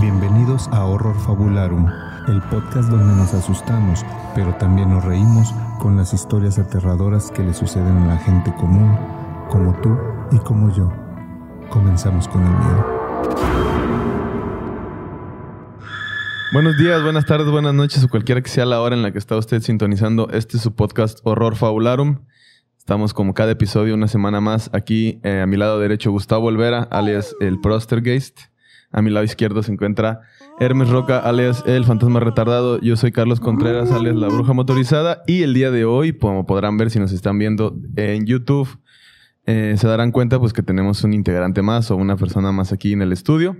Bienvenidos a Horror Fabularum, el podcast donde nos asustamos, pero también nos reímos con las historias aterradoras que le suceden a la gente común, como tú y como yo. Comenzamos con el miedo. Buenos días, buenas tardes, buenas noches o cualquiera que sea la hora en la que está usted sintonizando. Este es su podcast Horror Fabularum. Estamos como cada episodio una semana más aquí eh, a mi lado derecho Gustavo Olvera, alias el Prostergeist. A mi lado izquierdo se encuentra Hermes Roca, alias el fantasma retardado. Yo soy Carlos Contreras, alias la bruja motorizada. Y el día de hoy, como podrán ver si nos están viendo en YouTube, eh, se darán cuenta pues que tenemos un integrante más o una persona más aquí en el estudio.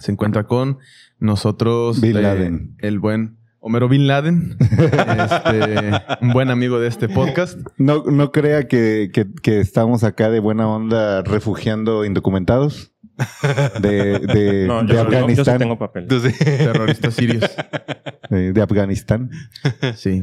Se encuentra con nosotros Bin eh, Laden. el buen Homero Bin Laden, este, un buen amigo de este podcast. No, no crea que, que- que estamos acá de buena onda refugiando indocumentados de, de- No, de yo, solo- yo sí Afganistán. tengo papel. Terroristas sirios. eh, de Afganistán. Sí.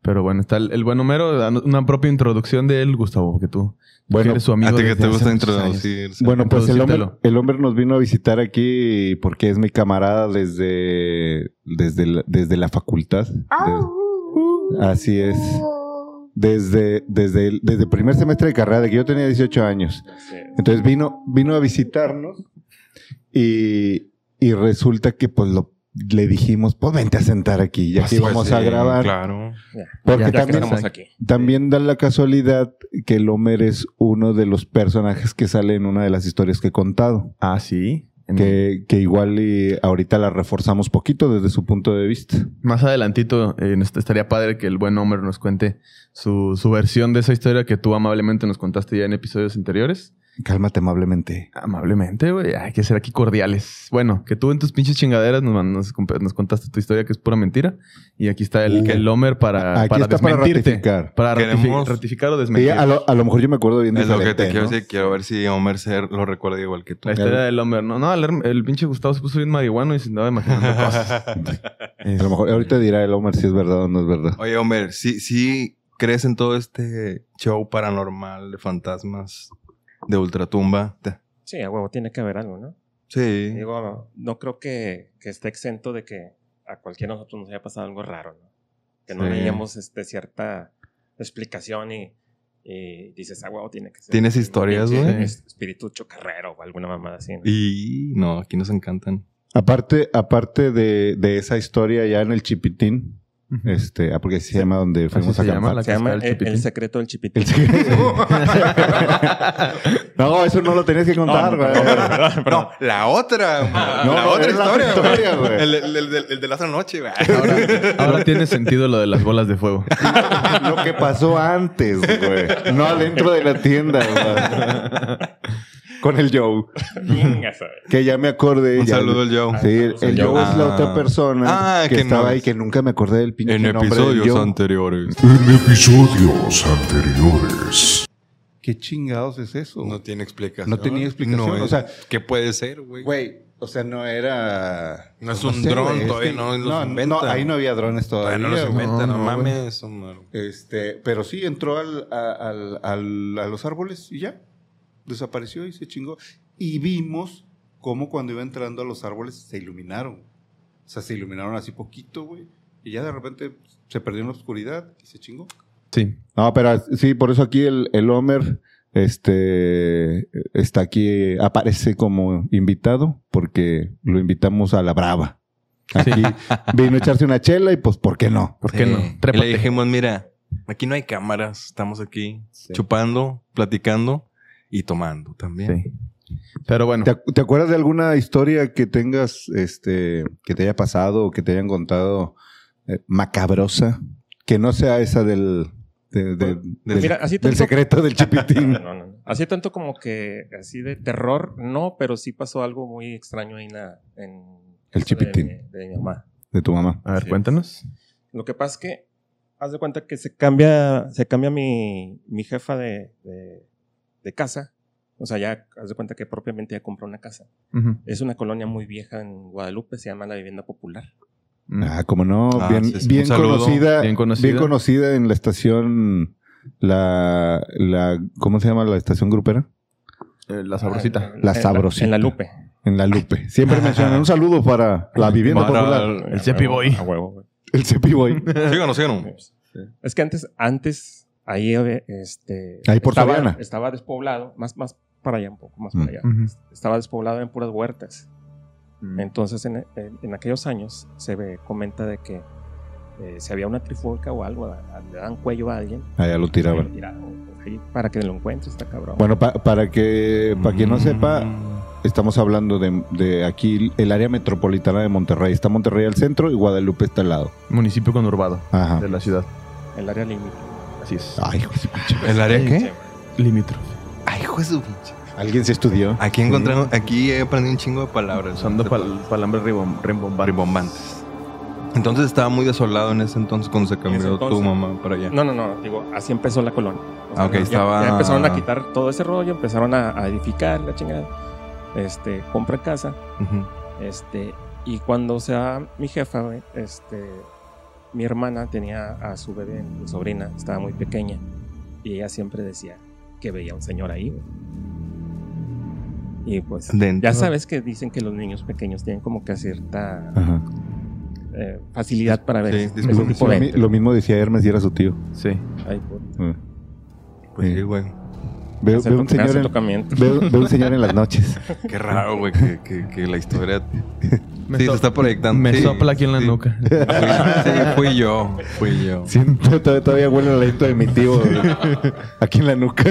Pero bueno, está el, el buen Homero. danos Una propia introducción de él, Gustavo, que tú que Bueno, eres su amigo. A ti que desde te hace gusta muchos años. introducir. bueno pues el hombre, introducírtelo. el hombre nos vino a visitar aquí porque es mi camarada desde, desde, la, desde la facultad. De- así es. Oh. Desde, desde, el, desde el primer semestre de carrera, de que yo tenía 18 años. Este, Entonces vino, vino a visitarnos y, y resulta que pues lo, le dijimos, pues vente a sentar aquí, ya que Así íbamos es, a Pues sí, grabar. Claro. Porque Ya Ya que también, estamos aquí. también da la casualidad que Lomer es uno de los personajes que sale en una de las historias que he contado. Ah, sí. En- Que, que igual y ahorita la reforzamos poquito desde su punto de vista. Más adelantito eh, nos- estaría padre que el buen Homero nos cuente su, su versión de esa historia que tú amablemente nos contaste ya en episodios anteriores. Cálmate amablemente. Amablemente, güey. Hay que ser aquí cordiales. Bueno, que tú en tus pinches chingaderas nos, man- nos, comp- nos contaste tu historia que es pura mentira. Y aquí está el, Uh. el Homer Ah, para, Aquí para está para desmentirte. ratificar. Para ratifi- Queremos- ratificar o Y desmentir. a lo, a lo mejor yo me acuerdo bien de Es lo que te quiero ¿no? decir. Quiero ver si Homer Ser lo recuerda igual que tú. La historia del Homer. No, no, el, Herm- el pinche Gustavo se puso bien marihuano y se andaba imaginando cosas. A lo mejor ahorita dirá el Homer si es verdad o no es verdad. Oye, Homer, ¿sí, sí crees en todo este show paranormal de fantasmas de ultratumba? Te- Sí, a huevo, tiene que haber algo, ¿no? Sí. Digo, no creo que, que esté exento de que a cualquiera de nosotros nos haya pasado algo raro, ¿no? Que no Sí. veíamos este, cierta explicación y, y dices, a huevo, tiene que ser. ¿Tienes un historias, pinche güey? es- Espíritu chocarrero o alguna mamada así, ¿no? Y no, aquí nos encantan. Aparte, aparte de, de esa historia ya en el Chipitín, Ujú. este, ah, porque así se llama donde fuimos se a llama acampar. la- Se llama El el, Chipitín. El secreto del chipitín. El secreto. no, eso no lo tenías que contar, güey. no, perdón, perdón. No, la otra. la No, no, otra es la historia. otra güey. historia, güey. El, el- el- el de la otra noche, güey. Ahora, ahora tiene sentido lo de las bolas de fuego. Lo que pasó antes, güey. No adentro de la tienda, güey. Con el Joe, Chinga, ¿sabes? que ya me acordé. Un ya- saludo al Joe. Sí, el, el Joe es la Ah. otra persona Ah, que, que estaba no. ahí que nunca me acordé del pinche En nombre del episodios Joe. anteriores. En episodios anteriores. ¿Qué chingados es eso? No tiene explicación. No tenía explicación, o es- sea- ¿qué puede ser, güey? Güey, o sea, no era. No es un dron, güey, todavía no los inventan. ahí no había drones todavía. Todavía no los güey. inventan, no, güey. mames. Omar. Este, pero sí entró al, a, al- al- a los árboles y ya. Desapareció y se chingó. Y vimos cómo cuando iba entrando a los árboles se iluminaron. O sea, se iluminaron así poquito, güey. Y ya de repente se perdió en la oscuridad y se chingó. Sí. No, pero sí, por eso aquí el, el Homer este, está aquí, aparece como invitado, porque lo invitamos a la brava. Aquí vino a echarse una chela y pues, ¿por qué no? ¿Por qué Sí. no? Y le Trépate. dijimos, mira, aquí no hay cámaras, estamos aquí chupando, platicando y tomando también. Sí. Pero bueno, ¿Te, ac- te acuerdas de alguna historia que tengas, este, que te haya pasado o que te hayan contado eh, macabrosa? Que no sea esa del, de- de- del- Pues Mira, así te del digo- secreto del chipitín. No, no, no. Así tanto como que, así de terror, no, pero sí pasó algo muy extraño ahí en, la- en El casa de chipitín. mi- De, mi mamá. de tu mamá. a ver, cuéntanos. Lo que pasa es que, haz de cuenta que se cambia, se cambia mi, mi jefa de, de- de casa. O sea, ya haz de cuenta que propiamente ya compró una casa. Ujú. Es una colonia muy vieja en Guadalupe, se llama la vivienda popular. Mm. Ah, como no, Ah, bien, sí, sí. bien Un saludo. conocida, bien Bien conocida, conocida. en la estación, la, la, ¿cómo se llama la estación grupera? eh, la sabrosita. En La sabrosita. En la Lupe. En la Lupe. Siempre mencionan un saludo para la vivienda Para popular. el- El Cepi A huevo, Boy. A huevo, güey. El Cepi Boy. Síganos, síganos. Es que antes, antes, ahí, eh, este, Ahí por estaba, Soriana. estaba despoblado, más, más para allá un poco, más Mm. para allá. Estaba despoblado en puras huertas. Entonces, en, en- en aquellos años, se ve- comenta de que eh, si había una trifulca o algo, a- a- le dan cuello a alguien, Allá Ah, lo ahí tiraban. lo tiraron, pues, ahí para que lo encuentres, está cabrón. Bueno, pa- para Eh, que para Eh, quien no sepa, Mm. estamos hablando de, de aquí, el área metropolitana de Monterrey. Está Monterrey al centro y Guadalupe está al lado. Municipio conurbado Ajá. de la ciudad. el área límite. Así es. Ah. Ay, hijo de su pinche- ¿El área qué? Limítrofe. Ay, hijo de su pinche. Alguien se estudió. Aquí encontré, aquí he aprendido un chingo de palabras. Usando Te- pal- palabras ribom- rimbombantes. rimbombantes. Entonces estaba muy desolado en ese entonces cuando se cambió tu entonces. mamá para allá. No, no, no, digo, así empezó la colonia. O Ah, ok, ya- estaba- ya empezaron a quitar todo ese rollo, empezaron a, a edificar, la chingada. Este, compra casa. Ujú. Este, y cuando se da mi jefa, güey, este, mi hermana tenía a su bebé, mi sobrina, estaba muy pequeña. Y ella siempre decía que veía un señor ahí. güey. Y pues, Dentro. ya sabes que dicen que los niños pequeños tienen como que cierta Ajá. eh, facilidad para ver Sí, ese disposición. tipo Lo, de mi- entes. lo mismo decía Hermes y era su tío. Sí. Ay, puta, Ah. Pues Sí. sí, güey. Veo, hace veo to- un me hace señor en, tocamiento. veo- veo un señor en las noches. Qué raro, güey, que, que- que la historia. Me, sí, so- se está proyectando. me Sí, sopla aquí en la sí. nuca. Fui, sí, fui yo. Fui yo. Siento, todavía, todavía huele el aliento de mi tío aquí en la nuca.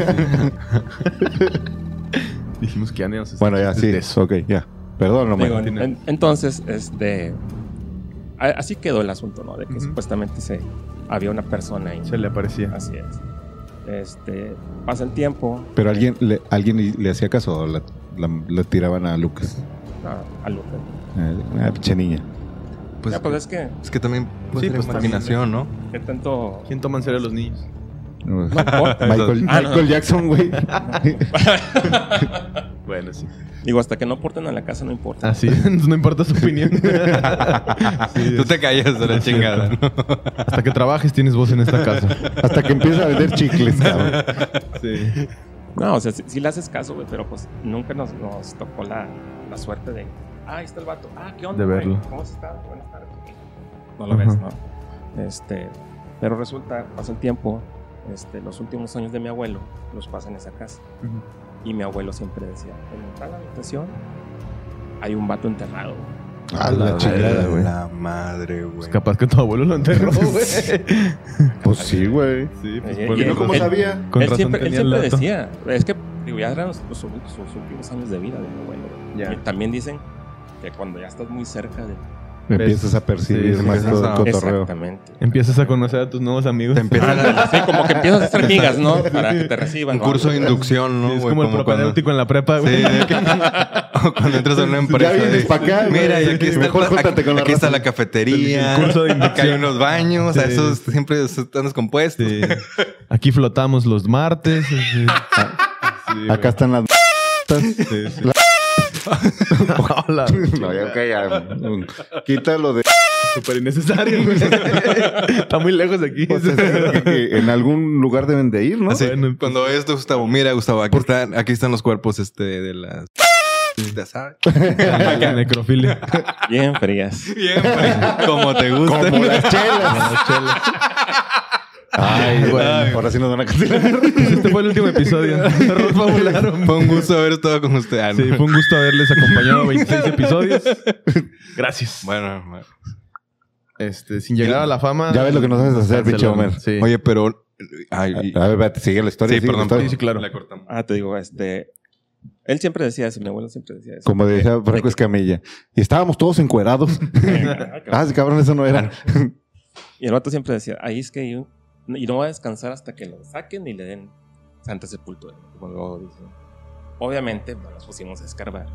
Dijimos que ya ni nos Bueno, ya, sí. de eso. Ok, ya. Perdón, no Digo, en- en- entonces, este, a- así quedó el asunto, ¿no? De que Ujú. supuestamente se había una persona ahí. Se le aparecía. Así es. Este, pasa el tiempo Pero alguien le, alguien le, le hacía caso, o la, la- la tiraban a Lucas. a, a Lupe. Eh, Una pinche niña. Pues, Ya, pues es que, es que también puede Sí, ser pues, también. imaginación, ¿no? que tanto... ¿Quién toma en serio a los niños? Michael, Ah, no. Michael Jackson, güey. Bueno, sí. Digo, hasta que no aporten a la casa no importa. Así, no importa su opinión. Sí, Tú te callas de la chingada, ¿no? Hasta que trabajes tienes voz en esta casa. Hasta que empieza a vender chicles, cabrón. Sí. No, o sea, si, le haces caso, güey, pero pues nunca nos, nos tocó la, la suerte de... Ah, ahí está el vato. Ah, ¿qué onda? De güey? verlo. ¿Cómo se está? Buenas tardes. No lo ves, Ajá. ¿no? Este, pero resulta, pasa el tiempo, este, los últimos años de mi abuelo los pasa en esa casa. Ujú. Y mi abuelo siempre decía, en tal habitación hay un vato enterrado. A la chingada, güey. La madre, güey. Pues capaz que tu abuelo lo enterró, güey. Pues sí, güey. Sí, pues, por- ¿Y no cómo Él- sabía? Con él razón siempre, él tenía el siempre dato. decía, es que digo, ya eran los- los ul- sus últimos años de vida de mi abuelo. Ya. Y también dicen que cuando ya estás muy cerca de... pues, Empiezas a percibir Sí, más empiezas todo a- el cotorreo. Exactamente. Empiezas a conocer a tus nuevos amigos. Te empieza Sí, como que empiezas a hacer migas, ¿no? Para que te reciban. un ¿no? curso de inducción, ¿no? Sí, es güey? como el cuando- propedéutico en la prepa, Sí, güey. de que- o cuando entras a una empresa. Ya vienes de- pa' acá, güey. Mira, y aquí está, Mejor el- aquí- júntate con la aquí está raza. la cafetería. El curso de acá hay unos baños. Sí. a esos siempre están descompuestos. Sí. Aquí flotamos los martes. sí. Sí, Acá están las. güey. Sí, sí. Hola. No, ya, ok, ya. Quítalo de. Súper innecesario, güey. Está muy lejos de aquí. Ah, Pues, es que- que en algún lugar deben de ir, ¿no? Así, Bueno, pues- cuando ves esto, Gustavo, mira, Gustavo, aquí, están, aquí están los cuerpos este, de las. Ya sabes. La necrofilia. Bien frías. Bien, güey. como te gusta. Ah, Como las chelas. Las chelas. Ay, bueno, ahora sí nos van a cancelar. Pues este fue el último episodio. Error fabular. Fue un gusto haber estado con usted. Ah, no. Sí, fue un gusto haberles acompañado 26 episodios. Gracias. Bueno, bueno. Este, sin llegar a la fama. Ya ves lo que nos haces hacer, Barcelona. pinche Homer. Sí. oye, pero. Ay, y- A ver, espérate, sigue la historia. sí, sigue la perdón. historia. Sí, sí, claro. La cortamos. Ah, te digo, este. Él siempre decía eso, mi abuelo siempre decía eso. Como decía Franco Escamilla. Y estábamos todos encuerados. ah, sí, cabrón, eso no era. Y el vato siempre decía, ahí es que yo. Y no va a descansar hasta que lo saquen y le den Santa Sepultura. como luego dice. Obviamente, pues, nos pusimos a escarbar.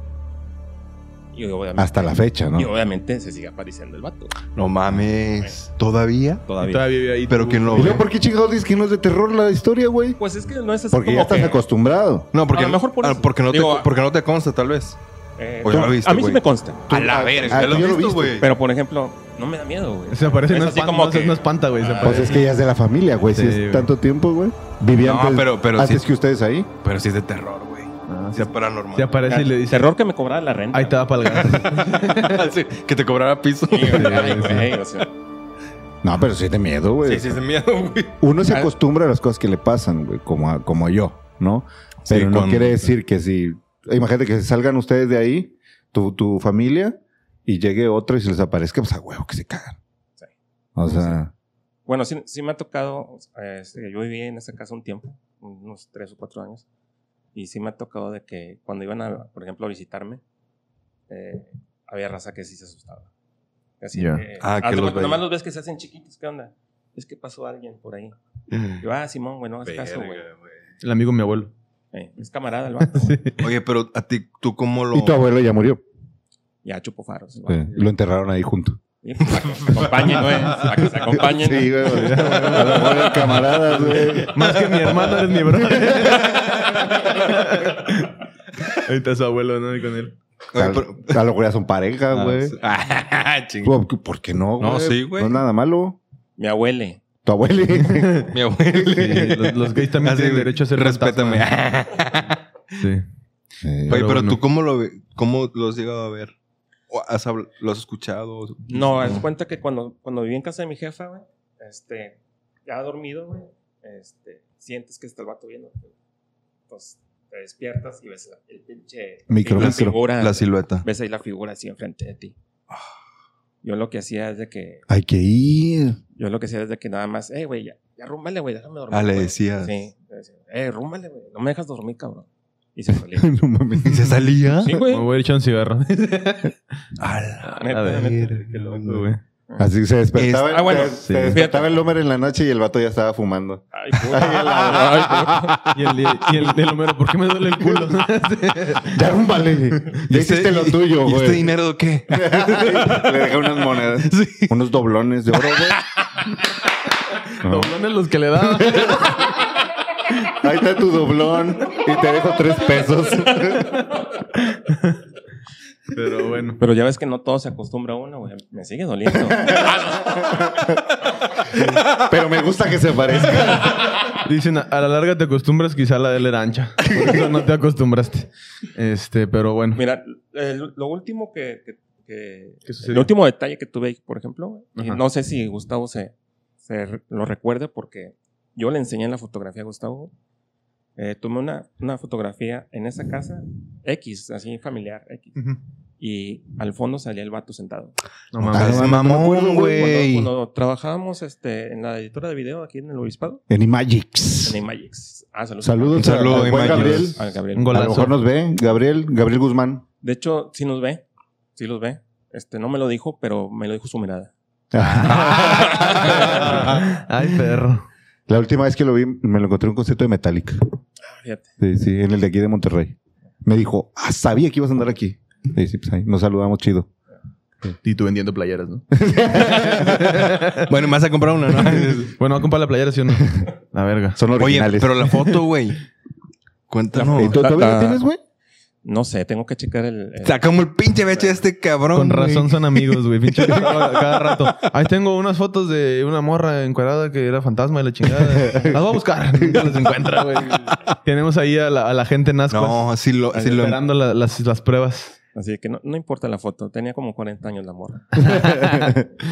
Y obviamente, Hasta la fecha, ¿no? y obviamente se sigue apareciendo el vato. No mames. ¿Todavía? Y Todavía. Todavía vive ahí. Pero tú. que no. Y luego, ¿por qué chingados dices que no es de terror la historia, güey? Pues es que no es así. Porque como ya estás que- acostumbrado. No, porque, A lo mejor por ah, eso. porque, no, Digo, te, porque no te consta, tal vez. eh, O ya lo viste, a mí güey. sí me consta. A la verga, ah, ya lo yo has visto, lo visto. güey. Pero por ejemplo, no me da miedo, güey. Se aparece, Es no así espanta, como no, que- no espanta, güey. Se Ah, Pues aparece. es que ya es de la familia, güey. Si Sí, es güey. tanto tiempo, güey. Vivían No, pero- pero antes sí- que ustedes ahí. Pero sí es de terror, güey. Ah, sea paranormal. Se aparece y le dice, Terror que me cobraba la renta. ahí te va para el gas. Sí, que te cobrara piso. Sí, ay, güey, o sea, No, pero sí es de miedo, güey. Sí, sí, es de miedo, güey. Uno se Ah. acostumbra a las cosas que le pasan, güey, como, a- como yo, ¿no? Sí, Pero no cuando- quiere decir que si... Imagínate que salgan ustedes de ahí, tu, tu familia, y llegue otro y se les aparezca, pues a huevo que se cagan. Sí. O sea, Bueno, sí, sí me ha tocado, eh, este, yo viví en esa casa un tiempo, unos tres o cuatro años, y sí me ha tocado de que cuando iban, a, por ejemplo, a visitarme, eh, había raza que sí se asustaba. Así Ya. que, Ah, haz que de los cuenta, veía. nomás los ves que se hacen chiquitos, ¿qué onda? Es que pasó alguien por ahí. Yo, ah, Simón, güey, no hagas caso, güey. Verga, güey. El amigo de mi abuelo. Eh, es camarada el vato. Sí. güey. Oye, pero a ti, ¿tú cómo lo...? y tu abuelo ya murió. Ya chupo faros. el Sí, vato. Lo enterraron ahí junto. Y para que se Acompañen, güey. Para que se acompañen. Sí, güey. güey, güey, Camaradas, güey. Más que mi hermano eres mi brother. Ahí está su abuelo, ¿no? Y con él. Oye, Tal- pero- A lo mejor ya son pareja, Ah, güey. sí. Ah, chingón. ¿Por por qué no, güey? No, sí, güey. No es nada malo. Mi abuele. Tu abuelo. Mi abuelo. Sí, los, los gays también Así, tienen derecho a ser Ah, Respétame. fantasmas. Sí. Sí. Oye, pero bueno. tú cómo lo ve- cómo lo has llegado a ver? ¿O has habl- ¿Lo has escuchado? No, haz de cuenta que cuando, cuando viví en casa de mi jefa, güey, este, ya dormido, güey, este, sientes que está el vato viendo. Pues te despiertas y ves el pinche. Micro, la micro. figura. La silueta. ves ahí la figura así enfrente de ti. Yo lo que hacía es de que. Hay que ir. Yo lo que hacía es de que nada más, eh, güey, ya, ya rúmbale, güey, déjame dormir. Ah, le güey". decías. Sí, le decía, eh, rúmbale, güey, no me dejas dormir, cabrón. Y se salía. No mames. ¿Y se salía? sí, Me güey. Ah, voy a ir echar un cigarro. A la- Neta, A ver. neta. Qué loco, güey. Así se despertaba. Es- ah, bueno, se- sí. se despertaba el hombre en la noche y el vato ya estaba fumando. Ay, puta. Y el, y el, el Homero, ¿por qué me duele el culo? Ya rúmbale. Ya hiciste lo tuyo, Este ¿Y güey. este dinero de qué? Le dejé unas monedas. Unos doblones de oro, güey. No. Doblones los que le daban. Ahí está tu doblón. Y te dejo tres pesos. Pero bueno. Pero ya ves que no todo se acostumbra a uno, güey. Me sigue doliendo. Pero me gusta que se parezca. Dicen, a la larga te acostumbras, quizá la de él era ancha. Por eso no te acostumbraste. Este, pero bueno. Mira, el- lo último que, que- que- ¿Qué el sucedió? último detalle que tuve, ahí, por ejemplo, y Ajá. no sé si Gustavo se, se re- lo recuerde porque yo le enseñé en la fotografía a Gustavo. Eh, tomé una, una fotografía en esa casa X, así familiar X, Ujú. y al fondo salía el vato sentado. No Ah, mames. Es no, no me acuerdo, mamón, güey, güey. Cuando, cuando trabajábamos este, en la editora de video aquí en el Obispado, En Imagix. en Imagex. Ah, saludos. Saludos Un saludo, a, al buen Imagix. Gabriel. Al Gabriel. Un A lo golazo. mejor nos ve. Gabriel, Gabriel Guzmán. De hecho, sí nos ve. Sí los ve. Este, no me lo dijo, pero me lo dijo su mirada. Ay, perro. La última vez que lo vi, me lo encontré en un concierto de Metallica. Fíjate. Sí, sí, en el de aquí de Monterrey. Me dijo, ah, sabía que ibas a andar aquí. Sí, sí, pues ahí nos saludamos chido. Y tú vendiendo playeras, ¿no? Bueno, me vas a comprar una, ¿no? Bueno, va a comprar la playera, ¿sí o no? La verga. Son Oye, originales. pero la foto, güey. ¿Y Cuéntanos. tú la- todavía la la- tienes, güey? No sé, tengo que checar el. el- Sacamos el pinche VH de este cabrón. Con razón güey. son amigos, güey. Pinche cada, cada rato. Ahí tengo unas fotos de una morra encuadrada que era fantasma y la chingada. Las voy a buscar. Nunca las encuentra, güey. Tenemos ahí a la, a la gente en ascuas. No, si lo, si lo, esperando la- las, las pruebas. Así que no, no importa la foto. Tenía como 40 años la morra.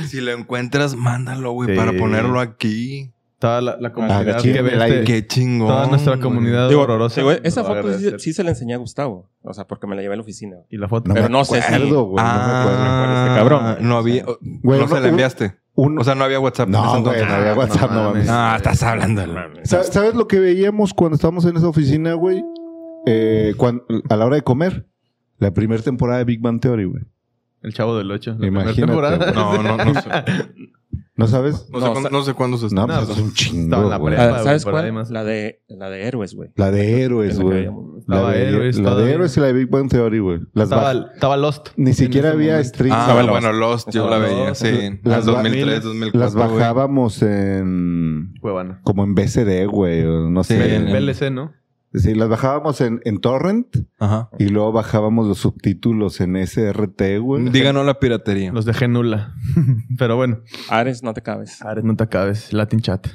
si lo encuentras, mándalo, güey, Sí. para ponerlo aquí. Toda la, la comunidad. Ah, chingue, que ve la- este- Qué chingón. toda nuestra güey. comunidad Digo, horrorosa. digo, esa Lo va a foto sí, agradecer. sí se la enseñé a Gustavo. O sea, porque me la llevé a la oficina. Y la foto. me pero no sé si- acuerdo, güey, no me acuerdo. Ah, este cabrón. No había. Güey, no se un- la enviaste. un- O sea, no había WhatsApp. en ese no, güey, entonces. no había WhatsApp, no mames. Ah, estás hablando. güey. Sa- ¿Sabes lo que veíamos cuando estábamos en esa oficina, güey? Eh, cuan- a la hora de comer. La primera temporada de Big Bang Theory, güey. El chavo del 8. La primera Imagínate, temporada. No, no, no sé. ¿No sabes? No, sé, cuándo, no sé cuándo se No, estrenó. pues es un estaba en la chingo, güey. prepa. Ah, güey, ¿Sabes por ahí cuál? más. Pues, La de, la de héroes, güey. La de héroes, Esa que güey. veíamos. La Estaba de, héroes la de todavía. héroes y la de Big Bang Theory, güey. Las Estaba, baj- estaba Lost. Ni siquiera ese había momento. streams. Ah, Estaba bueno, Lost, yo Estaba la veía, Lost. sí. Las Las ba- 2003, 2004. Las güey. bajábamos en. Cuevana. Como en BCD, güey. o No Sí, sé. en- en- BLC, ¿no? Sí, las bajábamos en, en Torrent Ajá. y luego bajábamos los subtítulos en SRT, güey. Díganos la piratería. Los dejé nula. Pero bueno. Ares, no te cabes. Ares, no te acabes. Latin Chat.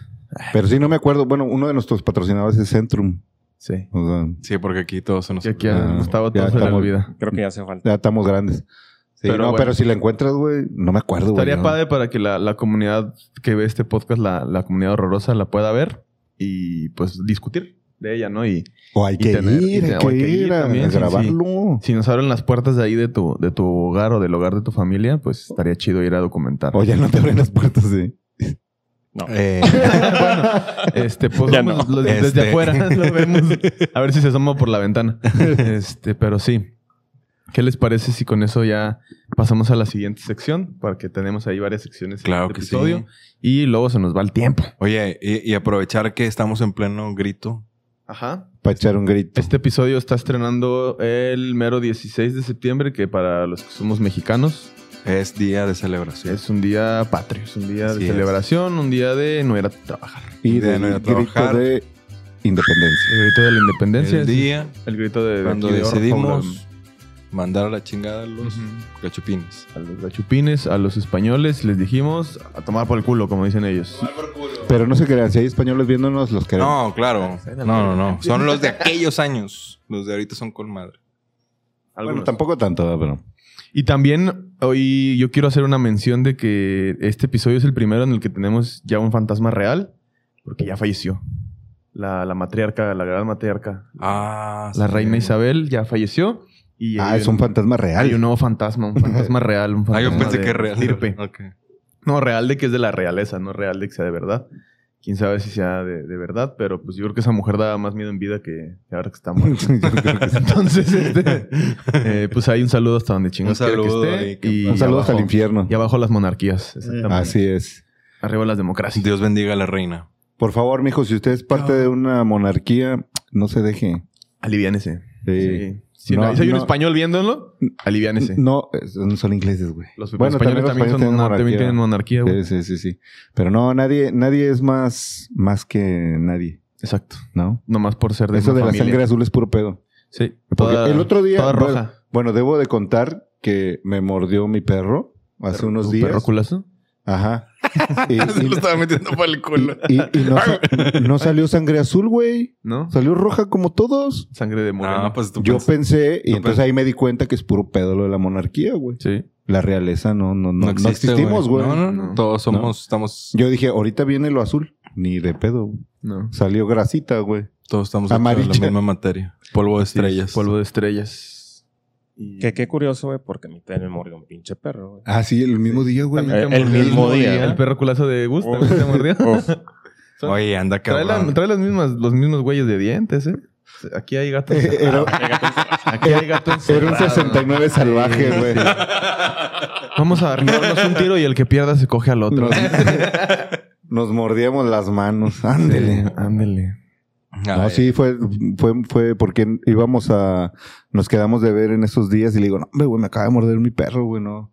Pero sí, no me acuerdo. Bueno, uno de nuestros patrocinadores es Centrum. Sí. O sea, Sí, porque aquí todos se nos... Y aquí a Ah, Gustavo todo ya se le estamos- olvida. Creo que ya hace falta. ya estamos grandes. Sí, Pero no, bueno. pero si la encuentras, güey, no me acuerdo, güey. Estaría ¿no? padre para que la, la comunidad que ve este podcast, la, la comunidad horrorosa, la pueda ver y pues discutir de ella, ¿no? Y O hay y que tener- y ir, te- hay o que ir a, también, a sí, sí. grabarlo. si nos abren las puertas de ahí de tu, de tu hogar o del hogar de tu familia, pues estaría chido ir a documentar. O ya no te abren las puertas, sí. No. Eh, Este, pues Ya vamos, no. lo- desde Este. afuera lo vemos. A ver si se asoma por la ventana. Este, pero sí. ¿Qué les parece si con eso ya pasamos a la siguiente sección? Porque tenemos ahí varias secciones en claro este que sí. episodio. Y luego se nos va el tiempo. Oye, y, y aprovechar que estamos en pleno grito. Ajá. Para echar un grito. Este episodio está estrenando el mero 16 de septiembre, que para los que somos mexicanos Es día de celebración. es un día patrio, es un día de Así es. celebración, un día de no ir a trabajar. y de del no ir a grito trabajar. de eh, independencia. El grito de la independencia. el es día el grito de... de cuando aquí de Orfeo, decidimos mandar a la chingada a los Ujú. cachupines. a los gachupines, a los españoles, les dijimos a tomar por el culo, como dicen ellos. Pero no se crean, si hay españoles viéndonos, los queremos. No, claro. No, no, no. Son los de aquellos años. Los de ahorita son con madre. bueno, Algunos. tampoco tanto, ¿verdad? pero... Y también hoy yo quiero hacer una mención de que este episodio es el primero en el que tenemos ya un fantasma real, porque ya falleció. La, la matriarca, la gran matriarca, Ah, la sí. reina Isabel ya falleció. Y Ah, hay es un fantasma real. Hay un nuevo fantasma, un fantasma real. Un Ah, fantasma yo pensé de que real. estirpe. Ok. No, real de que es de la realeza, no real de que sea de verdad. Quién sabe si sea de, de verdad, pero pues yo creo que esa mujer daba más miedo en vida que que ahora que está muerta. Yo creo que sí. Entonces, este, eh, pues hay un saludo hasta donde chingados Un quiera que saludo esté. ahí, que- y un saludo hasta el abajo- infierno. Ah, Y abajo las monarquías, exactamente. Así es. Arriba las democracias. Dios bendiga a la reina. Por favor, mijo, si usted es parte de una monarquía, no se deje. Aliviánese. Sí. Sí. Si, No, no- si hay un no. español viéndolo, aliviánese. No, eh, son son ingleses, güey. Los españoles los también, españoles son tienen monar- también tienen monarquía, güey. Sí, sí, sí, sí. Pero no, nadie, nadie es más, más que nadie, Exacto. ¿no? Nomás por ser de Eso una de la familia. sangre azul es puro pedo. Sí. Porque Toda- el otro día, toda bueno, roja. Bueno, debo de contar que me mordió mi perro hace Perro- unos un días. perro culazo. Ajá. Y, Se y- lo estaba metiendo para el culo. y- y no, sa- no salió sangre azul, güey. ¿No? Salió roja como todos. Sangre de moreno. No, pues tú Yo pensé- pensé, y tú entonces pens- ahí me di cuenta que es puro pedo lo de la monarquía, güey. Sí. La realeza no, no, no, no existe, existimos, güey. No, no, No. no. Todos somos, estamos, Yo dije, ahorita viene lo azul. Ni de pedo, güey. No. Salió grasita, güey. todos estamos hechos de Amarilla. la misma materia. Polvo de estrellas. Polvo de estrellas. Y- Que qué curioso, güey, porque a mí también me murió un pinche perro, güey. Ah, sí, el mismo día, güey. También te El mordió mismo día. El perro culazo de Gus Oh, Uf. también te mordió. Uf. Son- Oye, anda Trae, cabrón. la- trae las mismas, los mismos güeyes de dientes, ¿eh? Aquí hay gatos. Eh, era- Aquí hay gatos. Era un 69 salvaje, güey. Vamos a darnos un tiro y el que pierda se coge al otro. Nos, nos mordíamos las manos. Ándele. Ándele, ándele. Ah, No, sí, fue, fue, fue porque íbamos a. Nos quedamos de ver en esos días y le digo, no, hombre, güey, me acaba de morder mi perro, güey, no.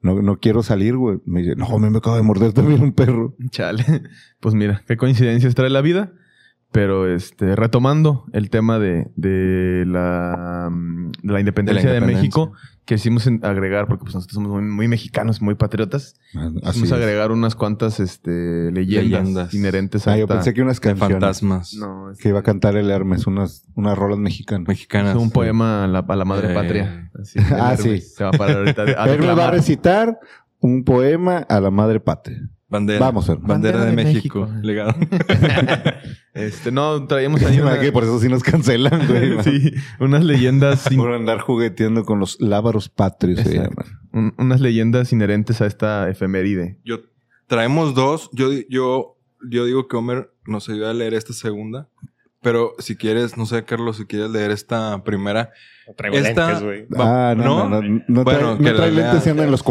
No, no quiero salir, güey. Me dice, no, a mí me acaba de morder también un perro. Chale. Pues mira, qué coincidencias trae la vida. Pero este, retomando el tema de, de la, mm, de la independencia de, independencia. México, quisimos en- agregar, porque pues nosotros somos muy, muy mexicanos, muy patriotas, Así quisimos es. agregar unas cuantas este, leyendas, Leyendas. inherentes a Ah, yo esta- pensé que unas de canciones. fantasmas. No, es- Que iba a cantar el Hermes, unas, unas rolas mexicanas. Mexicanas. Es un poema a la, a la madre Eh. patria. Así, Ah, sí. Se va a parar ahorita de- a Hermes va a declamar. recitar un poema a la madre patria. Bandera. Vamos, hermano. Bandera, Bandera de, de México. México. Legado. Este, no, traíamos ahí una- Que por eso sí nos cancelan, güey. ¿no? sí, unas leyendas, in- Por andar jugueteando con los lábaros patrios, se Exacto. llaman. un- unas leyendas inherentes a esta efeméride. Yo, traemos dos. Yo, di- yo, yo digo que Homer nos ayuda a leer esta segunda. Pero si quieres, no sé, Carlos, si quieres leer esta primera. Esta- Tremelentes, güey. Va- Ah, no, no, no. No, trae- Bueno, no que trae la lentes y lea. anda en los se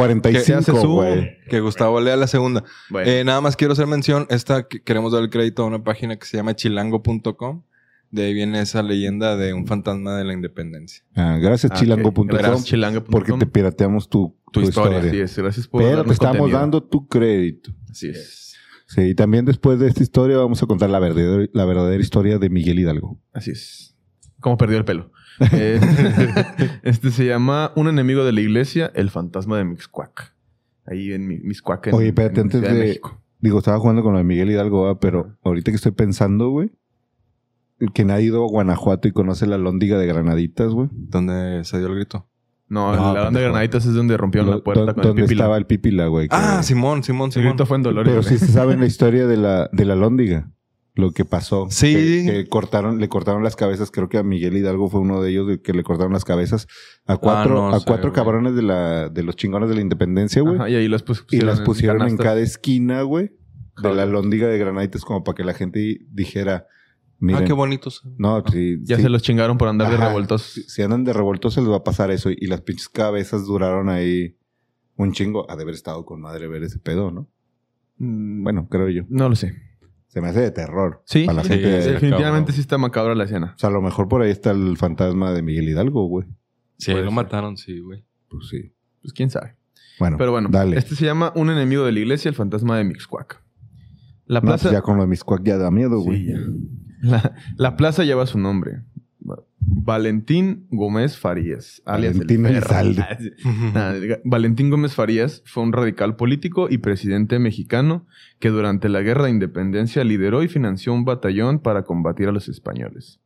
hace 45, su- güey. Que Gustavo lea la segunda. Bueno, Eh, nada más quiero hacer mención. Esta que- queremos dar el crédito a una página que se llama chilango.com. De ahí viene esa leyenda de un fantasma de la independencia. Ah, gracias, ah, chilango.com. ok, gracias, chilango.com, Porque te pirateamos tu, tu tu historia. historia. Así es, gracias por Pero te darnos estamos contenido. dando tu crédito. Así es. Sí, y también después de esta historia vamos a contar la verdadera, la verdadera historia de Miguel Hidalgo. Así es. ¿Cómo perdió el pelo? Eh, este se llama Un enemigo de la iglesia, el fantasma de Mixcuac. Ahí en Mi- Mixcuac. en- Oye, espérate, en antes Ciudad de- México. ah, Digo, estaba jugando con lo de Miguel Hidalgo, ¿verdad? pero ahorita que estoy pensando, güey, quien ha ido a Guanajuato y conoce la lóndiga de Granaditas, güey. Donde se dio el grito. No, No, la banda Ah, pendejo. de Granaditas es donde rompió la Lo- puerta don- con el donde pipila. estaba el pipila, güey. que- Ah, Simón, Simón, El Simón. grito fue en Dolores. Pero güey. sí se sabe la historia de la, de la lóndiga. Lo que pasó. Sí. Que, que cortaron, le cortaron las cabezas. Creo que a Miguel Hidalgo fue uno de ellos de que le cortaron las cabezas a cuatro, no a sé, cuatro güey. cabrones de la, de los chingones de la independencia, güey. Ajá, y ahí las pus- Y las pusieron en canastas. cada esquina, güey. De Joder. la lóndiga de granaditas, como para que la gente dijera. Ah, Miren, qué bonitos. No, sí, Ah, Ya sí, se los chingaron por andar de Ajá. revoltosos. si- si andan de revueltos se les va a pasar eso. Y las pinches cabezas duraron ahí un chingo. Ha de haber estado con madre ver ese pedo, ¿no? Mm, Bueno, creo yo. No lo sé. Se me hace de terror. Sí, Para la sí, gente. sí. definitivamente cabrón. sí está macabra la escena. O sea, a lo mejor por ahí está el fantasma de Miguel Hidalgo, güey. Sí, lo mataron, sí, güey. Pues sí. Pues quién sabe. Bueno, Pero bueno, dale. este se llama Un enemigo de la iglesia, el fantasma de Mixcuac. La No, pues plaza, ya con lo de Miscuac ya da miedo, Sí, güey. ya. la, la plaza lleva su nombre. Va- Valentín Gómez Farías, alias Valentín el Elizalde. Ferro. Nada, diga- Valentín Gómez Farías fue un radical político y presidente mexicano que durante la Guerra de Independencia lideró y financió un batallón para combatir a los españoles.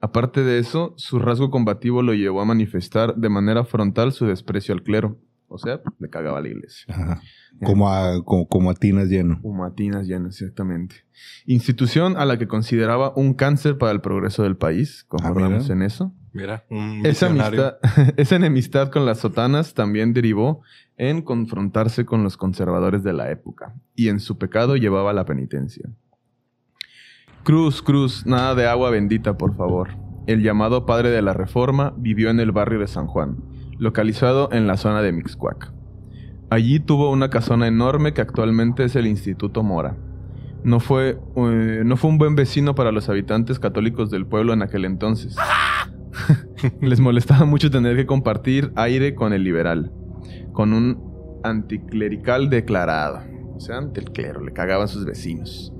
Aparte de eso, su rasgo combativo lo llevó a manifestar de manera frontal su desprecio al clero. O sea, le cagaba la iglesia. Ajá. Como a, como, como a tinas lleno. Humatinas llenas, exactamente. Institución a la que consideraba un cáncer para el progreso del país. Concordamos mira. en eso. Mira, un Esa, visionario. amistad, esa enemistad con las sotanas también derivó en confrontarse con los conservadores de la época, y en su pecado llevaba la penitencia. Cruz, cruz, nada de agua bendita, por favor. El llamado padre de la Reforma vivió en el barrio de San Juan, localizado en la zona de Mixcuac. Allí tuvo una casona enorme que actualmente es el Instituto Mora. No fue, eh, no fue un buen vecino para los habitantes católicos del pueblo en aquel entonces. Les molestaba mucho tener que compartir aire con el liberal, con un anticlerical declarado. O sea, ante el clero, le cagaban sus vecinos.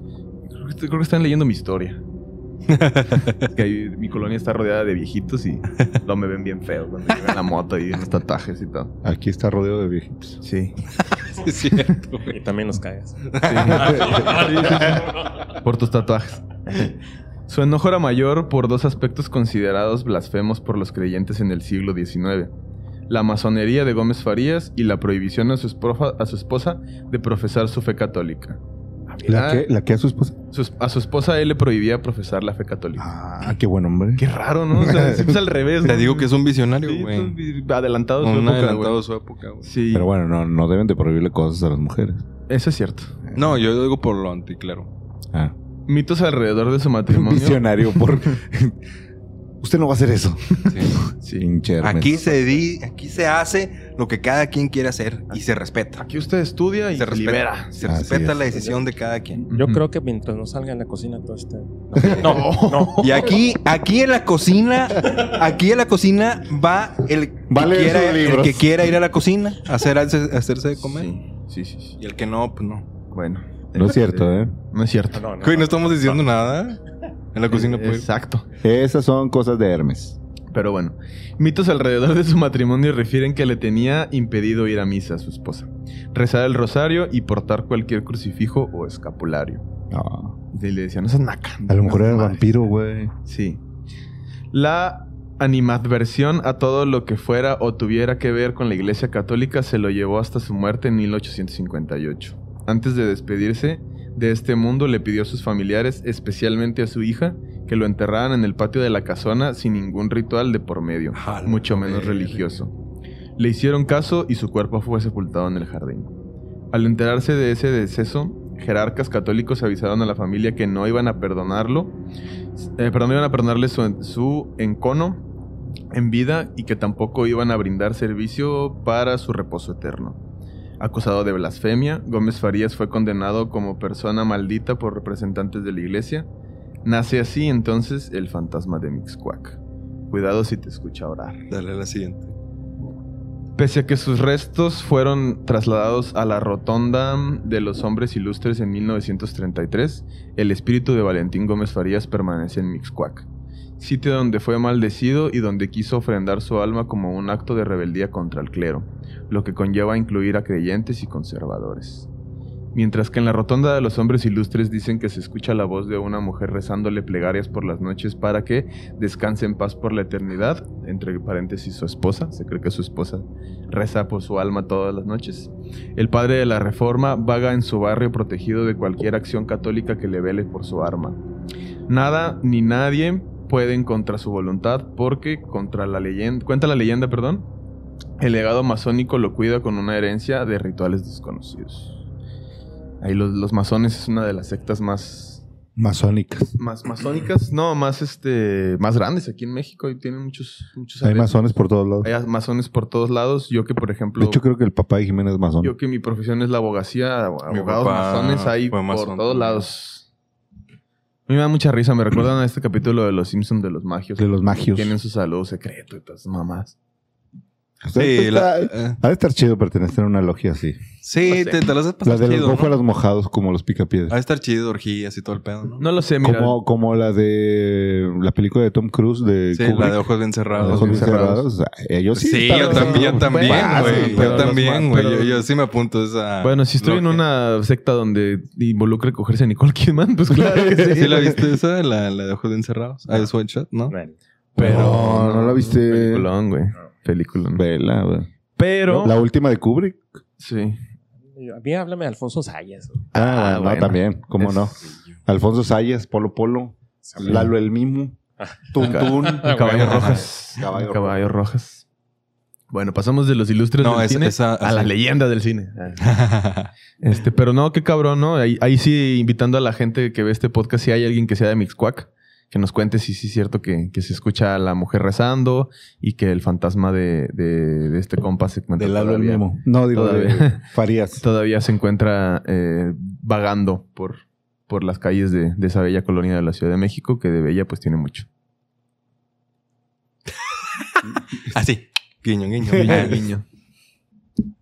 Creo que, creo que están leyendo mi historia. Es que ahí mi colonia está rodeada de viejitos y lo me ven bien feo cuando llegan la moto y los tatuajes y todo. Aquí está rodeado de viejitos. Sí. Sí, es cierto, güey. Y también nos cagas. Ah, Por tus tatuajes. Su enojo era mayor por dos aspectos considerados blasfemos por los creyentes en el siglo XIX. La masonería de Gómez Farías y la prohibición a su, esprofa- a su esposa de profesar su fe católica. Ah, mira, ¿La, que, ¿La que a su esposa? sus- a su esposa él le prohibía profesar la fe católica. Ah, qué buen hombre. Qué raro, ¿no? O sea, siempre es al revés. Te ¿no? digo que es un visionario, Sí, güey. son adelantados a su Un época, adelantado güey. a su época, güey. Sí, Pero bueno, no, no deben de prohibirle cosas a las mujeres. eso es cierto. No, yo lo digo por lo anticlero. Ah. Mitos alrededor de su Un matrimonio. visionario por... Usted no va a hacer eso. Sí. Sí. Pinche Hermes. Aquí se, di, aquí se hace lo que cada quien quiere hacer y se respeta. Aquí usted estudia y Se se libera. respeta, se Así respeta es. la decisión de cada quien. Yo Ujú. creo que mientras no salga en la cocina todo está. No, no. Y aquí, aquí en la cocina, aquí en la cocina va el que, Va a leer quiera, sus el libros. que quiera ir a la cocina a hacer, a hacerse de comer. Sí, sí, sí. Y el que no, pues no. Bueno. No es cierto, ¿eh? No es cierto. No, no, Güey, no no. estamos diciendo nada. En la cocina, pues. Exacto. Esas son cosas de Hermes. Pero bueno. Mitos alrededor de su matrimonio refieren que le tenía impedido ir a misa a su esposa, rezar el rosario y portar cualquier crucifijo o escapulario. Ah. Y le decían, no seas naca. A lo mejor No, era madre". vampiro, güey. Sí. La animadversión a todo lo que fuera o tuviera que ver con la Iglesia Católica se lo llevó hasta su muerte en 1858. Antes de despedirse de este mundo, le pidió a sus familiares, especialmente a su hija, que lo enterraran en el patio de la casona sin ningún ritual de por medio, Jala, mucho menos verga. religioso. Le hicieron caso y su cuerpo fue sepultado en el jardín. Al enterarse de ese deceso, jerarcas católicos avisaron a la familia que no iban a perdonarlo, eh, perdón, no iban a perdonarle su, su encono en vida y que tampoco iban a brindar servicio para su reposo eterno. Acusado de blasfemia, Gómez Farías fue condenado como persona maldita por representantes de la iglesia. Nace así entonces el fantasma de Mixcuac. Cuidado si te escucha orar. Dale a la siguiente. Pese a que sus restos fueron trasladados a la Rotonda de los Hombres Ilustres en 1933, el espíritu de Valentín Gómez Farías permanece en Mixcoac, sitio donde fue maldecido y donde quiso ofrendar su alma como un acto de rebeldía contra el clero, lo que conlleva incluir a creyentes y conservadores. Mientras que en la rotonda de los hombres ilustres dicen que se escucha la voz de una mujer rezándole plegarias por las noches para que descanse en paz por la eternidad, entre paréntesis su esposa, se cree que su esposa reza por su alma todas las noches. El padre de la reforma vaga en su barrio protegido de cualquier acción católica que le vele por su arma. Nada ni nadie pueden contra su voluntad porque contra la leyenda, cuenta la leyenda, perdón, el legado masónico lo cuida con una herencia de rituales desconocidos. Ahí los, los masones es una de las sectas más, Masónicas. más masónicas, no, más este, más grandes aquí en México y tienen muchos, muchos Hay adeptos. masones por todos lados. Hay masones por todos lados. Yo que por ejemplo, De hecho, creo que el papá de Jiménez es masón. yo que mi profesión es la abogacía, abogados papá masones hay fue por masón todos también. lados. A mí me da mucha risa, me recuerdan a este capítulo de los Simpsons de los magios. De los magios. Tienen su saludo secreto y todas esas mamás. O sea, Sí, esto la- está- eh, Ha de estar chido pertenecer a una logia así. sí, te, te las has La pasado de los chido, ¿no? bófaros mojados como los Ha de picapiedras. estar chido, orgías y todo el pedo, ¿no? No lo sé, mira. Como, como la de la película de Tom Cruise de sí, Kubrick, la de ojos bien la de cerrados. Ojos bien cerrados. cerrados. O sea, Ellos sí. Sí, están- yo también, yo también, Bueno, güey. pero Yo los también, más- güey. pero- Yo, yo sí me apunto esa. Bueno, si estoy en logia. una secta donde involucre cogerse a Nicole Kidman, pues claro que sí. ¿Sí la viste esa? La, la de ojos bien cerrados. Ah, es One Shot, Pues ¿no? Bueno, Pero No, no la viste. Peliculón, güey. Peliculón. Vela, güey. Pero. La última de Kubrick. Sí. A mí háblame de Alfonso Sayas. güey. Ah, Ah, no, bueno. también, cómo Es- no. Alfonso Sayas, Polo Polo, Lalo el Mimo, Tuntún, Caballos Rojas. Caballo Caballos Rojas. Bueno, pasamos de los ilustres No, del Pues es- cine esa- a la esa- leyenda del cine. Ah. Este, pero no, qué cabrón, ¿no? Ahí, ahí sí invitando a la gente que ve este podcast, si hay alguien que sea de Mixquack, que nos cuente si sí es cierto que, que se escucha a la mujer rezando y que el fantasma de, de, de este compa se encuentra de Lalo el todavía, Mimo. No, digo, de Todavía. Farías. todavía se encuentra eh, vagando por, por las calles de, de esa bella colonia de la Ciudad de México, que de bella pues tiene mucho. Así. Guiño, guiño. Guiño, guiño, guiño.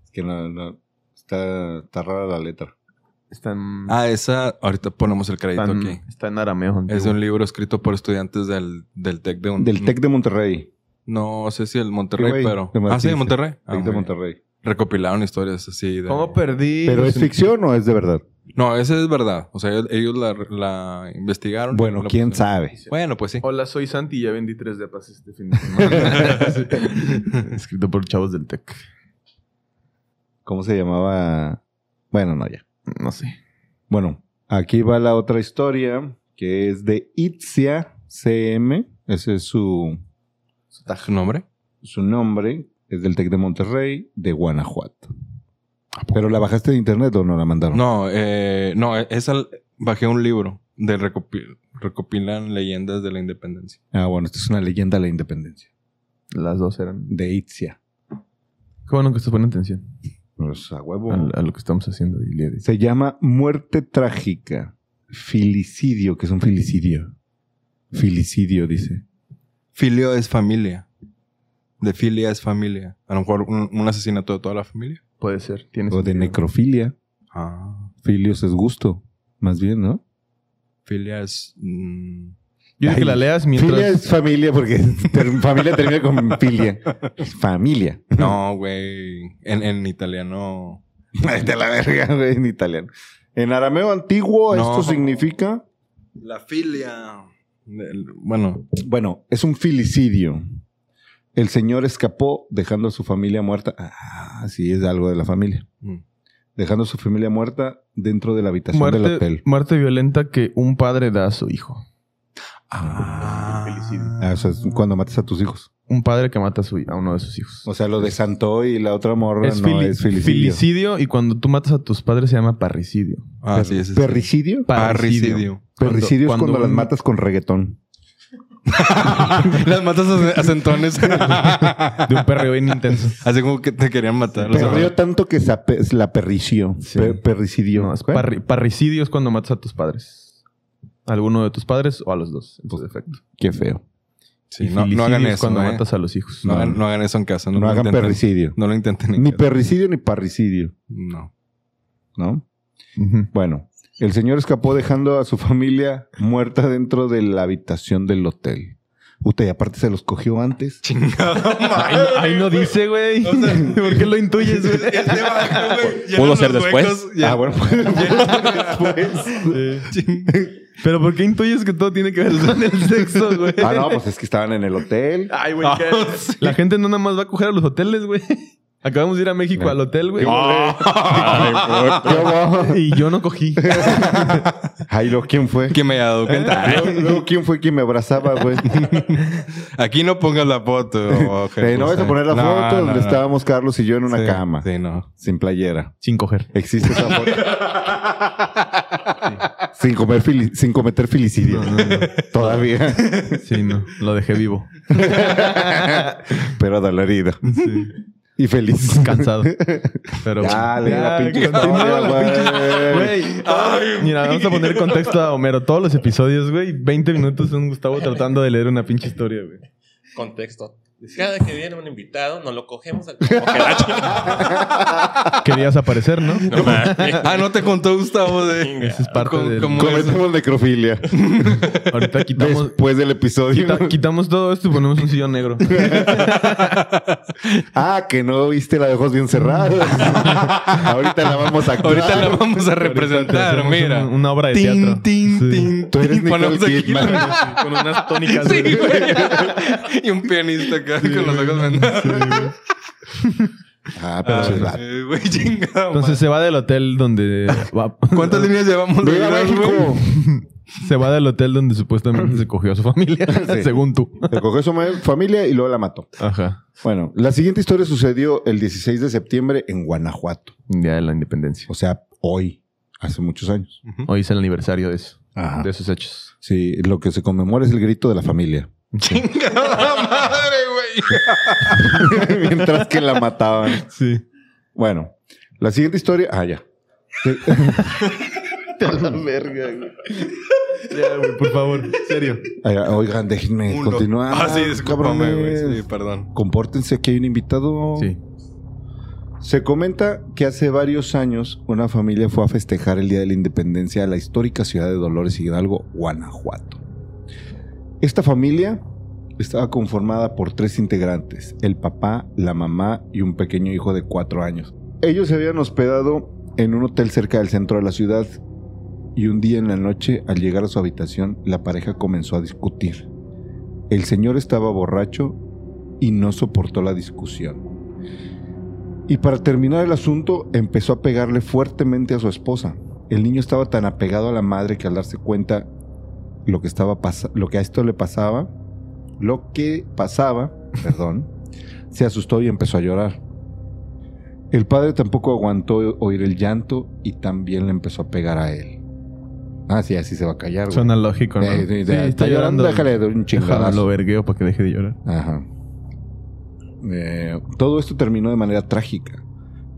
Es que no, no, está, está rara la letra. Está en, Ah, esa. Ahorita ponemos el crédito está en- aquí. está en arameo. Es antiguo. un libro escrito por estudiantes del, del TEC de un, Del Tec de Monterrey. No sé si el Monterrey, Sí, güey, pero. de ah, sí, de Martínez. Monterrey. Ah, Tec de muy bien. Monterrey. Recopilaron historias así. De... ¿Cómo perdí? ¿Pero Pues, es ficción o es de verdad? No, esa es verdad. O sea, ellos, ellos la, la investigaron. Bueno, La quién pusieron. sabe. Bueno, pues sí. Hola, soy Santi y ya vendí tres de paz este fin de semana. Sí. Escrito por chavos del TEC. ¿Cómo se llamaba? Bueno, no, ya. No sé. Bueno, aquí va la otra historia que es de Itzia CM. Ese es su, ¿Su nombre? su nombre. Es del Tec de Monterrey, de Guanajuato. ¿Pero la bajaste de internet o no la mandaron? No, eh, no, esa bajé un libro de recopi- recopilan leyendas de la independencia. Ah, bueno, esto es una leyenda de la independencia. Las dos eran. De Itzia. Qué bueno que ustedes ponen atención Pues a huevo. a, a lo que estamos haciendo. Y le dice, Se llama Muerte Trágica. Filicidio, que es un filicidio. Filicidio, dice. Filio es familia. De filia es familia. A lo mejor un, un asesinato de toda la familia. Puede ser. Tiene O de sentido. necrofilia. Ah. Filios es gusto, más bien, ¿no? Filia es. mm, Yo digo que Ay, la leas Filia mientras. es familia porque ter- familia termina con filia. Familia. No, güey. En, en italiano. Vete a la verga, güey, en italiano. En arameo antiguo No. esto significa... La filia. Bueno, Bueno, es un filicidio. El señor escapó dejando a su familia muerta. Ah, sí, es algo de la familia. mm, Dejando a su familia muerta dentro de la habitación del Muerte, hotel. muerte violenta que un padre da a su hijo. Felicidio. Ah, o sea, es cuando matas a tus hijos. Un padre que mata a, su, a uno de sus hijos. O sea, lo de Santoy y la otra morra es, no fili- es filicidio. filicidio y cuando tú matas a tus padres se llama parricidio. Ah, sí, ese es. ¿Perricidio? Parricidio. Cuando- Perricidio es cuando las un- matas con reggaetón. Ah, Las matas a, a centones. De un perreo bien intenso. Así como que te querían matar. los Perrió tanto que se ape- es la perrició. Sí. Per- perricidio. No, es ¿Cuál? parri- parricidio es cuando matas a tus padres. A alguno de tus padres o a los dos, en su defecto. Qué feo. Sí, Y no, no filicidio hagan es eso. cuando eh. matas a los hijos. no, hagan, no hagan eso en casa. No, lo hagan intenten. perricidio. No lo intenten. en Ni casa. perricidio ni parricidio, No. ¿no? Ujú. Bueno, el señor escapó dejando a su familia muerta dentro de la habitación del hotel. Puta, y aparte se los cogió antes. Chingada Ahí, madre, ahí no güey. dice, güey. O sea- ¿Por qué lo intuyes, güey? Ya te bajo, güey. Llenan ¿Pudo ser los después? huecos, ya- Ah, bueno, Pero ¿por qué intuyes que todo tiene que ver con el sexo, güey? Ah, no, pues es que estaban en el hotel. Ay, güey. qué- La gente no nada más va a coger a los hoteles, güey. Acabamos de ir a México No. al hotel, güey. Ay, puto. Yo, no. Y yo no cogí. Ay, luego, ¿quién fue? Que Ah, me ha dado cuenta. Luego, luego, ¿quién fue quien me abrazaba, güey? Aquí no pongas la foto. Eh, no vas a poner la No, foto no, no. donde estábamos Carlos y yo en una Sí, cama, Sí, no. sin playera. Sin coger. Existe esa foto. sin, comer fili- sin cometer filicidio. Todavía. Sí, no. Lo dejé vivo. Pero dolorido. Sí. Y feliz. Cansado. Pero. Dale, Ya, la pinche continúa historia, la güey. Güey, mira, vamos a poner contexto a Homero. Todos los episodios, güey, 20 minutos son Gustavo tratando de leer una pinche historia, güey. Contexto. Cada que viene un invitado, nos lo cogemos al coquelacho. Querías aparecer, ¿no? No mames. Ah, no te contó Gustavo de. Chinga. Esa es parte ¿Cómo- del- cómo es? Cometemos necrofilia. Ahorita quitamos, Después del episodio. quita- quitamos todo esto y ponemos un sillón negro. Ah, que no viste la de ojos bien cerrados. Ahorita la vamos a actuar. Ahorita la vamos a representar, Hacemos mira. un- una obra de Tin, teatro. tin, Sí. tin, Tú eres tin. Ponemos Nicole aquí- Kidman. Con unas tónicas. Sí, güey. güey. Y un pianista acá con los ojos vendados. Ah, pero Ah, eso es vato. sí, Güey, chingada. madre. Entonces se va del hotel donde. va- ¿Cuántas líneas llevamos de ¡Viva viral, México! güey? se va del hotel donde supuestamente se cogió a su familia, Sí. según tú. Le cogió su ma- familia y luego la mató. Ajá. Bueno, la siguiente historia sucedió el 16 de septiembre en Guanajuato. Día de la independencia. O sea, hoy, hace muchos años. Hoy es el aniversario de eso, Ajá. de esos hechos. Sí, lo que se conmemora es el grito de la familia. Chingada madre, güey. Mientras que la mataban. Sí. Bueno, la siguiente historia. Ah, ya. Ya, güey, por favor, serio. Ah, ya. Oigan, déjenme Uno. continuar. Ah, sí, discúlpame, Eh, cabrones. güey. Sí, perdón. Compórtense, que hay un invitado. Sí. Se comenta que hace varios años una familia fue a festejar el Día de la Independencia a la histórica ciudad de Dolores Hidalgo, Guanajuato. Esta familia estaba conformada por tres integrantes, el papá, la mamá y un pequeño hijo de cuatro años. Ellos se habían hospedado en un hotel cerca del centro de la ciudad y un día en la noche, al llegar a su habitación, la pareja comenzó a discutir. El señor estaba borracho y no soportó la discusión. Y para terminar el asunto, empezó a pegarle fuertemente a su esposa. El niño estaba tan apegado a la madre que al darse cuenta lo que estaba pas- lo que a esto le pasaba, lo que pasaba, perdón, se asustó y empezó a llorar. El padre tampoco aguantó oír el llanto y también le empezó a pegar a él. Ah, sí, así se va a callar. güey. Suena lógico, ¿no? Eh, sí, está, llorando, llorando. déjale de un Déjala, chingadazo. lo vergueo para que deje de llorar. Ajá. Eh, todo esto terminó de manera trágica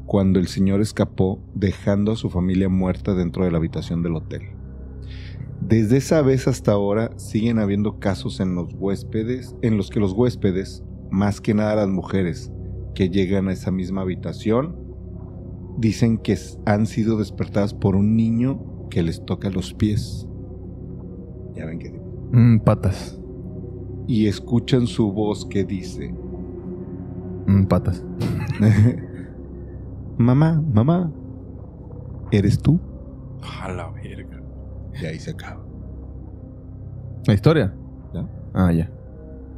cuando el señor escapó dejando a su familia muerta dentro de la habitación del hotel. Desde esa vez hasta ahora siguen habiendo casos en los huéspedes, en los que los huéspedes, más que nada las mujeres que llegan a esa misma habitación, dicen que s- han sido despertadas por un niño que les toca los pies. Ya ven que Mm, patas. y escuchan su voz que dice Mm, patas. mamá, mamá, ¿eres tú? A la verga. Y ahí se acaba. ¿La historia? Ya. Ah, ya.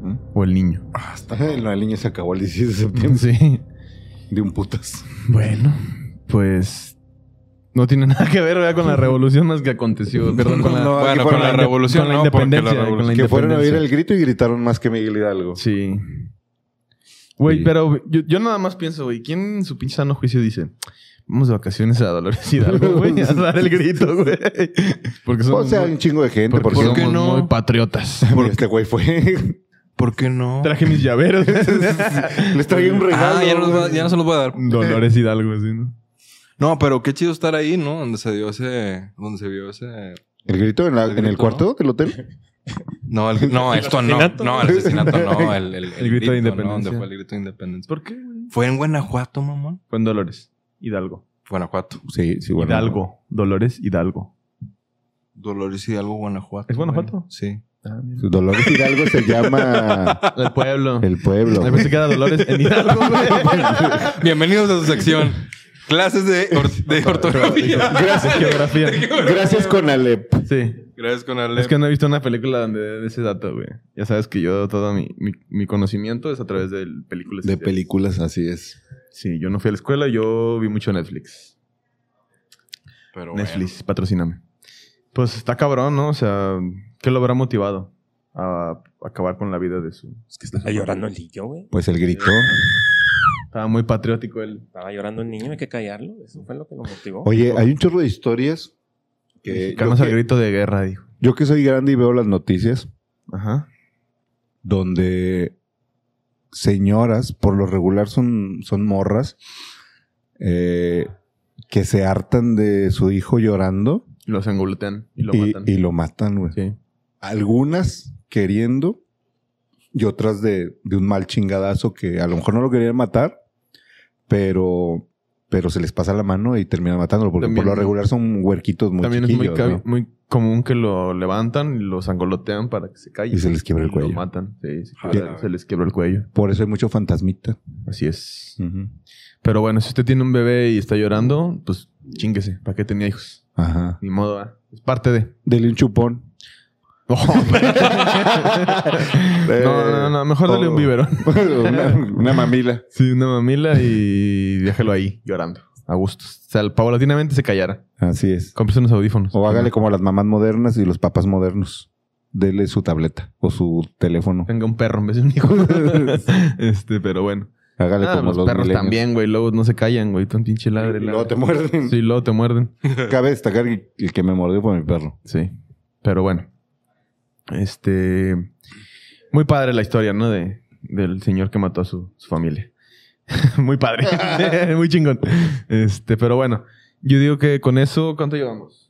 ¿Mm? O el niño. Hasta la niña se acabó el 16 de septiembre. Sí. De un putas. Bueno, pues no tiene nada que ver ¿verdad? con la revolución más que aconteció. Perdón, con la, No, aquí bueno, con fueron la la inde- revolución, con la no, porque la independencia. con la revolución- Que fueron a oír independencia. el grito y gritaron más que Miguel Hidalgo. Sí. Güey, Sí. pero yo, yo nada más pienso, güey, ¿quién en su pinche sano juicio dice? Vamos de vacaciones a Dolores Hidalgo, güey, a dar el grito, güey. Porque son O sea, hay un chingo de gente. porque Porque, ¿por somos qué no? muy patriotas. Mira, este güey fue. ¿Por qué no? Traje mis llaveros. Les tragué un regalo. Ah, ya no, los va- ya no se los voy a dar. Dolores Hidalgo, sí, ¿no? No, pero qué chido estar ahí, ¿no? Donde se dio ese. Donde se vio ese. El grito en, la- El en el grito, cuarto del hotel. No, el- no esto no. asesinato? No, el asesinato no. El, el, El grito de ¿no? independencia. ¿Dónde fue el grito de independencia? ¿Por qué, güey? ¿Fue en Guanajuato, mamá? Fue en Dolores Hidalgo. Guanajuato. Sí, sí, bueno. Hidalgo. Dolores Hidalgo. Dolores Hidalgo, Guanajuato. ¿Es Guanajuato? güey. Sí. Ah, mira. Dolores Hidalgo se llama El pueblo. el pueblo. Me güey. pensé que era Dolores en Hidalgo, güey. Bienvenidos a su sección. Clases de, or- de ortografía. Gracias. Geografía. Gracias con Alep. Sí. Gracias con Es que no he visto una película donde de ese dato, güey. Ya sabes que yo todo mi, mi, mi conocimiento es a través de películas. De sociales. películas, así es. Sí, yo no fui a la escuela, yo vi mucho Netflix. Pero Netflix, patrocíname. Pues está cabrón, ¿no? O sea, ¿qué lo habrá motivado a acabar con la vida de su... Es que estaba llorando el niño, güey. Pues el grito. Estaba muy patriótico él. Estaba llorando el niño, hay que callarlo. Eso fue lo que lo motivó. Oye, hay un chorro de historias. Que yo, Mexicanos al que, grito de guerra, dijo. yo que soy grande y veo las noticias, Ajá. donde señoras, por lo regular son, son morras, eh, que se hartan de su hijo llorando Y los engolotean y lo y, matan. y lo matan, güey. Sí. Algunas queriendo y otras de, de un mal chingadazo que a lo mejor no lo querían matar, pero, pero se les pasa la mano y terminan matándolo, porque También- por lo regular son huerquitos muy También es muy, chiquillos, cabi- ¿no? muy común que lo levantan y los angolotean para que se callen. Y se les quiebra el Y cuello. Lo matan. Sí, se, Jala, quiebra- güey. se les quiebra el cuello. Por eso hay mucho fantasmita. Así es. Ujú. Pero bueno, si usted tiene un bebé y está llorando, pues chinguese. ¿Para qué tenía hijos? Ajá. Ni modo, ¿verdad? es parte de. Dele un chupón. no, no, no, mejor dale un Oh. biberón. una, una mamila. Sí, una mamila y déjalo ahí llorando. A gusto. O sea, paulatinamente se callara. Así es. Comprese unos audífonos. O hágale como las mamás modernas y los papás modernos. Dele su tableta o su teléfono. Tenga un perro en vez de un hijo. este, pero bueno. Hágale Ah, como los, los perros millennials. también, güey. Luego no se callan, güey. Tan pinche ladre. Y luego ladre. te muerden. Sí, luego te muerden. Cabe destacar que el que me mordió fue mi perro. Sí. Pero bueno. Este. Muy padre la historia, ¿no? De, del señor que mató a su, su familia. muy padre. muy chingón. Este, pero bueno. Yo digo que con eso, ¿cuánto llevamos?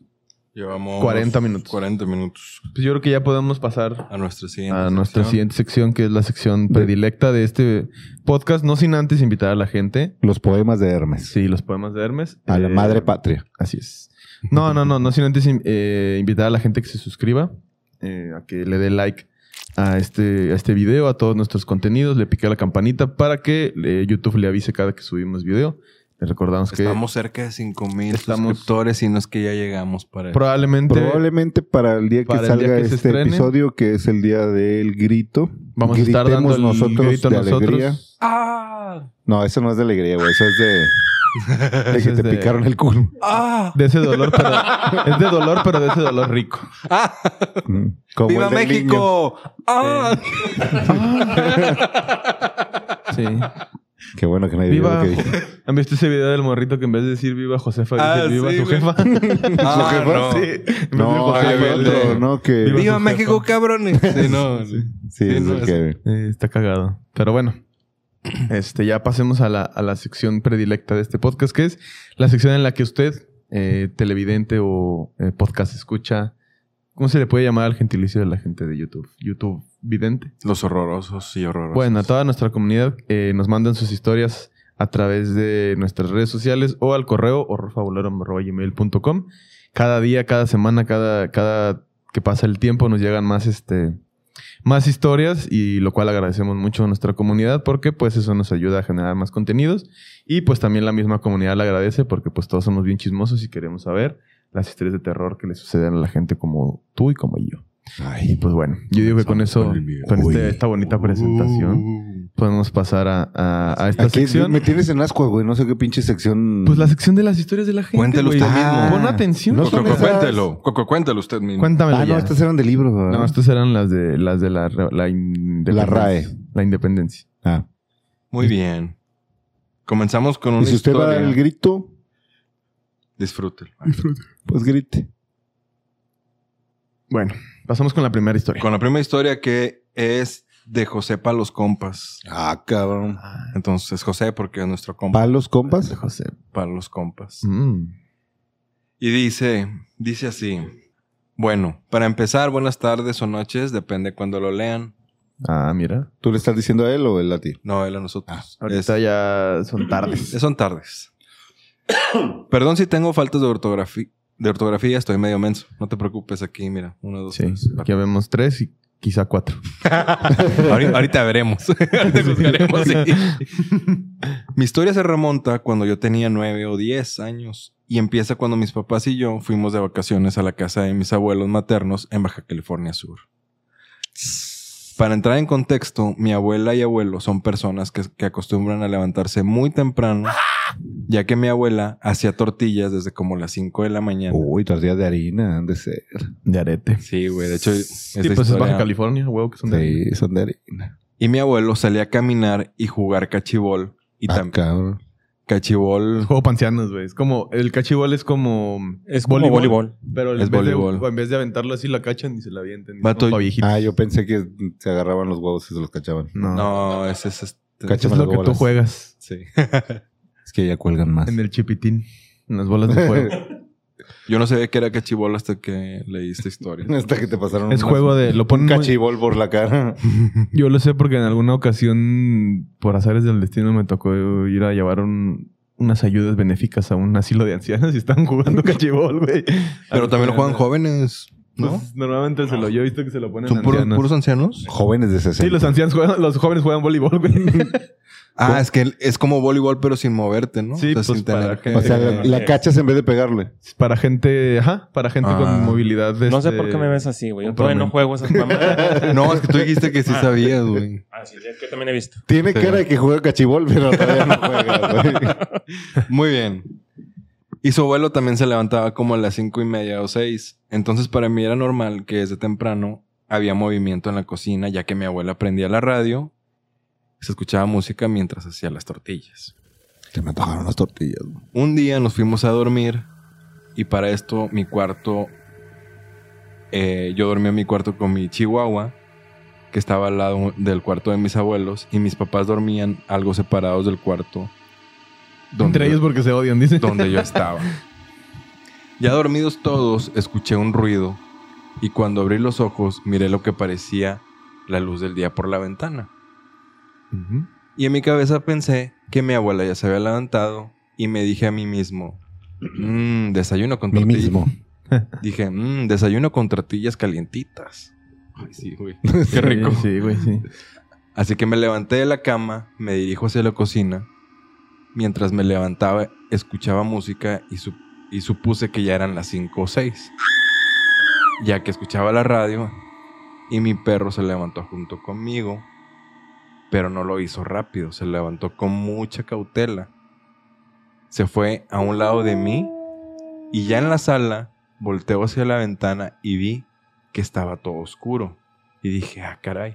Llevamos 40 minutos. 40 minutos Pues yo creo que ya podemos pasar a nuestra siguiente. a nuestra sección. siguiente sección, que es la sección predilecta de este podcast. No sin antes invitar a la gente. Los poemas de Hermes. Sí, los poemas de Hermes. A la Eh, madre patria. Así es. No, no, no, no sin antes eh, invitar a la gente que se suscriba, eh, a que le dé like a este, a este video, a todos nuestros contenidos, le pique a la campanita para que eh, YouTube le avise cada que subimos video. Les recordamos que Estamos cerca de 5000 mil Estamos- suscriptores y no es que ya llegamos para eso. probablemente Probablemente para el día que Para el día salga que se este estrene. episodio, que es el día del grito, vamos a estar dando gritemos el nosotros grito de nosotros. alegría. ¡Ah! No, eso no es de alegría, güey. Eso es de, de Eso que es te de- picaron el culo. ¡Ah! De ese dolor, pero es de dolor, pero de ese dolor rico. Mm. Como ¡Viva el del niño. México! ¡Ah! Sí. Qué bueno que nadie Viva. vio Eh, lo que dije. ¿Han visto ese video del morrito que en vez de decir viva Josefa, dice Ah, viva sí, su güey. jefa? Ah, jefa? no. Sí. En vez de No, Josefa, Ay, hay vale. otro, ¿no? Que... Viva ¡Viva su México, jefa. cabrones! Sí, no, sí. Sí, Sí, es no, el es- que... Eh, está cagado. Pero bueno, este, ya pasemos a la, a la sección predilecta de este podcast, que es la sección en la que usted, eh, televidente o eh, podcast escucha, ¿cómo se le puede llamar al gentilicio de la gente de YouTube? YouTube vidente. Los horrorosos y horrorosos. Bueno, a toda nuestra comunidad eh, nos mandan sus historias a través de nuestras redes sociales o al correo horrorfabularum.com. Cada día, cada semana, cada, cada que pasa el tiempo nos llegan más este más historias y lo cual agradecemos mucho a nuestra comunidad porque pues eso nos ayuda a generar más contenidos y pues también la misma comunidad le agradece porque pues todos somos bien chismosos y queremos saber las historias de terror que le suceden a la gente como tú y como yo. Y Ay, pues bueno, yo digo que con eso, con este- esta bonita uh, presentación, Uh. podemos pasar a, a- a esta aquí sección. me tienes en ascuas, güey. No sé qué pinche sección... Pues la sección de las historias de la gente. Cuéntelo güey. usted mismo. Pon atención. No Coco, son Coco, esas. cuéntelo. Coco, cuéntelo usted mismo. Cuéntamelo Ah, no, ya. estas eran de libros, ¿verdad? No, estas eran las de las de la, re- la independencia. La RAE. La independencia. Ah. Muy bien. Comenzamos con Y una si usted va a historia. dar el grito, Disfrútelo. pues grite. Bueno, pasamos con la primera historia. Con la primera historia que es de José para los compas. Ah, cabrón. Entonces, José, porque es nuestro compa. ¿Palos, compas? De José. Para los compas. Mm. Y dice, dice así. Bueno, para empezar, buenas tardes o noches, depende cuando lo lean. Ah, mira. ¿Tú le estás diciendo a él o él a ti? No, él a nosotros. Es- Ah, Ahorita ya son tardes. Son tardes. Perdón si tengo faltas de ortografía. de ortografía estoy medio menso. No te preocupes aquí, mira. Uno, dos, Sí, tres. aquí vemos tres y quizá cuatro. Ahorita, ahorita veremos. Ahorita juzgaremos, sí. Mi historia se remonta cuando yo tenía nueve o diez años y empieza cuando mis papás y yo fuimos de vacaciones a la casa de mis abuelos maternos en Baja California Sur. Para entrar en contexto, mi abuela y abuelo son personas que, que acostumbran a levantarse muy temprano, ya que mi abuela hacía tortillas desde como las 5 de la mañana. Uy, tortillas de harina, han de ser. De arete. Sí, güey. De hecho, Sí, esta pues es Baja historia- California, huevo, que son de Sí, son de harina. Y mi abuelo salía a caminar y jugar cachibol. Y Ah, también cabrón. cachibol. Juego panceanos, güey. Es como, el cachibol es como. Es como voleibol. Pero en Es vez voleibol. De, en vez de aventarlo así, la cachan y se la avientan. Y Vato, son pa' viejitos. pues- Ah, yo pensé que se agarraban los huevos y se los cachaban. Ah, No, No, ese es este- Cacha- eso es lo que tú bolas. juegas Sí. Es que ya cuelgan más. en el chipitín, en las bolas de fuego. Yo no sabía que era cachibol hasta que leí esta historia. Hasta que te pasaron es unas- juego de. Lo un ponen. muy- cachibol por la cara. Yo lo sé porque en alguna ocasión, por azares del destino, me tocó ir a llevar un- unas ayudas benéficas a un asilo de ancianos y estaban jugando cachibol, güey. Pero también lo juegan jóvenes, jóvenes, ¿no? normalmente se lo yo he visto que se lo ponen ¿Son puros, ancianos. puros ancianos? Jóvenes de 60. Sí, los ancianos juegan, los jóvenes juegan voleibol, güey. Ah, es que es como voleibol, pero sin moverte, ¿no? Sí, O sea, pues, sin tener para que- O sea, la, la cachas en vez de pegarle. para gente, ajá, para gente Ah. con movilidad. No sé este, por qué me ves así, güey. Yo un todavía no promen- juego esas mamadas. No, es que tú dijiste que sí sabías, güey. Ah, sí, es que también he visto. Tiene Sí. cara de que juega cachibol, pero todavía no juega, güey. Muy bien. Y su abuelo también se levantaba como a las cinco y media o seis. Entonces para mí era normal que desde temprano había movimiento en la cocina, ya que mi abuela prendía la radio, se escuchaba música mientras hacía las tortillas. Se me antojaron unas tortillas. güey. Un día nos fuimos a dormir y para esto mi cuarto, eh, yo dormía en mi cuarto con mi chihuahua, que estaba al lado del cuarto de mis abuelos, y mis papás dormían algo separados del cuarto. Entre ellos porque se odian, dice. donde yo estaba. Ya dormidos todos, escuché un ruido y cuando abrí los ojos miré lo que parecía la luz del día por la ventana. Ujú. Y en mi cabeza pensé que mi abuela ya se había levantado y me dije a mí mismo, "Mm, desayuno con Mí tortillas. mismo. Dije, "Mm, desayuno con tortillas calientitas. Ay, sí, güey. Qué rico. Sí, Sí, güey, sí. Así que me levanté de la cama, me dirijo hacia la cocina. Mientras me levantaba, escuchaba música y, su- y supuse que ya eran las 5 o 6. Ya que escuchaba la radio y mi perro se levantó junto conmigo, pero no lo hizo rápido, se levantó con mucha cautela. Se fue a un lado de mí y ya en la sala volteo hacia la ventana y vi que estaba todo oscuro. Y dije, ah, caray.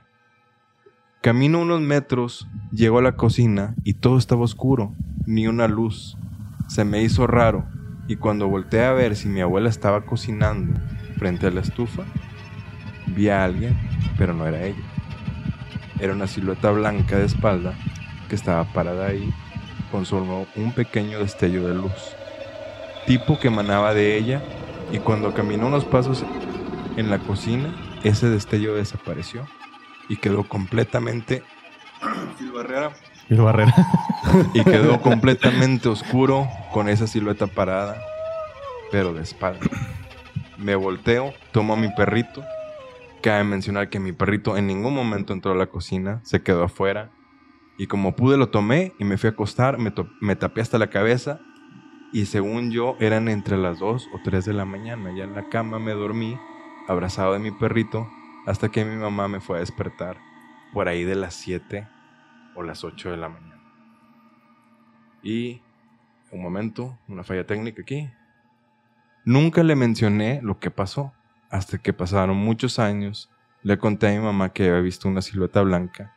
Camino unos metros, llego a la cocina y todo estaba oscuro, ni una luz. Se me hizo raro y cuando volteé a ver si mi abuela estaba cocinando frente a la estufa, vi a alguien, pero no era ella. Era una silueta blanca de espalda que estaba parada ahí con solo un pequeño destello de luz, tipo que emanaba de ella y cuando caminó unos pasos en la cocina, ese destello desapareció y quedó completamente Y el barrera. y quedó completamente oscuro con esa silueta parada, pero de espalda. Me volteo, tomo a mi perrito. Cabe mencionar que mi perrito en ningún momento entró a la cocina, se quedó afuera. Y como pude lo tomé y me fui a acostar, me, to- me tapé hasta la cabeza. Y según yo eran entre las 2 o 3 de la mañana. Ya en la cama me dormí, abrazado de mi perrito, hasta que mi mamá me fue a despertar por ahí de las 7 o las 8 de la mañana. Y un momento, una falla técnica aquí. Nunca le mencioné lo que pasó. Hasta que pasaron muchos años, le conté a mi mamá que había visto una silueta blanca.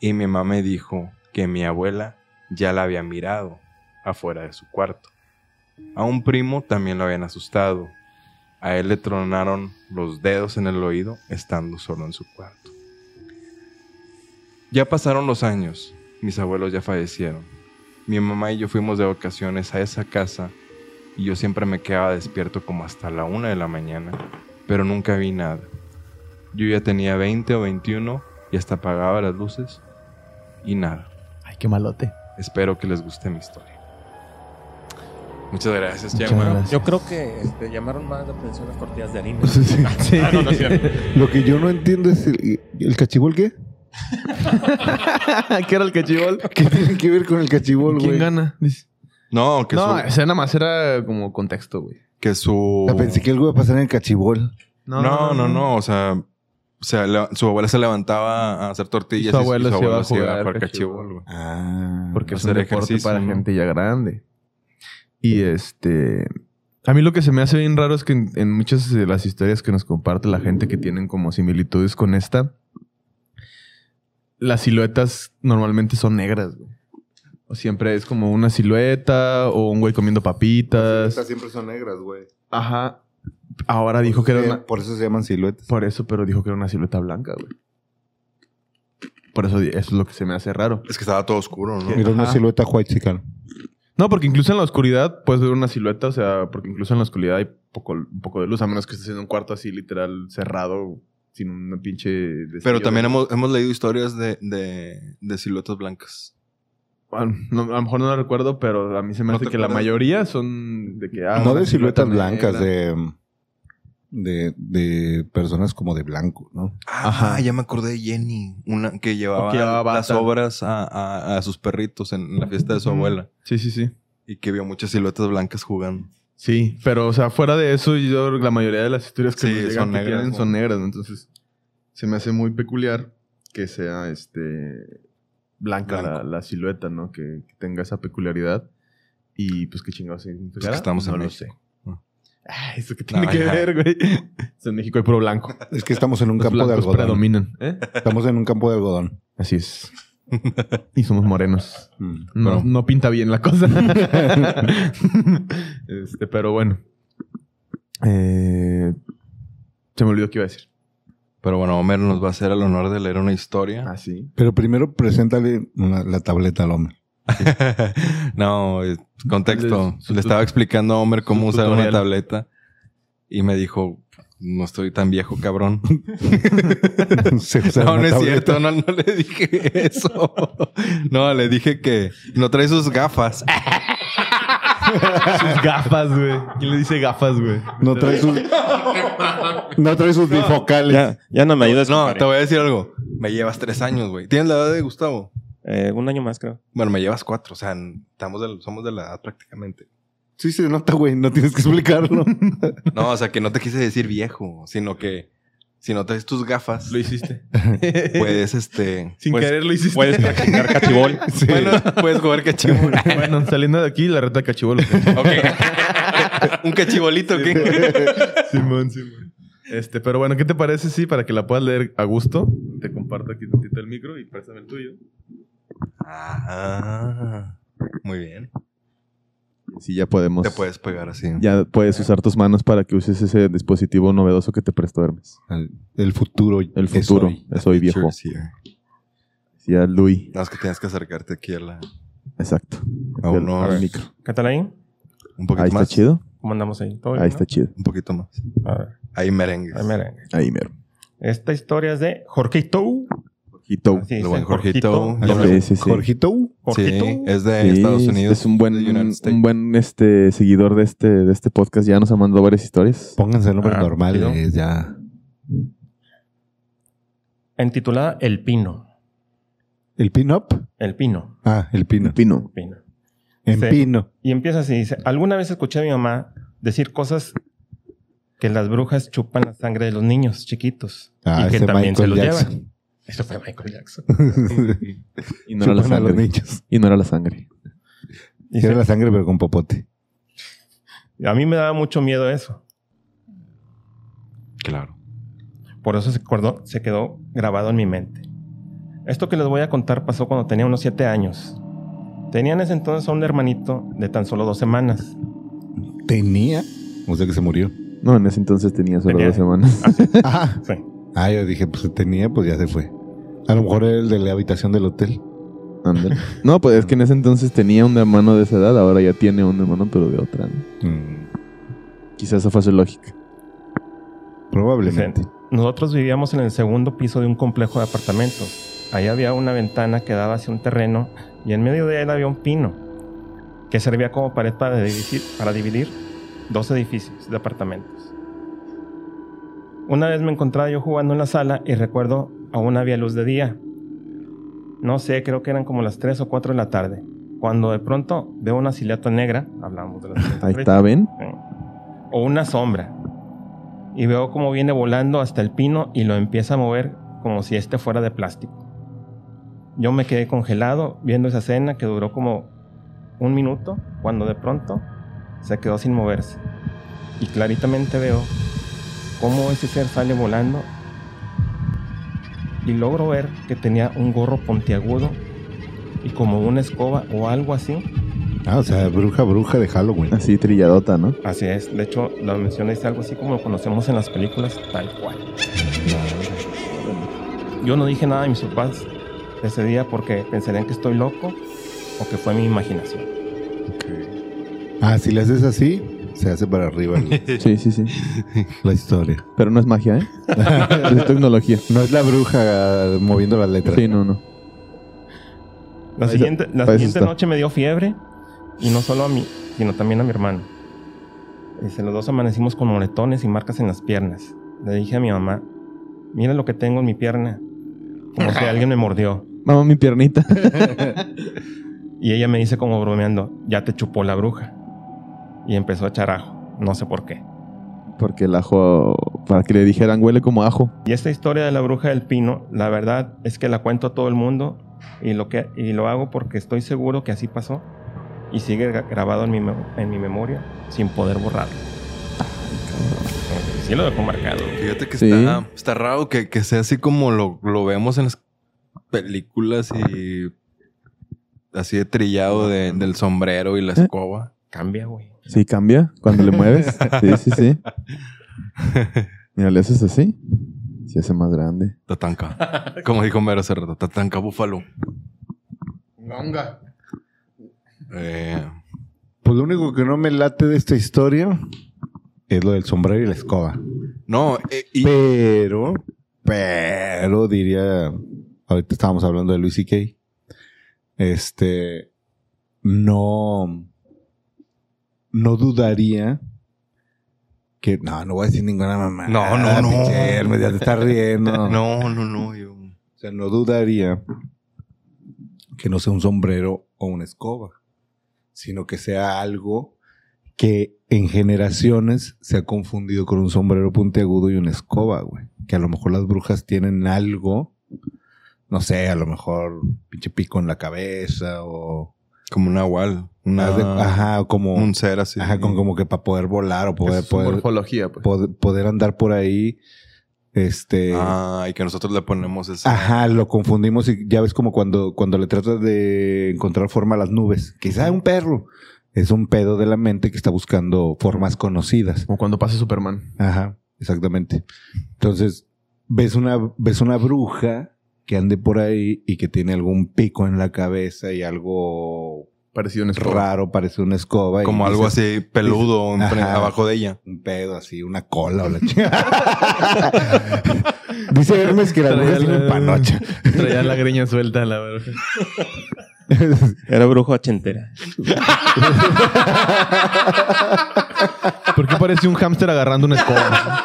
Y mi mamá me dijo que mi abuela ya la había mirado afuera de su cuarto. A un primo también lo habían asustado. A él le tronaron los dedos en el oído estando solo en su cuarto. Ya pasaron los años. Mis abuelos ya fallecieron. Mi mamá y yo fuimos de vacaciones a esa casa y yo siempre me quedaba despierto como hasta la una de la mañana, pero nunca vi nada. Yo ya tenía 20 o 21 y hasta apagaba las luces y nada. Ay, qué malote. Espero que les guste mi historia. Muchas gracias, Muchas Chema. gracias. Yo creo que este, llamaron más la atención las tortillas de harina. Pues, Sí. Ah, no, no es cierto. Lo que yo no entiendo es el, el cachibol, ¿qué? Ah, ¿Qué era el cachibol? ¿Qué tiene que ver con el cachibol, ¿Quién güey? gana? Dice. No, que No, su... ese nada más era como contexto, güey. Que su... Ya Ah, pensé que algo iba a pasar en el cachibol. No, no, no, O sea, o sea, la- su abuela se levantaba a hacer tortillas Su y su abuelo su se iba abuelo a se iba a jugar jugar cachibol. cachibol, güey. Ah. Porque es un hacer deporte ejercicio, para ¿no? gente ya grande. Y este. A mí lo que se me hace bien raro es que en, en muchas de las historias que nos comparte la gente que tienen como similitudes con esta, las siluetas normalmente son negras, güey. O siempre es como una silueta o un güey comiendo papitas. siempre son negras, güey. Ajá. Ahora Ah, dijo que era Eh, una. Por eso se llaman siluetas. Por eso, pero dijo que era una silueta blanca, güey. Por eso, di- eso es lo que se me hace raro. Es que estaba todo oscuro, ¿no? Mira, una Ajá. silueta white chican. No, porque incluso en la oscuridad puedes ver una silueta, o sea, porque incluso en la oscuridad hay poco, un poco de luz, a menos que estés en un cuarto así literal cerrado, sin una pinche... destello Pero también de- hemos, hemos leído historias de, de, de siluetas blancas. Bueno, Ah, no, a lo mejor no la recuerdo, pero a mí se me ¿No hace te que la acuerdas? mayoría son de que... ah, no una de silueta siluetas blancas, negra. de, de, de personas como de blanco, ¿no? Ah, Ajá. ya me acordé de Jenny, una que llevaba, que llevaba las bata. obras a, a- a sus perritos en la fiesta de su Ujú. abuela Sí, sí, sí. y que vio muchas siluetas blancas jugando. Sí, pero o sea, fuera de eso, yo la mayoría de las historias que Sí, nos llegan son que negras, tienen ¿no? son negras, ¿no? entonces se me hace muy peculiar que sea este blanca la, Blanco. la silueta, ¿no? Que, que tenga esa peculiaridad. Y pues qué chingados significará? que estamos no en lo México. sé. Ah. Ay, eso que tiene No, que ya. ver, güey. O sea, en México hay puro blanco. Es que estamos en un Los campo de blancos algodón. predominan. ¿eh? Estamos en un campo de algodón. Así es. Y somos morenos. Mm. No, Pero- no pinta bien la cosa. este, pero bueno. Eh, se me olvidó qué iba a decir. Pero bueno, Homer nos va a hacer el honor de leer una historia. Ah, sí. Pero primero preséntale una- la tableta al hombre. no, es- contexto. Le- su- Le estaba explicando a Homer cómo su usar una tutorial. tableta y me dijo, no estoy tan viejo, cabrón. Se usa No, una no es tableta. cierto, no, no le dije eso. No, le dije que no trae sus gafas. Sus gafas, güey. ¿Quién le dice gafas, güey? No trae sus, no trae sus bifocales. Ya, ya no me ayudas. No, eh. compadre. te voy a decir algo. Me llevas tres años, güey. ¿Tienes la edad de Gustavo? Eh, un año más, creo. Bueno, me llevas cuatro. O sea, estamos de- somos de la edad prácticamente. Sí se nota, güey. No tienes que explicarlo. No, o sea, que no te quise decir viejo, sino que si no traes tus gafas, Lo hiciste. puedes este... Sin pues- querer lo hiciste. Puedes practicar cachibol. Sí. Bueno, puedes jugar cachibol. bueno, saliendo de aquí, la reta de cachibolo. Ok. Un cachibolito, ¿qué? Simón, Simón. Este, pero bueno, ¿qué te parece, sí, para que la puedas leer a gusto? Te comparto aquí tantito el micro y préstame el tuyo. Ah, muy bien. Sí, ya podemos. Te puedes pegar así. Ya puedes usar tus manos para que uses ese dispositivo novedoso que te prestó Hermes. El, el futuro. El es futuro. hoy. Es hoy viejo. Pictures here. Sí, a Louis. No, es que tienes que acercarte aquí a la... Exacto. A Al- unos- al micro. ¿Qué tal ahí? Un poquito Ahí está más. chido. ¿Cómo andamos ahí? ¿Todo bien, Ahí no? está chido. Un poquito más. A ver, Ahí merengues. ahí miren. Ahí mero. Esta historia es de Jorgito. Hito. Así El dice, buen Jorgito. Jorgito. Ya me- Sí, sí, sí. Jorgito. Jorgito. Sí, es de Sí, Estados Unidos. Es un buen, de United States. un buen este, seguidor de este, de este podcast. Ya nos ha mandado varias historias. Pónganse nombres Ah, normales. Ya. Entitulada El Pino. ¿El pin-up? El Pino. Ah, el pino. Pino. Pino. En Sí. pino. Y empieza así, dice, alguna vez escuché a mi mamá decir cosas que las brujas chupan la sangre de los niños chiquitos Ah, y que ese también Michael se los Jackson. llevan. Eso fue Michael Jackson. Y no, era la Chupan a los sangre. niños. y no era la sangre. Dice, Era la sangre, pero con popote. a mí me daba mucho miedo eso. Claro. Por eso se, acordó- se quedó grabado en mi mente. Esto que les voy a contar pasó cuando tenía unos siete años. Tenía en ese entonces a un hermanito de tan solo dos semanas. Tenía. O sea que se murió. No, en ese entonces tenía solo Tenía- dos semanas. Ah, Sí. ah, yo dije, pues tenía, pues ya se fue. A lo mejor era el de la habitación del hotel. Ándale. No, pues es que en ese entonces tenía un hermano de esa edad. Ahora ya tiene un hermano, pero de otra. ¿no? Mm, Quizás esa fue su lógica. probablemente. Dice, Nosotros vivíamos en el segundo piso de un complejo de apartamentos. Ahí había una ventana que daba hacia un terreno y en medio de él había un pino, que servía como pared para dividir, para dividir dos edificios de apartamentos. Una vez me encontraba yo jugando en la sala y recuerdo aún había luz de día. No sé, creo que eran como las 3 o 4 de la tarde. Cuando de pronto veo una silueta negra, hablamos de la silueta Ahí negra, está, ¿ven? o una sombra. Y veo cómo viene volando hasta el pino y lo empieza a mover como si este fuera de plástico. Yo me quedé congelado viendo esa escena que duró como un minuto cuando de pronto se quedó sin moverse. Y claritamente veo cómo ese ser sale volando y logro ver que tenía un gorro pontiagudo y como una escoba o algo así Ah, o sea, bruja, bruja de Halloween. Así trilladota, ¿no? Así es, de hecho la mención es algo así como lo conocemos en las películas, tal cual. Yo no dije nada a mis papás ese día porque pensarían que estoy loco o que fue mi imaginación. Ah, si le haces así, se hace para arriba el- Sí, sí, sí. la historia. Pero no es magia, ¿eh? es tecnología. No es la bruja moviendo las letras. Sí, no, no. La Eso- siguiente, la eso siguiente está. noche me dio fiebre y no solo a mí, sino también a mi hermano. Dice, los dos amanecimos con moretones y marcas en las piernas. Le dije a mi mamá, mira lo que tengo en mi pierna, como que alguien me mordió. Mamá, mi piernita. Y ella me dice como bromeando, ya te chupó la bruja. Y empezó a echar ajo, no sé por qué. Porque el ajo, para que le dijeran, huele como ajo. Y esta historia de la bruja del pino, la verdad es que la cuento a todo el mundo y lo, que, y lo hago porque estoy seguro que así pasó y sigue gra- grabado en mi, mem- en mi memoria sin poder borrarlo. Sí lo dejo marcado. Fíjate que Sí. está, está raro que, que sea así como lo, lo vemos en las películas y así de trillado de- del sombrero y la escoba. Cambia, güey. Sí, cambia cuando le mueves. Sí, sí, sí. Mira, le haces así. Se hace más grande. Tatanca. Como dijo Mero hace rato, Tatanca Búfalo. Eh, Pues lo único que no me late de esta historia es lo del sombrero y la escoba. no, eh, y- Pero, pero diría, ahorita estábamos hablando de Luis C.K. Este, no, no dudaría que, no, no voy a decir ninguna mamá. No, no, no. pinche Hermes, ya te estás riendo. no, no, no. yo- O sea, no dudaría que no sea un sombrero o una escoba, sino que sea algo que en generaciones se ha confundido con un sombrero puntiagudo y una escoba, güey. Que a lo mejor las brujas tienen algo, no sé, a lo mejor pinche pico en la cabeza o... como un nahual. Una, más de- ajá, como... Ah. un ser así. ajá, con- como que para poder volar o poder, Es su poder, morfología, pues. poder- poder andar por ahí, este... Ah, y que nosotros le ponemos esa. Ajá, lo confundimos y ya ves como cuando, cuando le tratas de encontrar forma a las nubes. Quizá un perro. Es un pedo de la mente que está buscando formas conocidas. Como cuando pasa Superman. Ajá, exactamente. Entonces, ves una, ves una bruja que ande por ahí y que tiene algún pico en la cabeza y algo Parecido en escoba. raro, parece una escoba. y Como algo dices, así peludo dices- en pre- Ajá. abajo de ella. Un pedo así, una cola o la chingada. Dice Hermes que la bruja Traía tiene la- un panocha. Traía la greña suelta, la verdad. Era brujo ochentera. ¿Por qué parece un hámster agarrando una escoba?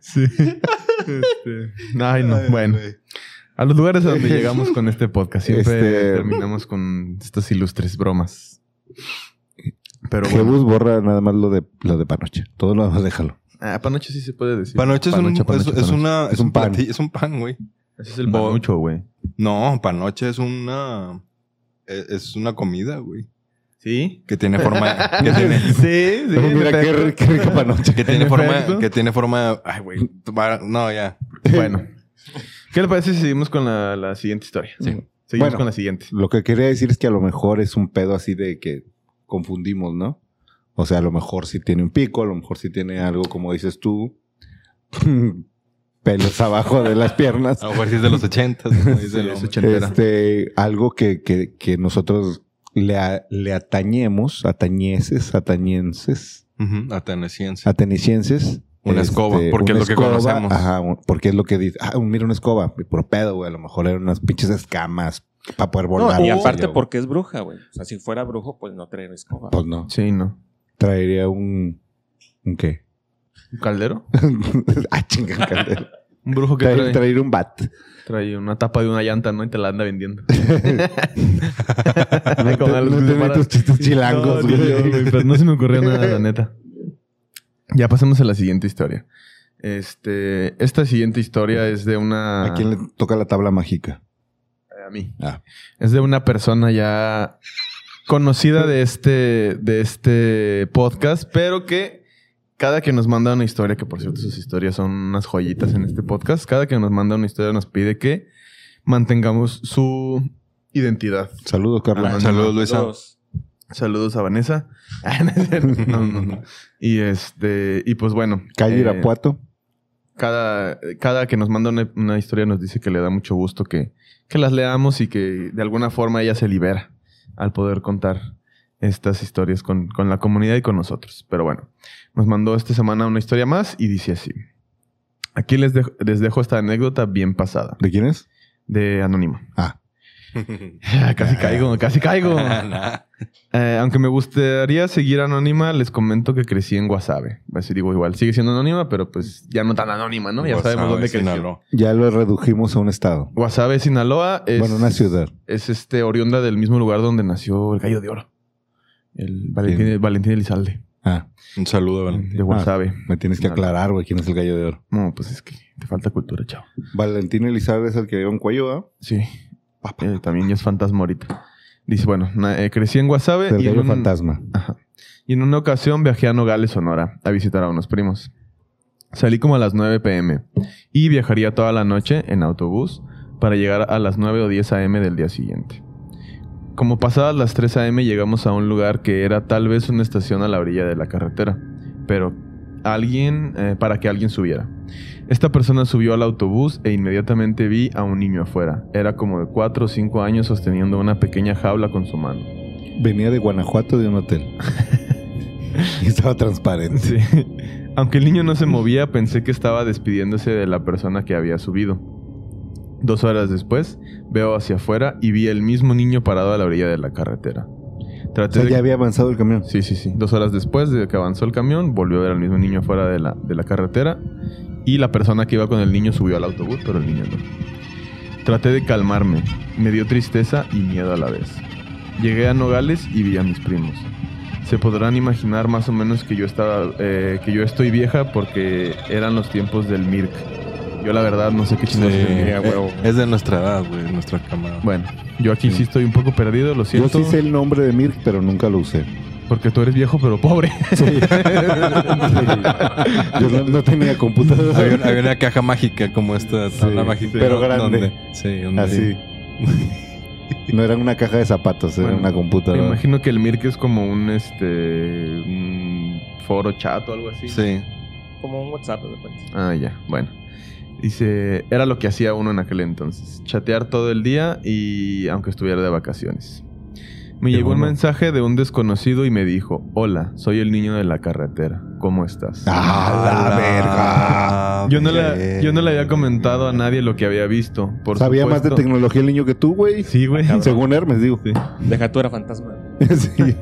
sí. Este, Ay, no. Bueno. A los lugares a donde llegamos con este podcast. Siempre Este- terminamos con estas ilustres bromas. Pero bueno. Jebus borra nada más lo de lo de panoche. Todo lo demás déjalo. Ah, panoche sí se puede decir. Panoche es, un, Panocha, es- panocha, es panocha. una. Es un pan. plati- Es un pan, güey. Ese es el Bo- panucho, güey. No, panoche es una. Es, es una comida, güey. ¿Sí? Que tiene forma. que tiene, Sí, sí. Pero mira en qué, efecto. ri- qué rica panoche. que tiene En forma. efecto. Que tiene forma. Ay, güey. tu- va- No, ya. Bueno. ¿Qué le parece si seguimos con la, la siguiente historia? Sí. Seguimos Bueno. con la siguiente. Lo que quería decir es que a lo mejor es un pedo así de que confundimos, ¿no? O sea, a lo mejor sí tiene un pico, a lo mejor sí tiene algo como dices tú. Pelos abajo de las piernas. Ah, A lo mejor sí es de los ochentas. como dice Sí, el es hombre. ochentera. Este, algo que, que, que nosotros le, a- le atañemos, atañeses, atañenses. Ujú, ateneciense. atenicienses. este, Una escoba, porque es lo que conocemos. Ajá, un- porque es lo que dice. Ah, un- mira una escoba, puro pedo, güey. A lo mejor eran unas pinches escamas, Para poder volar. No, y aparte yo- porque es bruja, güey. O sea, si fuera brujo, pues no traería escoba. Pues no. Sí, ¿no? Traería un. ¿Un qué? ¿Un caldero? ah, chinga, caldero. Un brujo que Traer, trae, traer un bat. trae una tapa de una llanta, ¿no? Y te la anda vendiendo. No Con te- algo no que te separa. metas tus chilangos, No, ni güey. yo, güey, pero no se me ocurrió nada, la neta. Ya pasemos a la siguiente historia. Este, esta siguiente historia es de una... Ah. ¿A quién le toca la tabla mágica? Eh, A mí. Ah. Es de una persona ya conocida de este, de este podcast, pero que cada que nos manda una historia, que por cierto sus historias son unas joyitas en este podcast, cada que nos manda una historia nos pide que mantengamos su identidad. Saludos, Carla. Ah, Saludos, Luisa. Dos. Saludos a Vanessa. Ah, no es cierto. No, no, no. Y este, y pues bueno. Calle eh, Irapuato. cada, cada que nos manda una, una historia nos dice que le da mucho gusto que, que las leamos y que de alguna forma ella se libera al poder contar estas historias con, con la comunidad y con nosotros. Pero bueno, nos mandó esta semana una historia más y dice así. Aquí les dejo, les dejo esta anécdota bien pasada, ¿De quién es? de Anónimo. Ah. casi caigo, casi caigo. Nah. Eh, aunque me gustaría seguir anónima, les comento que crecí en Guasave. Así digo, igual sigue siendo anónima, pero pues ya no tan anónima, ¿no? Ya Guasave, sabemos dónde creció. Pues, Sinaloa. Ya lo redujimos a un estado. Guasave, Sinaloa es, bueno, una ciudad. es este oriunda del mismo lugar donde nació el gallo de oro. El Valentín, Bien. Valentín Elizalde. Ah, Un saludo, Valentín. Ah. De Guasave. me tienes que Sinaloa. aclarar, güey, quién es el gallo de oro. No, pues es que te falta cultura, chao. Valentín Elizalde es el que dio un cuello, ¿ah? Sí. Eh, también ya es fantasma ahorita. Dice, bueno, na- eh, crecí en Guasave El y en gallo un- fantasma. Ajá. Y en una ocasión viajé a Nogales, Sonora, a visitar a unos primos. Salí como a las 9 pm y viajaría toda la noche en autobús para llegar a las 9 o 10 am del día siguiente. Como pasadas las 3 am llegamos a un lugar que era tal vez una estación a la orilla de la carretera, pero alguien eh, para que alguien subiera. Esta persona subió al autobús e inmediatamente vi a un niño afuera. Era como de 4 o 5 años sosteniendo una pequeña jaula con su mano. Venía de Guanajuato de un hotel. y estaba transparente. Sí. Aunque el niño no se movía, pensé que estaba despidiéndose de la persona que había subido. Dos horas después, veo hacia afuera y vi el mismo niño parado a la orilla de la carretera. O Traté sea, de... ya había avanzado el camión. Sí, sí, sí. Dos horas después de que avanzó el camión, volvió a ver al mismo niño afuera de la, de la carretera y la persona que iba con el niño subió al autobús, pero el niño no. Traté de calmarme. Me dio tristeza y miedo a la vez. Llegué a Nogales y vi a mis primos. Se podrán imaginar más o menos que yo, estaba, eh, que yo estoy vieja porque eran los tiempos del MIRC. Yo la verdad no sé qué Sí. chingados es el MIRC. a huevo. Eh, Es de nuestra edad, güey, nuestra cámara. Bueno, yo aquí sí estoy un poco perdido, lo Yo siento. sí sé el nombre de Mirk, pero nunca lo usé. Porque tú eres viejo pero pobre. Yo no, no tenía Había, computadora. había una caja mágica como esta tabla mágica. pero ¿no? grande. Donde- sí, donde- Así. No era una caja de zapatos, era Bueno, una Me computadora. imagino que el Mirk es como un este un foro chat o algo así. Sí. Como un WhatsApp, de repente. Ah, ya, bueno. Dice, era lo que hacía uno en aquel entonces, chatear todo el día y aunque estuviera de vacaciones. Me Qué llegó un bueno. mensaje de un desconocido y me dijo, hola, soy el niño de la carretera, ¿cómo estás? ¡Ah, la verga! yo, no le, yo no le había comentado a nadie lo que había visto. Por Sabía más de supuesto. tecnología el niño que tú, güey. Sí, güey. Según Hermes, digo. Deja tú era fantasma. Sí.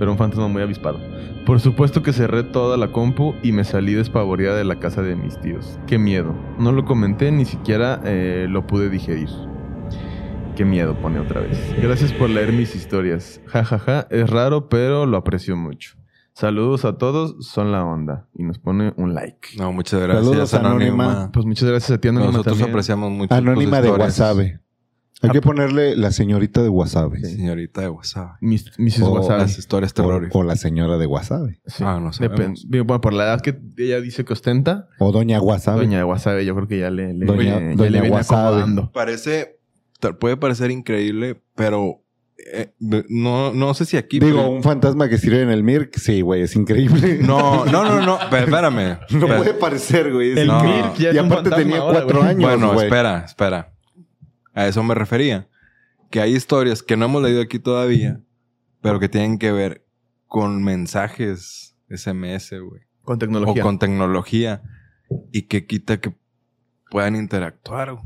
pero un fantasma muy avispado. Por supuesto que cerré toda la compu y me salí despavorida de la casa de mis tíos. Qué miedo. No lo comenté, ni siquiera eh, lo pude digerir. Qué miedo, pone otra vez. Gracias por leer mis historias. Ja, ja, ja. Es raro, pero lo aprecio mucho. Saludos a todos, son la onda. Y nos pone un like. No, muchas gracias, Saludos, Anónima. Anónima. Pues muchas gracias a ti, Anónima, Nosotros también. apreciamos mucho. Anónima tus de historias. Wasabe. Hay Ah, pues. que ponerle la señorita de Wasabe. Señorita de WhatsApp. Mis, mis Oh, WhatsApp. Las historias O, terroríficas. o la señora de Wasabe. Sí. Ah, no Depen- sabemos. Bueno, por la edad que ella dice que ostenta, O doña Wasabe. Doña Wasabe, yo creo que ya le, le, Doña- le- ya Doña le viene Wasabe. acomodando. Parece, tal- puede parecer increíble, pero eh, de- no, no sé si aquí. Digo, pero- un fantasma que sirve en el Mirk. Sí, güey, es increíble. no, no, no, no. pero Espérame. No Espera. puede parecer, güey. es El increíble. Mirk ya es y un aparte fantasma tenía ahora, cuatro güey. años, Bueno, güey. espera, espera. A eso me refería. Que hay historias que no hemos leído aquí todavía, pero que tienen que ver con mensajes SMS, güey. Con O tecnología. con tecnología. Y que quita que puedan interactuar, güey.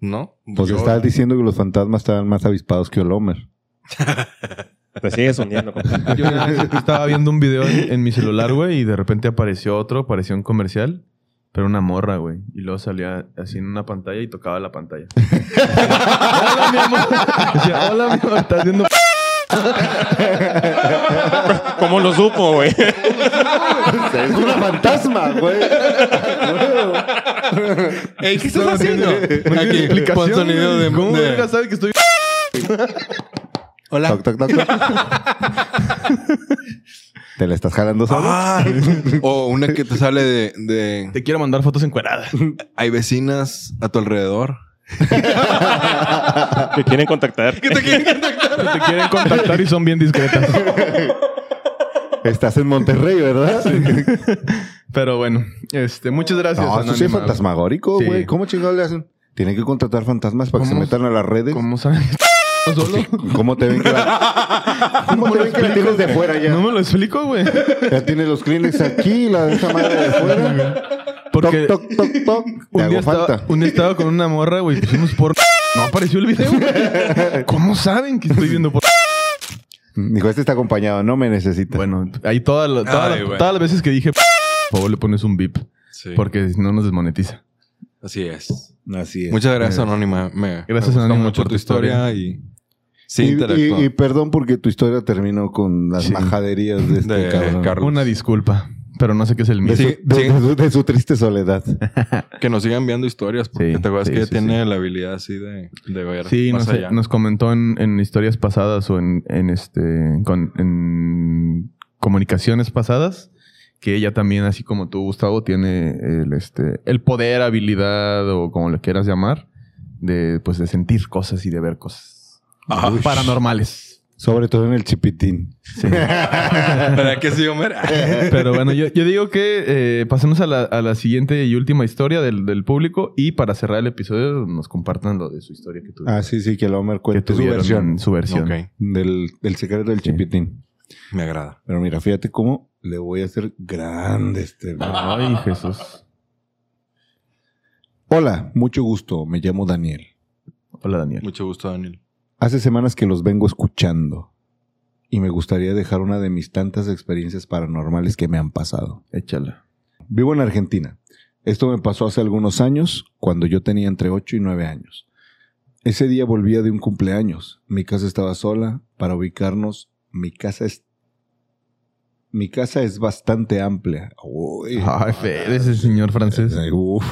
¿no? Pues Yo- estabas diciendo que los fantasmas estaban más avispados que el Homer. Te sigue sondeando, compadre. Yo una vez estaba viendo un video en, en mi celular, güey, y de repente apareció otro, apareció un comercial, pero una morra, güey. Y luego salía así en una pantalla y tocaba la pantalla. hola, mi amor. Decía, hola, mi amor, estás viendo. p-?" ¿Cómo lo supo, güey? es una fantasma, güey. Ey, ¿qué estás haciendo? tiene Aquí, explicación, pon sonido güey. de... ¿Cómo de- verga sabe que estoy.? Hola. Toc, toc, toc, toc. ¿Te la estás jalando solo? Ah, o una que te sale de, de- Te quiero mandar fotos encueradas. Hay vecinas a tu alrededor. Que quieren contactar. Te quieren contactar y son bien discretas. Estás en Monterrey, ¿verdad? Pero bueno, este, muchas gracias. No, eso sí es Anónima. fantasmagórico, Sí. güey. ¿Cómo chingados le hacen? Tienen que contratar fantasmas para que se ¿Cómo? metan a las redes. ¿Cómo, ¿Cómo sabes? ¿Solo? te ven que la, ¿Cómo te ven que la tienes de fuera ya? No me lo explico, güey. Ya tienes los Kleenex aquí, la de esta madre de fuera. Porque- Toc, toc, toc, toc. Te Un día, hago estaba, falta. un día estaba con una morra, güey, pusimos por... No apareció el video, güey. ¿Cómo saben que estoy viendo por... Dijo, este está acompañado, no me necesita. Bueno, ahí todas las- todas Ay, las- güey. todas las veces que dije... Por favor, le pones un bip. Sí. Porque si no nos desmonetiza. Así es. Así Muchas gracias, Anónima. Me, Gracias, me gustó Anónima, mucho por tu tu historia y... Sí, Y, interactuó. y- y perdón porque tu historia terminó con las Sí. majaderías de este De cabrón. Carlos. Una disculpa, pero no sé qué es el De, mío. su, Sí, de- sí. de su- de su triste soledad. Que nos sigan enviando historias, porque Sí, te acuerdas sí, que sí, tiene la habilidad así de, de ver Sí, más nos, allá. nos comentó en, en historias pasadas o en, en este con- en comunicaciones pasadas que ella también, así como tú, Gustavo, tiene el este el poder, habilidad o como le quieras llamar, de pues de sentir cosas y de ver cosas Ah, uy. paranormales. Sobre todo en el chipitín. Sí. ¿Para qué sí, Homer? Pero bueno, yo, yo digo que eh, pasemos a la, a la siguiente y última historia del, del público y para cerrar el episodio nos compartan lo de su historia que tuvieron. Ah, sí, sí, que el Homer cuente su tuvieron en versión Su versión. pues, ok, del, del secreto del Sí. chipitín. me agrada. Pero mira, fíjate cómo le voy a hacer grande este. Ay, Jesús. Hola, mucho gusto. Me llamo Daniel. Hola, Daniel. Mucho gusto, Daniel. Hace semanas que los vengo escuchando y me gustaría dejar una de mis tantas experiencias paranormales que me han pasado. Échala. Vivo en Argentina. Esto me pasó hace algunos años, cuando yo tenía entre 8 y 9 años. Ese día volvía de un cumpleaños. Mi casa estaba sola. Para ubicarnos, mi casa es... Mi casa es bastante amplia. Uy. Ay, Fer, ese señor francés. Ay, uf.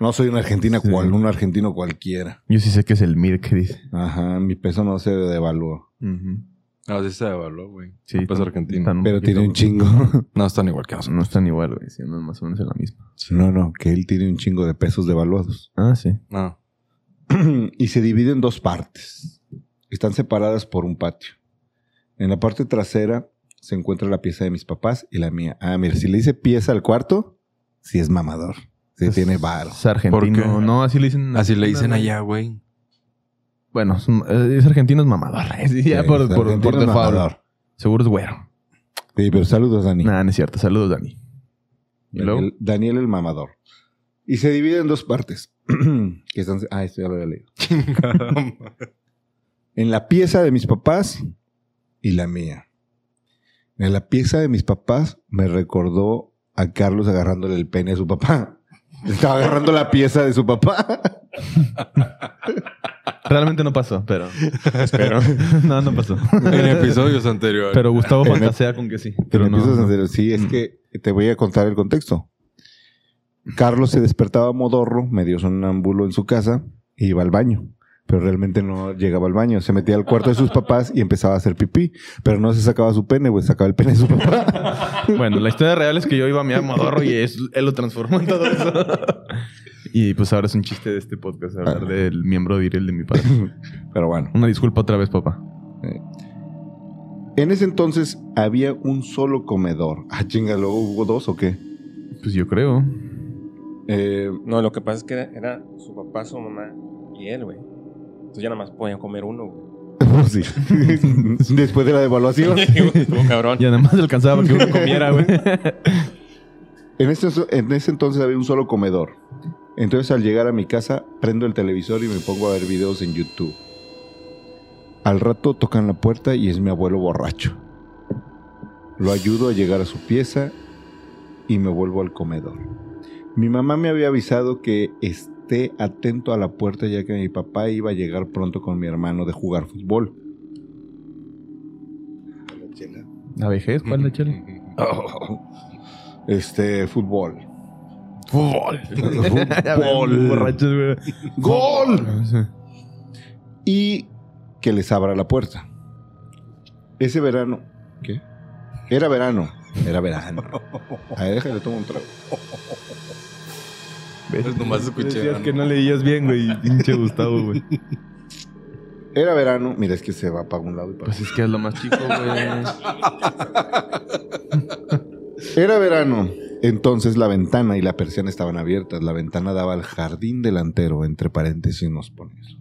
No soy una argentina Sí. cual, un argentino cualquiera. Yo sí sé que es el Mir que dice. Ajá, mi peso no se devaluó. Ah, sí se devaluó, güey. Sí, Pues Argentina. Están Pero tiene un poquito- chingo. No están igual que nosotros. No están igual, güey. Sí, andan más o menos en la misma. No, no, que él tiene un chingo de pesos devaluados. Ah, sí. No. y se divide en dos partes. Están separadas por un patio. En la parte trasera se encuentra la pieza de mis papás y la mía. Ah, mira, si le dice pieza al cuarto, si es mamador. Si Es- tiene varo. Es argentino. ¿Por qué? No, así le dicen. Así le dicen No, no. allá, güey. Bueno, es, eh, es argentino, es mamador. Sí, ya Sí, por, es por, por argentino, es default. mamador. Seguro es güero. Sí, pero saludos, Dani. Nada, no es cierto. Saludos, Dani. ¿Y luego? Daniel, Daniel el mamador. Y se divide en dos partes. que están, ah, esto ya lo había leído. en la pieza de mis papás y la mía. En la pieza de mis papás me recordó a Carlos agarrándole el pene a su papá. Estaba agarrando la pieza de su papá. Realmente no pasó, pero. Espero. no, no pasó. en episodios anteriores. Pero Gustavo fantasea con que sí. Pero Pero no. empiezas a no. hacer- Sí, es Mm. que te voy a contar el contexto. Carlos se despertaba modorro, medio sonámbulo en su casa, e iba al baño. Pero realmente no llegaba al baño. Se metía al cuarto de sus papás y empezaba a hacer pipí. Pero no se sacaba su pene, güey. Sacaba el pene de su papá. Bueno, la historia real es que yo iba a mi modorro y es- él lo transformó en todo eso. Y pues ahora es un chiste de este podcast hablar del miembro viril de mi padre. Pero bueno. Una disculpa otra vez, papá. En ese entonces había un solo comedor. Ah, chingalo, ¿hubo dos o qué? Pues yo creo. Eh, No, lo que pasa es que era, era su papá, su mamá y él, güey. Entonces ya nada más podían comer uno, güey. pues sí. Después de la devaluación. Estuvo cabrón. Y además alcanzaba que uno comiera, güey. En ese, en ese entonces había un solo comedor. Entonces al llegar a mi casa, prendo el televisor y me pongo a ver videos en YouTube. Al rato tocan la puerta y es mi abuelo borracho. Lo ayudo a llegar a su pieza y me vuelvo al comedor. Mi mamá me había avisado que esté atento a la puerta ya que mi papá iba a llegar pronto con mi hermano de jugar fútbol. ¿La vejez? ¿Cuál la chela? Este, fútbol. Fútbol. Fútbol. Borrachos, güey. ¡Gol! Sí. y que les abra la puerta. Ese verano. ¿Qué? Era verano. Era verano. A ver, déjale, tomo un trago. Pues nomás escuché, Decías ¿no? que no leías bien, güey. Pinche Gustavo, güey. Era verano. Mira, es que se va para un lado y para Pues es que es lo más chico, güey. Era verano. Entonces la ventana y la persiana estaban abiertas. La ventana daba al jardín delantero, entre paréntesis nos pones.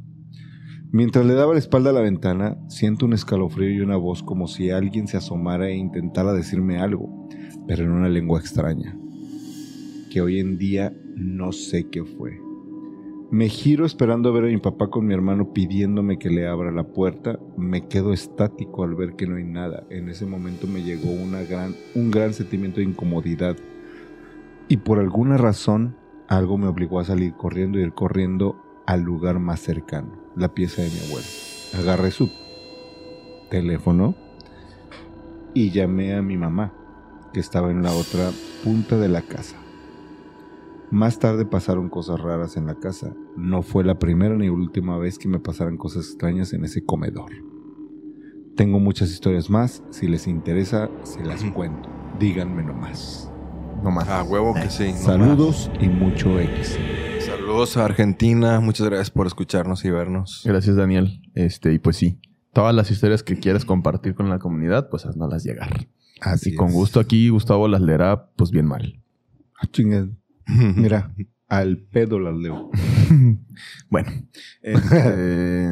Mientras le daba la espalda a la ventana, siento un escalofrío y una voz como si alguien se asomara e intentara decirme algo, pero en una lengua extraña, que hoy en día no sé qué fue. Me giro esperando a ver a mi papá con mi hermano pidiéndome que le abra la puerta. Me quedo estático al ver que no hay nada. En ese momento me llegó una gran, un gran sentimiento de incomodidad. Y por alguna razón, algo me obligó a salir corriendo y ir corriendo al lugar más cercano, la pieza de mi abuelo. Agarré su teléfono y llamé a mi mamá, que estaba en la otra punta de la casa. Más tarde pasaron cosas raras en la casa. No fue la primera ni última vez que me pasaran cosas extrañas en ese comedor. Tengo muchas historias más. Si les interesa, se las cuento. Díganme nomás. Nomás. Ah, huevo que sí. no Saludos y mucho X. más. Saludos a Argentina. Muchas gracias por escucharnos y vernos. Gracias, Daniel. Este, y pues sí. Todas las historias que quieras compartir con la comunidad, pues haznoslas llegar. Así y con es. gusto aquí Gustavo las leerá, pues bien mal. Ah, chinga. Mira, al pedo las leo. Bueno, este,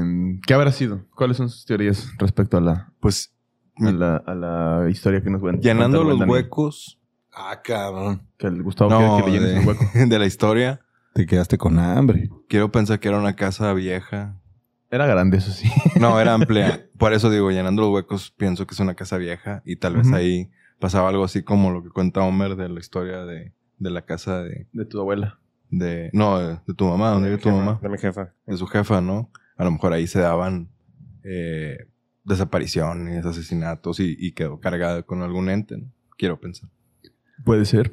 ¿qué habrá sido? ¿Cuáles son sus teorías respecto a la, Pues a la, a la historia que nos cuentan? llenando los huecos Ah, cabrón. Que el Gustavo quiere No, que le llenes un hueco. de la historia. Te quedaste con hambre. Quiero pensar que era una casa vieja. Era grande, eso sí. No, era amplia. Por eso digo, llenando los huecos, pienso que es una casa vieja y tal vez Ujú. ahí pasaba algo así como lo que cuenta Homer de la historia de, de la casa de, De tu abuela. de... No, de, de tu mamá, donde vive tu mamá, De mi jefa. de su jefa, ¿no? A lo mejor ahí se daban eh, desapariciones, asesinatos y, y quedó cargada con algún ente, ¿no? Quiero pensar. Puede ser.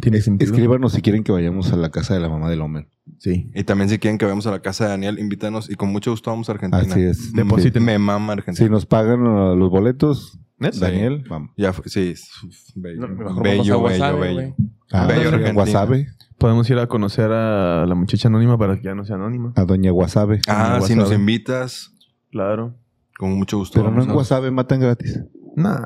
Tiene sentido. Escríbanos si quieren que vayamos a la casa de la mamá del Homer. Sí. Y también si quieren que vayamos a la casa de Daniel, invítanos y con mucho gusto vamos a Argentina. Así es. Depositen. Me mama Si Argentina. nos pagan uh, los boletos, ¿Neta? Daniel, vamos. Ya fue- sí, es- uf, bello, No, mejor bello, vamos a bello, Wasabi, bello. Ah, Bello doña Argentina. Guasave. Podemos ir a conocer a la muchacha anónima para que ya no sea anónima. A Doña Guasave. Ah, Como si nos Wasabi. invitas, Claro. con mucho gusto. Pero no vamos en a- Guasave, matan gratis. Nah.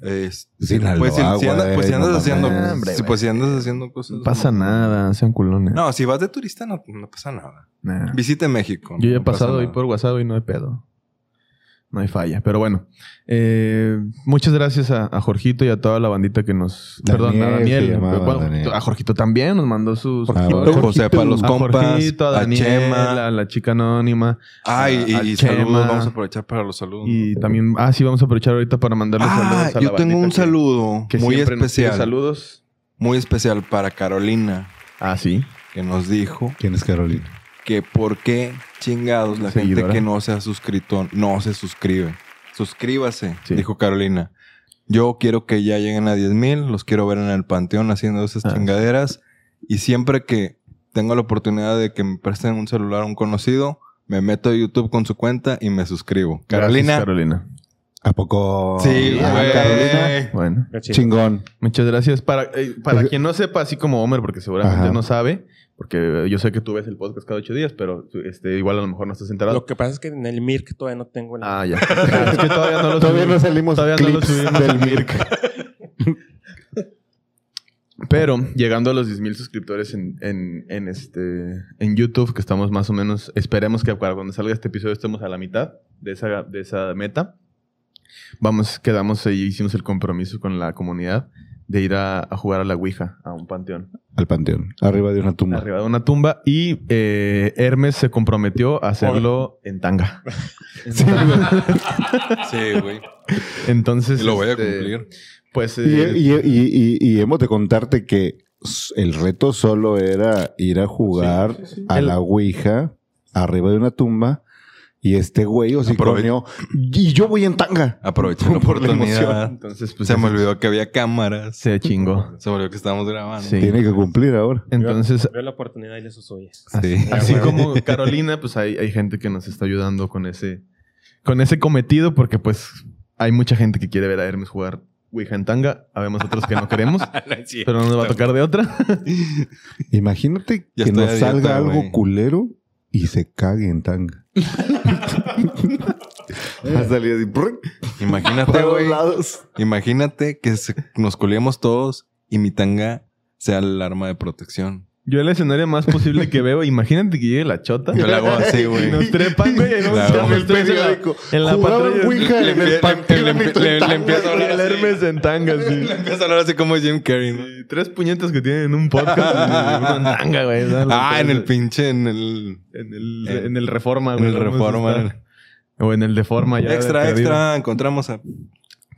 Es- Sinaloa, pues si, si anda- güey, pues si andas no haciendo, mames. Hombre, si- güey. pues si andas haciendo cosas. No pasa nada, sean culones. No, si vas de turista no, no pasa nada. Nah. Visite México. Yo ya he no pasa pasado ahí nada. por WhatsApp y no hay pedo. No hay falla. Pero bueno, eh, muchas gracias a, a Jorgito y a toda la bandita que nos. Daniel perdón, a se Daniel. llamaba, Pero bueno, Daniel. A Jorgito también nos mandó sus. Jorgito. Ah, Jorgito, José para los A compas, Jorgito, a a Daniel, Chema. a la chica anónima. Ay, y, a- y a Chema. saludos. Vamos a aprovechar para los saludos. Y también, ah, sí, vamos a aprovechar ahorita para mandarle ah, saludos. A la yo tengo bandita un que- saludo que muy siempre nos pide especial. Saludos. Muy especial para Carolina, Ah, sí. que nos dijo ¿Quién es Carolina? que por qué chingados la Seguidora. gente que no se ha suscrito no se suscribe. Suscríbase, Sí. dijo Carolina. Yo quiero que ya lleguen a 10 mil, los quiero ver en el panteón haciendo esas Ah, sí. chingaderas. Y siempre que tengo la oportunidad de que me presten un celular a un conocido, me meto a YouTube con su cuenta y me suscribo. Gracias, Carolina. Carolina. ¿A poco? Sí, Ah, güey. Carolina. Bueno. Qué chido. Chingón. Muchas gracias. Para, eh, para Oye. quien no sepa, así como Homer, porque seguramente Pues Ajá. no sabe, porque eh, yo sé que tú ves el podcast cada ocho días, pero tú, este, igual a lo mejor no estás enterado. Lo que pasa es que en el MIRC todavía no tengo el... Ah, ya. es que todavía no lo Todavía subimos. no Pues, salimos Todavía no lo clips subimos. del Mirk. Pero llegando a los 10.000 suscriptores en, en, en este, en YouTube, que estamos más o menos, esperemos que para cuando salga este episodio estemos a la mitad de esa, de esa meta. Vamos, quedamos ahí, hicimos el compromiso con la comunidad de ir a, a jugar a la Ouija, a un panteón, al panteón, arriba de una tumba. arriba de una tumba. Y eh, Hermes se comprometió a hacerlo en tanga. Sí, güey. Entonces. Lo voy a este, cumplir. Pues. Y, eh, y- y- y- y hemos de contarte que s- el reto solo era ir a jugar a El- la Ouija arriba de una tumba y este güey o y yo voy en tanga. Aproveché la Por la oportunidad. entonces, pues. Se me olvidó que había cámaras. Se chingó. Se me olvidó que estábamos grabando. Sí. Tiene que cumplir ahora. Entonces, Veo la oportunidad y le soy. Sí. así como Carolina, pues hay, hay gente que nos está ayudando con ese, con ese cometido, porque pues hay mucha gente que quiere ver a Hermes jugar Ouija en tanga. Habemos otros que no queremos, pero no nos va a tocar de otra. Imagínate Ya que estoy nos a dieta, salga algo güey. culero y se cague en tanga. Va a salir así, prrr, Imagínate, para los güey. lados. Imagínate que se- nos colíamos todos y mi tanga sea el arma de protección. Yo el escenario más posible que veo, imagínate que llegue la chota. Yo la hago así, Y güey. nos trepan, güey, y nos Claro. echamos Con el tres en la- periódico. En la Jugaban patrulla. Ouija en el panteón le- y le- tú en le- le tanga, empiezo a Y hablar el así. Hermes en tanga, sí. Le empiezo a hablar así como Jim Carrey. ¿no? Y Tres puñetas que tienen en un podcast. y uno en tanga, güey. ¿no? Los Ah, tres, en el güey. pinche, en el... En el, en el Reforma, En güey, el vamos a Reforma. estar. O en el Deforma. Ya de Extra, perdido. extra, encontramos a...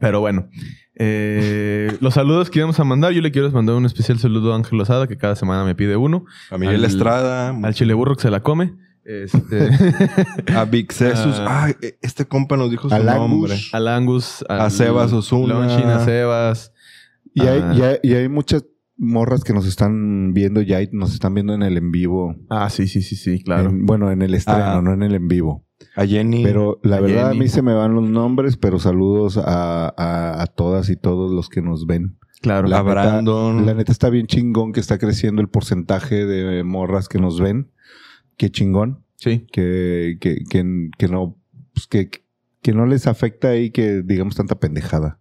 Pero bueno. eh, los saludos que íbamos a mandar. Yo le quiero mandar un especial saludo a Ángel Lozada, que cada semana me pide uno. A Miguel Al- Estrada, Al Chile Burro que se la come. Este, a Big Cesus. Ay, este compa nos dijo su Al Angus. nombre. al Angus. Al, A Sebas Osuna. Launchin, A Sebas. Y Ah. hay, y hay- y hay muchas morras que nos están viendo ya y nos están viendo en el en vivo. Ah, sí, sí, sí, sí, claro. En- bueno, en el estreno, Ah. no en el en vivo. A Jenny. Pero la A verdad Jenny. a mí se me van los nombres, pero saludos a, a- a todas y todos los que nos ven. claro. a la neta- Brandon. La neta está bien chingón que está creciendo el porcentaje de morras que nos ven. Qué chingón. Sí. Que, que, que, que no pues, que, que no les afecta ahí que digamos tanta pendejada.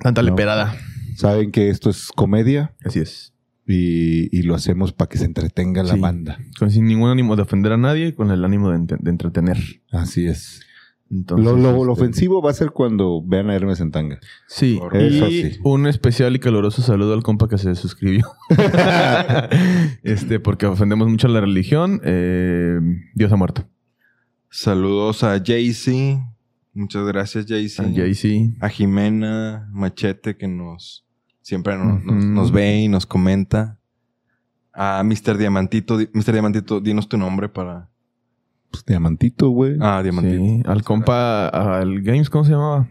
Tanta No. leperada. Saben que esto es comedia Así es. y, y lo hacemos para que se entretenga la Sí. banda. Con sin ningún ánimo de ofender a nadie, con el ánimo de, ente- de entretener. Así es. Entonces, lo, lo- lo este, ofensivo va a ser cuando vean a Hermes en tanga. Sí, Eso y sí. un especial y caluroso saludo al compa que se suscribió. este, porque ofendemos mucho a la religión. eh, Dios ha muerto. Saludos a Jaycee. Muchas gracias, Jaycee. A Jay-Z. a Jimena Machete que nos siempre nos, Ujú. nos- nos ve y nos comenta. A Mr. Diamantito, Di- Mr. Diamantito, dinos tu nombre para. Pues, diamantito, güey. Ah, Diamantito. Sí, al compa, al Games, ¿cómo se llamaba?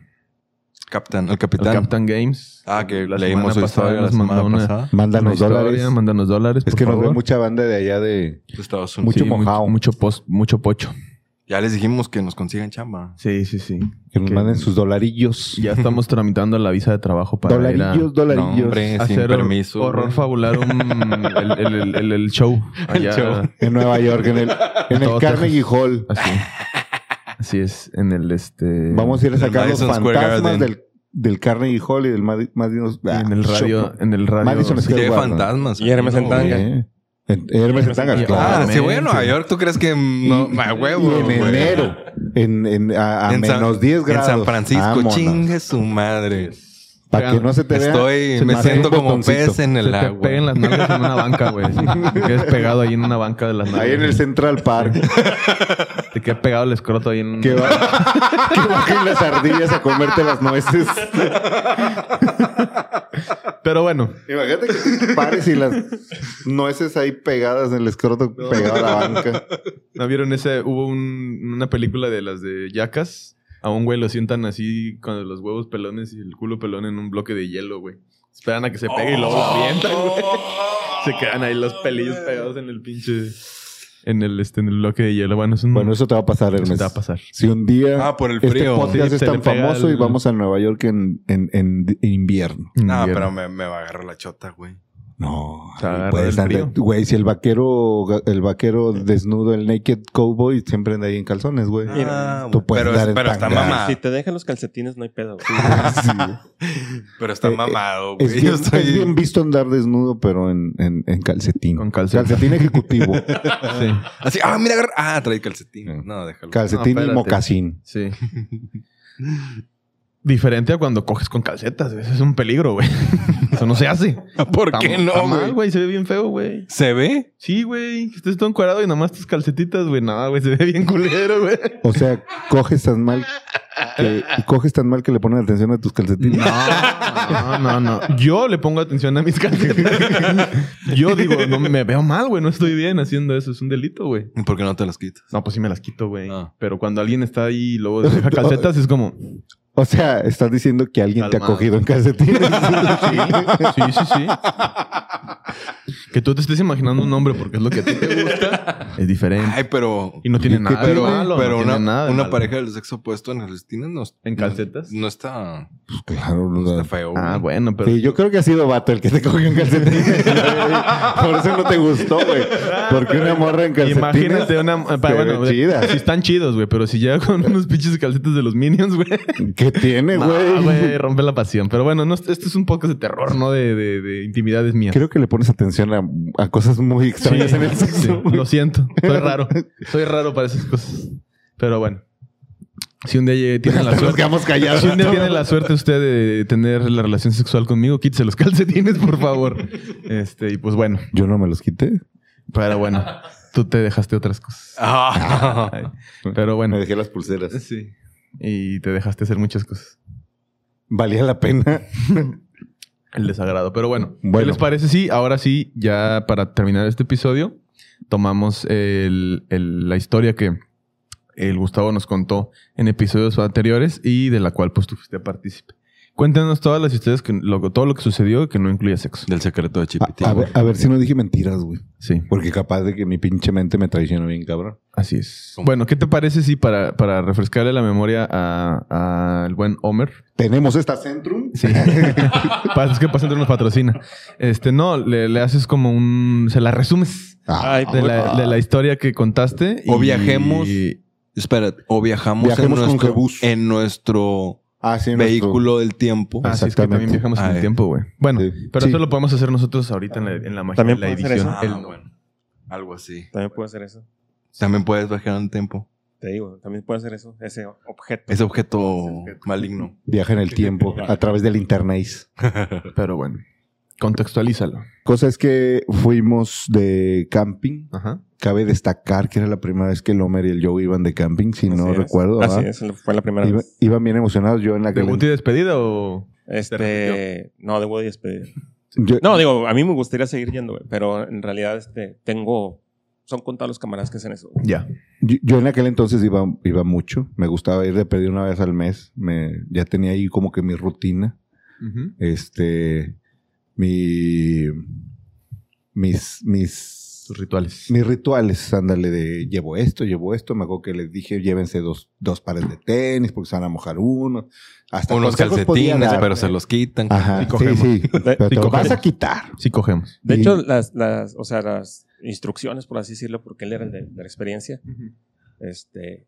Capitán, el Al capitán. Captain Games. Ah, que La semana leímos su pasada historia la nos semana mandó una- pasada. Mándanos Una historia, dólares. Mándanos dólares. es por que nos ve favor. mucha banda de allá de. de Estados Unidos. mucho Sí, mojao. Mucho, pos- mucho pocho. Ya les dijimos que nos consigan chamba. Sí, sí, sí. Que nos Que- manden sus dolarillos. Ya estamos tramitando la visa de trabajo para ir a- Dolarillos, No, dolarillos. hombre, sin hacer permiso. horror güey. fabular un- el, el- el- el- el show. Allá, show. En Nueva York, en el, en el Todo Carnegie Hall. Así. Así es, en el este. Vamos a ir a En el sacar los Madison Square fantasmas Garden. del, del Carnegie Hall y del Madi- Madison. ah, en el radio. show. En el radio. Madison sí. Que lleve Qué guarro. fantasmas. Y Hermes en tanga. Eh, en- Hermes en tanga, Y- Ah, claro. si voy a Nueva York, ¿tú crees que no? A huevo. Y en güey. enero, en, en- a, a En San- menos 10 grados. En San Francisco, Vámonos. chingue su madre. Para que no se te vea. Estoy, se me te siento hace un como botoncito. pez en Se el te agua. peguen las nalgas en una banca, güey. sí. Te quedes pegado ahí en una banca de las nalgas. Ahí en el Central Park. Te quedes pegado el escroto ahí en. que, va- que bajen las ardillas a comerte las nueces. Pero bueno. Imagínate que te pares y las nueces ahí pegadas en el escroto, pegado a la banca. ¿No vieron ese? Hubo un- una película de las de Yacas. A un güey lo sientan así con los huevos pelones y el culo pelón en un bloque de hielo, güey. Esperan a que se pegue y luego lo avientan, güey. Se quedan ahí los pelillos pegados en el pinche. En el, este, en el bloque de hielo. Bueno, es un. Bueno, eso te va a pasar, Hermes. Mm. eso te va a pasar. Si un día Ah, por el este frío. podcast Sí, es se le tan pega famoso el- y vamos a Nueva York en, en, en invierno. No, Invierno. Ah, pero me, me va a agarrar la chota, güey. No, Se agarra puedes del andar- frío. güey, si el vaquero, el vaquero desnudo, el naked cowboy, siempre anda ahí en calzones, güey. Ah, Tú güey. puedes pero dar es- en pero está tanga. mamado. Si te dejan los calcetines, no hay pedo. güey. Ah. Pero está Eh, eh, mamado, Es güey. bien, Yo estoy- es bien visto andar desnudo, pero en, en, en calcetín. Con calcetín. ejecutivo. Sí. Así, ah, mira, agarra. Ah, trae calcetín. No, déjalo. Calcetín No, y espérate. mocasín. Sí. diferente a cuando coges con calcetas. güey. Eso es un peligro, güey. Eso no se hace. ¿Por Está- qué está no, mal, güey? güey? Se ve bien feo, güey. ¿Se ve? Sí, güey. Que Estés todo encuadrado y nada más tus calcetitas, güey. Nada, güey. Se ve bien culero, güey. O sea, coges tan mal que coges tan mal que le ponen atención a tus calcetines. No, no, no. Yo le pongo atención a mis calcetas. Yo digo, no me veo mal, güey. No estoy bien haciendo eso. Es un delito, güey. ¿Por qué no te las quitas? No, pues sí me las quito, güey. Ah. Pero cuando alguien está ahí y luego deja calcetas, es como. O sea, estás diciendo que alguien te ha Calmado. cogido en calcetines. Sí, sí, sí, sí. Que tú te estés imaginando un hombre porque es lo que a ti te gusta. Es diferente. Ay, pero... Y no tiene nada de Pero, malo. pero no una, tiene nada de una malo. pareja del sexo opuesto en calcetines no... ¿En calcetas? No, está... claro, No no. está feo, Ah, güey. bueno, pero... Sí, yo creo que ha sido vato el que te cogió en calcetines. güey. Por eso no te gustó, güey. Porque una morra en calcetines. Imagínate una... eh, se pa- bueno, ve güey, chida. sí están chidos, güey, pero si llega con unos pinches calcetas de los Minions, güey... ¿Qué tiene, no, güey? güey, rompe la pasión. Pero bueno, no, este es un podcast de terror, ¿no? De, de, de intimidades mías. Creo que le pones atención a, a cosas muy extrañas en el Sí, sexo. güey. lo siento. Soy raro. Soy raro para esas cosas. Pero bueno. Si un día llegue- tienen la Hasta nos suerte... quedamos callados. Si un día tiene la suerte usted de tener la relación sexual conmigo, quítese los calcetines, por favor. Este, y pues bueno, Yo no me los quité. pero bueno, tú te dejaste otras cosas. Ah. Ay, Pero bueno, Me dejé las pulseras. sí. Y te dejaste hacer muchas cosas. Valía la pena. El desagrado. Pero bueno, ¿qué Bueno. les parece? Sí, ahora sí, ya para terminar este episodio, tomamos el- el- la historia que el Gustavo nos contó en episodios anteriores y de la cual pues tú fuiste partícipe. Cuéntanos todas las historias, que, lo, todo lo que sucedió que no incluía sexo. Del secreto de Chipiti. A, a ver, a ver si no dije mentiras, güey. Sí. Porque capaz de que mi pinche mente me traicionó bien, cabrón. Así es. ¿Cómo? Bueno, ¿qué te parece si para, para refrescarle la memoria a- al buen Homer? Tenemos esta Centrum. Sí. Pasa- es que Pacentro nos patrocina. Este, no, le, le haces como un... Se la resumes Ah, Ay, de la, de la historia que contaste. O viajemos. Espera, o viajamos, Viajemos en con nuestro, Jebus. en nuestro ah, sí, nuestro- Ah, vehículo del tiempo. Así Ah, es que también Exactamente. viajamos en el Ay. tiempo, güey. Bueno, Sí. pero Sí. eso lo podemos hacer nosotros ahorita en la, en la magia También de la puedo hacer edición. eso. Ah, El- bueno. Algo así. También puede hacer eso. También puedes viajar en el tiempo. Te digo, también puede hacer eso. Ese objeto. Ese objeto objeto. maligno. Viaja en el tiempo a través del internet. Pero bueno, contextualízalo. Cosa es que fuimos de camping. Ajá. Cabe destacar que era la primera vez que el Homer y el Joe iban de camping, si no Así es. recuerdo. Así ¿verdad? es, pues, fue la primera Iba- vez. iban bien emocionados. Yo en la ¿Debut y despedida o...? Este, no, debo de despedir. yo- No, digo, a mí me gustaría seguir yendo, güey, pero en realidad este, tengo... Son contados los camaradas que hacen eso. güey. Ya. Yo, yo en aquel entonces iba, iba mucho. Me gustaba ir de pedir una vez al mes. Me, ya tenía ahí como que mi rutina. Ujú. Este. Mi. Mis. Mis. Sus rituales. Mis rituales, ándale, de llevo esto, llevo esto. Me acuerdo que les dije, llévense dos, dos pares de tenis porque se van a mojar uno. Hasta Unos consejos podía calcetines, dar. pero se los quitan. Ajá, Sí sí, cogemos. sí. Pero te lo cogemos. vas a quitar. Sí cogemos. De Y- hecho, las, las, o sea, las instrucciones, por así decirlo, porque él era el de, de la experiencia, este,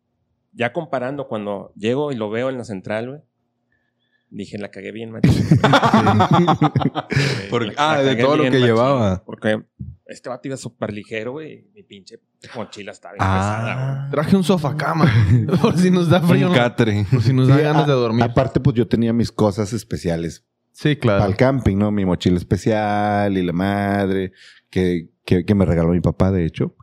ya comparando cuando llego y lo veo en la central, güey, dije, la cagué bien, machín. Porque- ah, La- la de cagué todo lo bien que machín, llevaba. Porque este vato iba súper ligero, güey, y mi pinche mochila estaba bien pesada, güey. Ah, Traje un sofá cama. por si Ah. nos da frío. un catre. Por si nos da Sí, ganas a- de dormir. Aparte, pues yo tenía mis cosas especiales Sí, claro. al camping, ¿no? Mi mochila especial y la madre que, que- que me regaló mi papá, de hecho.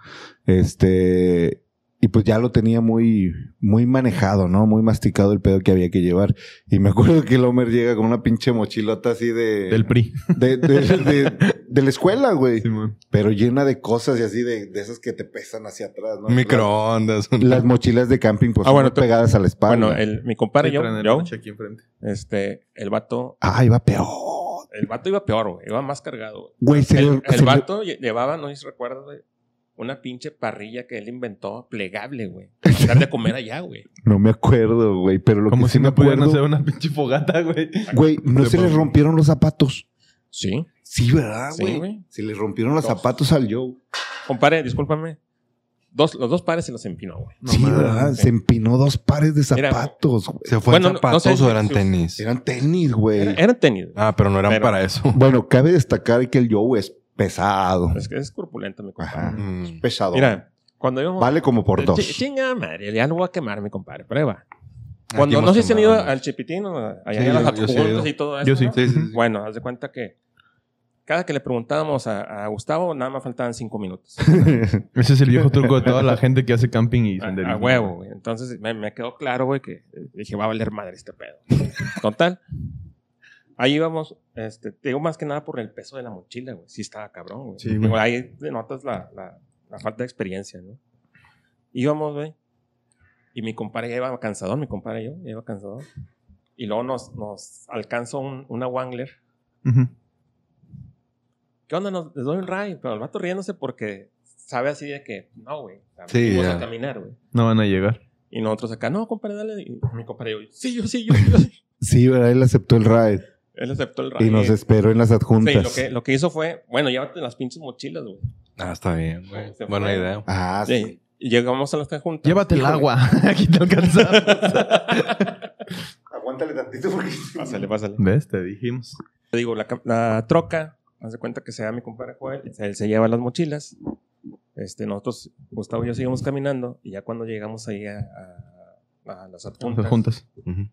Este, y pues ya lo tenía muy, muy manejado, ¿no? Muy masticado el pedo que había que llevar. Y me acuerdo que el Homer llega con una pinche mochilota así de... Del PRI. de, de- de- de la escuela, güey. Simón. Pero llena de cosas y así de, de esas que te pesan hacia atrás, ¿no? Microondas. Las, las mochilas de camping, pues, Ah, bueno, son tú- pegadas a la espalda. Bueno, eh, el, mi compadre, Sí, yo, traen el yo, coche aquí enfrente. este, el vato, Ah, iba peor. el vato iba peor, güey, iba más cargado, güey. Güey, se le- El, el se le- vato lle- llevaba, no sé si recuerdas, güey, una pinche parrilla que él inventó plegable, güey. Dar de comer allá, güey. No me acuerdo, güey, pero lo Como que si sí me no pudieran hacer acuerdo... una pinche fogata, güey. Güey, no De se les pronto. rompieron los zapatos. Sí, Sí, Ah, ¿verdad, sí, ah, güey? güey. se les rompieron los Dos. zapatos al Joe. Compadre, discúlpame. Dos, los dos pares se los empinó, güey. No sí, mames. ¿verdad? sí. Se empinó dos pares de Mira, zapatos, güey. ¿Se fue Bueno, en no- zapatos no sé, o eran sí. tenis? Eran tenis, Era- güey. Eran tenis. güey. Ah, pero no eran Pero- para eso. Bueno, cabe destacar que el Joe es pesado. Es que es corpulento, mi compadre. Ajá. Mm. Pesado. Mira, cuando íbamos... vale como por Ch- dos. Chinga madre, ya lo voy a quemar, mi compadre. Prueba. Cuando Ah, hemos no sé si han ido tomado. al Chipitín o a- allá Sí, a las yo- yo sí he Acapulcos ido. y todo eso. Yo sí. ¿no? Sí, sí, sí. Bueno, haz de cuenta que cada que le preguntábamos a, a Gustavo, nada más faltaban cinco minutos. Ese es el viejo truco de toda la gente que hace camping y a, senderismo. a huevo, güey. Entonces me, me quedó claro, güey, que eh, dije, va a valer madre este pedo. Total. Ahí íbamos, este, te digo más que nada por el peso de la mochila, güey. Sí estaba cabrón, güey. Sí, güey. Digo, ahí notas la, la- la falta de experiencia, ¿no? Íbamos, güey. Y mi compadre ya iba cansador, mi compadre y yo, ya iba cansador. Y luego nos, nos alcanzó un- una Wangler. Ujú. ¿Qué onda? Nos, les doy un ride. Pero el vato riéndose porque sabe así de que, no, güey. o sea, Sí, vamos ya. a caminar, güey. No van a llegar. Y nosotros acá, no, compadre, dale. Y mi compadre, yo, sí, yo, sí, yo, yo, sí. Sí, ¿verdad? él aceptó el ride Él aceptó el ride. y nos Sí, esperó en las adjuntas. lo que, lo que hizo fue, bueno, llévate las pinches mochilas, güey. Ah, está bien, güey. Se fue. Buena idea. Ah, sí. Sí. Y llegamos a las juntas. Llévate el agua. Aquí te alcanzamos. Aguántale tantito porque... Pásale, pásale. ¿Ves? Te dijimos. Te digo, la, cam- la troca, haz de cuenta que se da mi compadre Joel, o sea, él se lleva las mochilas. Este, nosotros, Gustavo y yo seguimos caminando. Y ya cuando llegamos ahí a, a- a las adjuntas, Juntas. juntas. Ujú.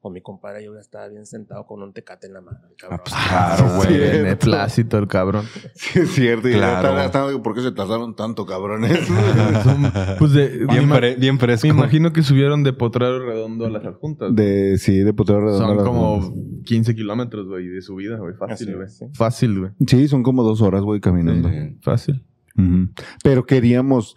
con mi compadre yo ya estaba bien sentado con un tecate en la mano. Ah, el cabrón. Ah, Ah, pues Claro, pues, sí, güey. Cierto. En el plácito, el cabrón. Sí, es cierto. Y Claro. están- están- ¿Por qué se tardaron tanto, cabrones? Son- pues de, me Bien, ima- fre- bien fresco. me imagino que subieron de Potrero Redondo a las adjuntas. De, sí, de Potrero Redondo. Son las como juntas. 15 kilómetros, güey, de subida, güey. Así Fácil, güey. es, sí. Fácil, güey. Sí, son como dos horas, güey, caminando. Sí. Fácil. Ujú. Pero queríamos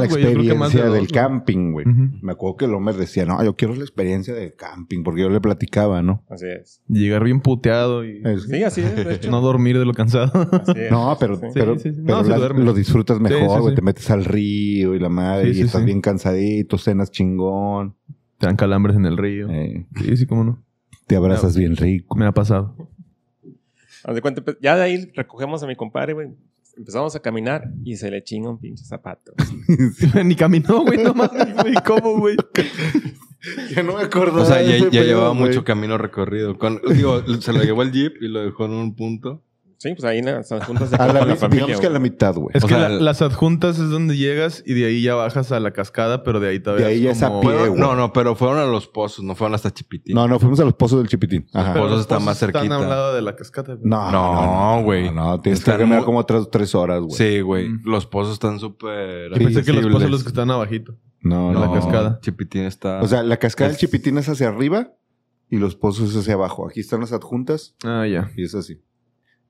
Más, la Ah, güey, yo creo que más de experiencia dos, del güey. camping, güey. Ujú. Me acuerdo que el hombre decía, no, yo quiero la experiencia del camping, porque yo le platicaba, ¿no? Así es. Llegar bien puteado y Es- Sí, así es. de hecho. no dormir de lo cansado. Así es. No, pero, Sí. Eh, pero, Sí, sí, sí. pero No, sí la- duermes. lo disfrutas mejor, Sí, sí, güey. sí. Te metes al río y la madre, Sí, y sí, estás sí. bien cansadito, cenas chingón, Te dan calambres en el río. eh, Sí, sí, cómo no. te abrazas bien rico. Me ha pasado. Haz de cuenta, pues, ya de ahí recogemos a mi compadre, güey. Empezamos a caminar y se le chinga un pinche zapato. Ni caminó, güey, no mames, güey. ¿Cómo, güey? Ya no me acordaba. O sea, ya, de ese ya pedo, llevaba güey. mucho camino recorrido. Con, digo, se lo llevó el jeep y lo dejó en un punto. Sí, pues ahí en las juntas de A la, con mi- la familia. digamos que a la güey. mitad, güey. Es O que sea, la- el- las adjuntas es donde llegas y de ahí ya bajas a la cascada, pero de ahí todavía De ahí ya es a pie, Fueron- güey. no, no, pero fueron a los pozos, no fueron hasta Chipitín. No, no, fuimos a los pozos del Chipitín. Ajá. Pero- pozos los están más cerquita. Están al lado de la cascada. güey. No, No, güey. No, no, tienes Están que caminar muy- como otras tres horas, güey. Sí, güey. Mm. Los pozos están súper. Yo pensé que los pozos son accesibles. los que están abajito. No, en no. la cascada. Chipitín está. O sea, la cascada Es- del Chipitín es hacia arriba y los pozos es hacia abajo. Aquí están las adjuntas Ah, ya. y es así.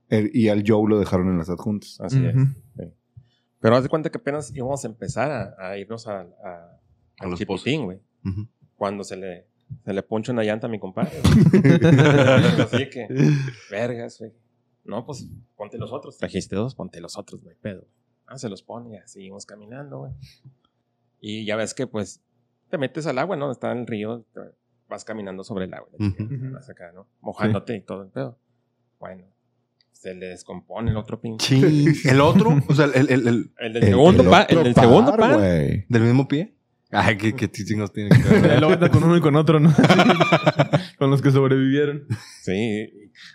El- y al Joe lo dejaron en las adjuntas. Así es. Ujú. Pero haz de cuenta que apenas íbamos a empezar a, a irnos a, a, A al los Chipitín, güey. Ujú. Cuando se le, se le poncha una llanta a mi compadre. güey. Así que, vergas, güey. No, pues ponte los otros. Trajiste dos, ponte los otros, no hay pedo. Ah, se los pone, ya seguimos caminando, güey. Y ya ves que, pues, te metes al agua, ¿no? Está en el río, te- vas caminando sobre el agua. la Ujú. chingada, vas acá, ¿no? Mojándote y todo el pedo. Bueno, se le descompone el otro pinche. Ching. El otro, o sea, el, el- el- El del segundo, pa- el, otro del segundo par, par. güey. del mismo pie. Ay, qué, qué chingos tiene que ver. Ahí lo venta con uno y con otro, ¿no? con los que sobrevivieron. Sí,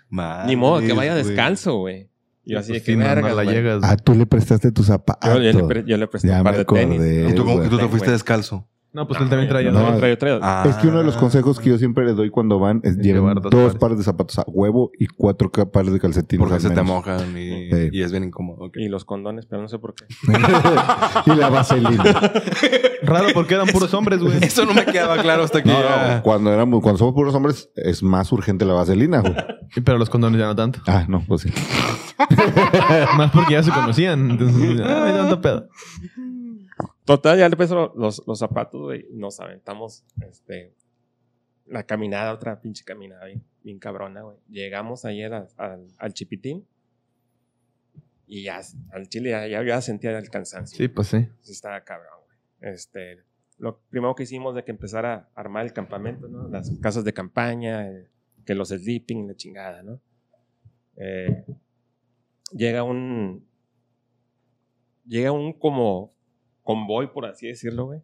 Madres, ni modo, que vaya Ah, güey. descalzo, güey. Y yo así de Pues que sí, no, no vergas, la güey. llegas. Ah, tú le prestaste tus zapatos. Yo, yo le, pre- yo le presté Ya un par me de tenis. acordé. ¿Y tú, cómo- güey. tú te fuiste Güey. descalzo? No, pues él Eh, también traía. no, dos. Yo traigo tres. Ah. Es que uno de los consejos que yo siempre les doy cuando van es Es llevar llevar dos, dos pares. pares de zapatos a huevo y cuatro ca- pares de calcetines. Porque al se te menos. mojan y, Sí. y es bien incómodo. ok. Y los condones, pero no sé por qué. y la vaselina. Raro porque eran puros hombres, güey. Eso no me quedaba claro hasta que. No, ya- no, cuando, éramos, cuando somos puros hombres es más urgente la vaselina, güey. Pero los condones ya no tanto. Ah, no, pues sí. Más porque ya se conocían. Entonces, ay, tanto pedo. Total, ya le peso los, los zapatos, güey. y Nos aventamos este, la caminada, otra pinche caminada bien, bien cabrona, güey. Llegamos ayer a- al, al Chipitín. Y ya, al Chile ya, ya, ya sentía el cansancio. Sí, pues sí. Sí, estaba cabrón, güey. Este, lo primero que hicimos de que empezar a armar el campamento, ¿no? Las casas de campaña, eh, que los sleeping, la chingada, ¿no? Eh, llega un. Llega un como convoy, por así decirlo, güey,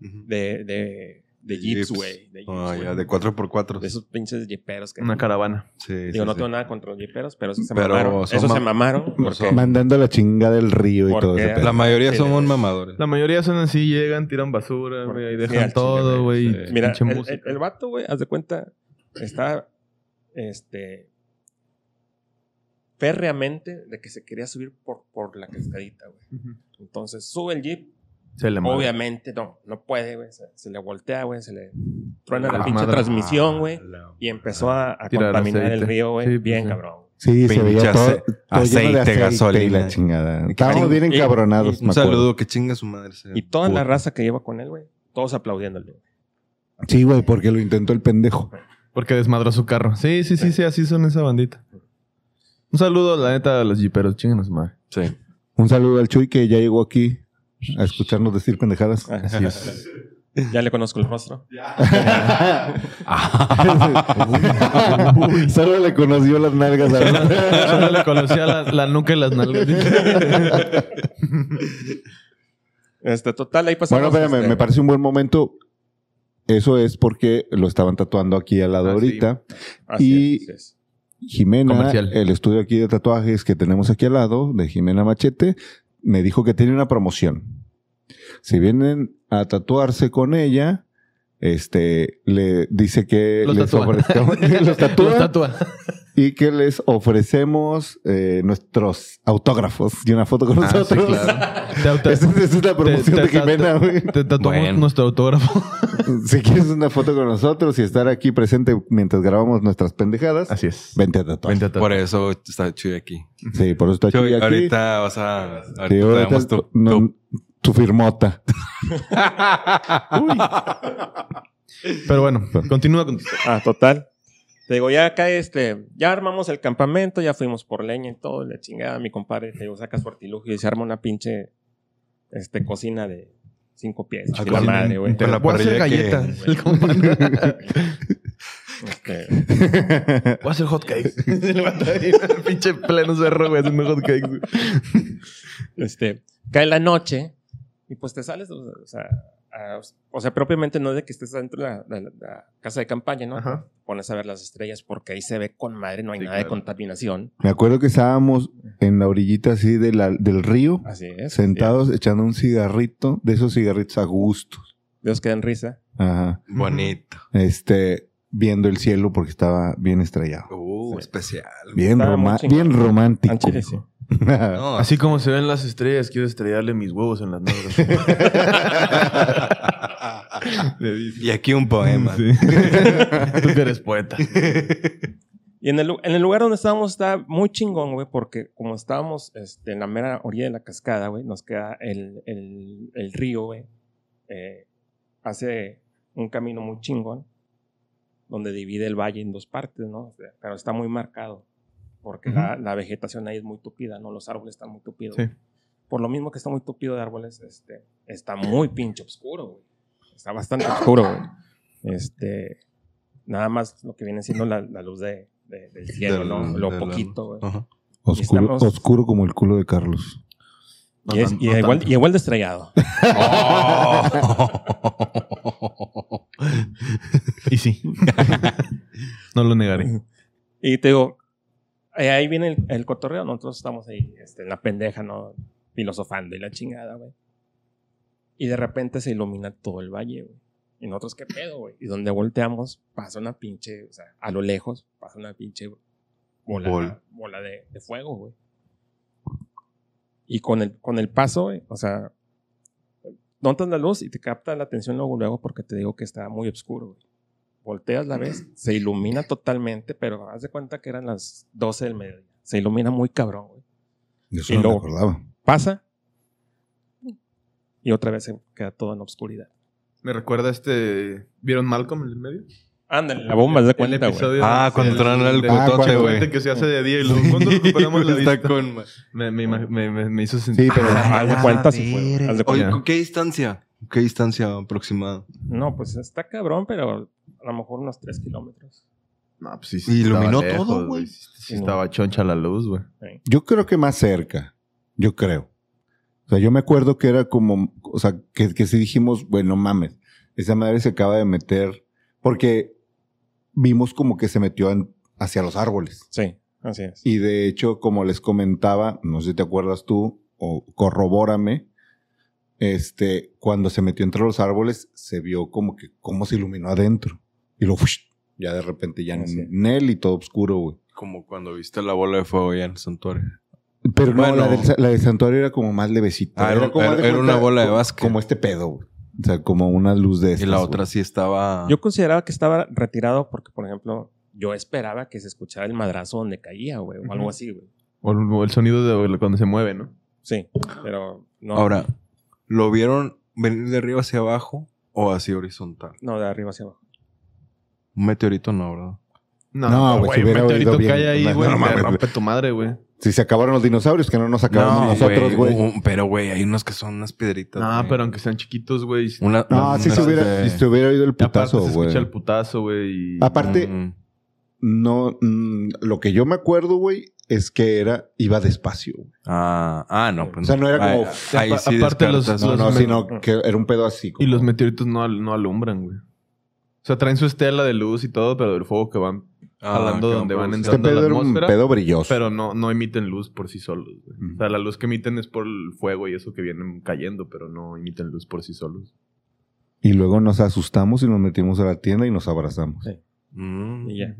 Ujú. de, de, de jeeps, güey. De, jeeps, Ah, güey. ya, de 4x4. De esos pinches jeeperos que... Una caravana. Sí, Digo, sí, no sí. tengo nada contra los jeeperos, pero esos se Pero mamaron. son Esos ma- se mamaron. Por porque- son- Mandando la chingada del río y ¿Por todo qué? ese pedo. La mayoría Sí, somos es- mamadores. La mayoría son así, llegan, tiran basura, güey, ahí Sí, dejan al todo, chile, güey. güey, y sí. Mira, pinche el, el- música. el vato, güey, haz de cuenta, está este férreamente de que se quería subir por, por la cascadita, güey. Ujú. Entonces sube el jeep, Se le madre. obviamente no, no puede, güey. Se, se le voltea, güey, se le truena A la la pinche madre. transmisión, güey. Y empezó a, a Tirar contaminar aceite. el río, güey. Sí, pues, bien, sí. cabrón. Sí, se Pinche veía todo, ace- todo lleno de aceite, Y la gasolina. chingada. Estábamos bien Y- encabronados, me Un acuerdo. saludo, que chinga su madre. sea. Y toda la Puta. raza que lleva con él, güey. Todos aplaudiéndole. güey. Sí, güey, porque lo intentó el pendejo. Porque desmadró su carro. Sí, sí, sí, sí, así son esa bandita. Un saludo, la neta, a los jiperos, chinganos madre. Sí. Un saludo al Chuy que ya llegó aquí a escucharnos decir pendejadas. Así es. ya le conozco el rostro. Solo le conoció las nalgas a Solo le conocía la, la nuca y las nalgas. Este, total, ahí pasamos. Bueno, espérame, este, me parece un buen momento. Eso es porque lo estaban tatuando aquí al lado Ah, sí. ahorita. así y- es, así es. Jimena, Comercial. el estudio aquí de tatuajes que tenemos aquí al lado, de Jimena Machete, me dijo que tiene una promoción. Si vienen a tatuarse con ella, este, le dice que Los les tatúa. ofrezcamos- los tatúa Los tatúa. y que les ofrecemos eh, nuestros autógrafos y una foto con Ah, sí, nosotros. claro. Te auto- Esa, es- esa es la promoción te- de Jimena, güey. Te tatuamos Bueno. nuestro autógrafo. Si quieres una foto con nosotros y estar aquí presente mientras grabamos nuestras pendejadas, Así es. vente a tatuar. Vente a tatuar. Por eso está chido aquí. Sí, por eso está Chuy, Chuy aquí. ahorita vas a. Ahorita Sí, te ahorita damos tu- no- tu- tu firmota. Pero bueno, continúa con tu Ah, total. Te digo, ya acá este, ya armamos el campamento, ya fuimos por leña y todo, y la chingada, mi compadre, te digo, saca su artilugio y se arma una pinche este, cocina de cinco pies. Ah, y la cocina madre, güey. inter- Con la Voy a hacer parrilla que- galletas. El compadre. Este, Voy a hacer hotcakes. Le va a traer un pinche pleno cerro, güey, haciendo hotcakes. güey. este, cae la noche y pues te sales, o sea, a- o sea, propiamente no es de que estés dentro de la, de la- de la casa de campaña, ¿no? Ajá. Pones a ver las estrellas porque ahí se ve con madre, no hay Sí, nada de claro. contaminación. Me acuerdo que estábamos en la orillita así de la- del río, Así es. sentados echando un cigarrito, de esos cigarritos a gusto. Dios queda en risa. Ajá. Bonito. Este, viendo el cielo porque estaba bien estrellado. Uh, especial. Bien, Estaba muy roma- chingón. bien romántico. Al chile, sí. No, Así como se ven las estrellas, quiero estrellarle mis huevos en las nubes. y aquí un eh, poema. Tú que eres poeta. Y en el, lu- en el lugar donde estábamos está muy chingón, güey, porque como estábamos este, en la mera orilla de la cascada, güey, nos queda el, el- el río, güey. eh, hace un camino muy chingón, donde divide el valle en dos partes, ¿no? O sea, Pero está muy marcado, porque la, la vegetación ahí es muy tupida, ¿no? Los árboles están muy tupidos. Sí. Por lo mismo que está muy tupido de árboles, este, está muy pinche oscuro, güey. Está bastante oscuro, güey. Este, nada más lo que viene siendo la, la luz de, de- del cielo, Del- ¿no? Lo del- poquito, güey. Ajá. Oscuro, Estamos- oscuro como el culo de Carlos. No Y, es- tan- y no igual, tanto. y igual de estrellado. Oh. Y sí. No lo negaré. Y te digo, eh, ahí viene el, el cotorreo, nosotros estamos ahí este, en la pendeja, ¿no? Filosofando y la chingada, güey. Y de repente se ilumina todo el valle, güey. Y nosotros, ¿qué pedo, güey? Y donde volteamos, pasa una pinche, o sea, a lo lejos, pasa una pinche bola, Bol. bola de, de fuego, güey. Y con el, con el paso, güey, o sea, notas la luz y te capta la atención luego, luego, porque te digo que está muy oscuro, güey. Volteas la vez, se ilumina totalmente, pero haz de cuenta que eran las 12 del mediodía. Se ilumina muy cabrón, güey. Eso Y no me luego- acordaba. Pasa y otra vez se queda todo en obscuridad. Me recuerda este. ¿Vieron Malcolm en el medio? Ándale, la bomba, haz de cuenta, güey. Ah, cuando tronan el Ah, cotoche, cuando- güey. que se hace de día y luego cuando recuperamos la Está vista. con ma- Me, me, ima- me, me- me hizo Sí, sentir. pero Haz de cuenta si fue. haz Oye, de cuenta. ¿con qué distancia? ¿Qué distancia aproximada? No, pues está cabrón, pero a lo mejor unos 3 kilómetros. No, pues sí, Y sí iluminó estaba todo, lejos, güey. Sí, sí estaba choncha la luz, güey. Yo creo que más cerca. Yo creo. O sea, yo me acuerdo que era como, o sea, que, que sí dijimos, bueno, mames, Esa madre se acaba de meter porque vimos como que se metió en- hacia los árboles. Sí, así es. Y de hecho, como les comentaba, no sé si te acuerdas tú, o corrobórame, este, cuando se metió entre los árboles, se vio como que cómo se iluminó adentro. Y luego, ¡fush! ya de repente ya Ah, sí. Nelly todo oscuro, güey. Como cuando viste la bola de fuego ya en el santuario. Pero no, Bueno. la, del, sa- la del santuario era como más levecita. Ah, era- como haz de era- era una bola de co- básquet. Como este pedo, güey. O sea, como una luz de Y estas, la güey. otra sí estaba... Yo consideraba que estaba retirado porque, por ejemplo, yo esperaba que se escuchara el madrazo donde caía, güey, o algo así, güey. O el, o el sonido de cuando se mueve, ¿no? Sí, pero no. Ahora, ¿lo vieron venir de arriba hacia abajo o así horizontal? No, de arriba hacia abajo. Un meteorito no, ¿verdad? No, güey, güey, si un hubiera meteorito oído bien. cae ahí, No, güey, no te mames. rompe tu madre, güey. Si se acabaron los dinosaurios, que no nos acabamos No, nosotros, güey. un- un- Pero, güey, hay unos que son unas piedritas. No, güey. pero aunque sean chiquitos, güey. y- Una, No, una- si se este- hubiera, si se hubiera oído el y Aparte putazo, se güey. escucha el putazo, güey. y- Aparte, Mm. no, mm, lo que yo me acuerdo, güey, es que era, iba despacio. güey. Ah, ah, no. pues O sea, no era Ahí- como- Ahí, Apa- sí aparte los- descartas, Ah, No, los me- no, ah. sino que era un pedo así. Y como- los meteoritos no, al- no alumbran, güey. O sea, traen su estela de luz y todo, pero del fuego que van Ah, hablando que donde no van produce. Este entrando a la pedo era un atmósfera. pedo brilloso. Pero no, no emiten luz por sí solos, güey. Ujú. O sea, la luz que emiten es por el fuego y eso que vienen cayendo, pero no emiten luz por sí solos. Y luego nos asustamos y nos metimos a la tienda y nos abrazamos. Mm. Y ya.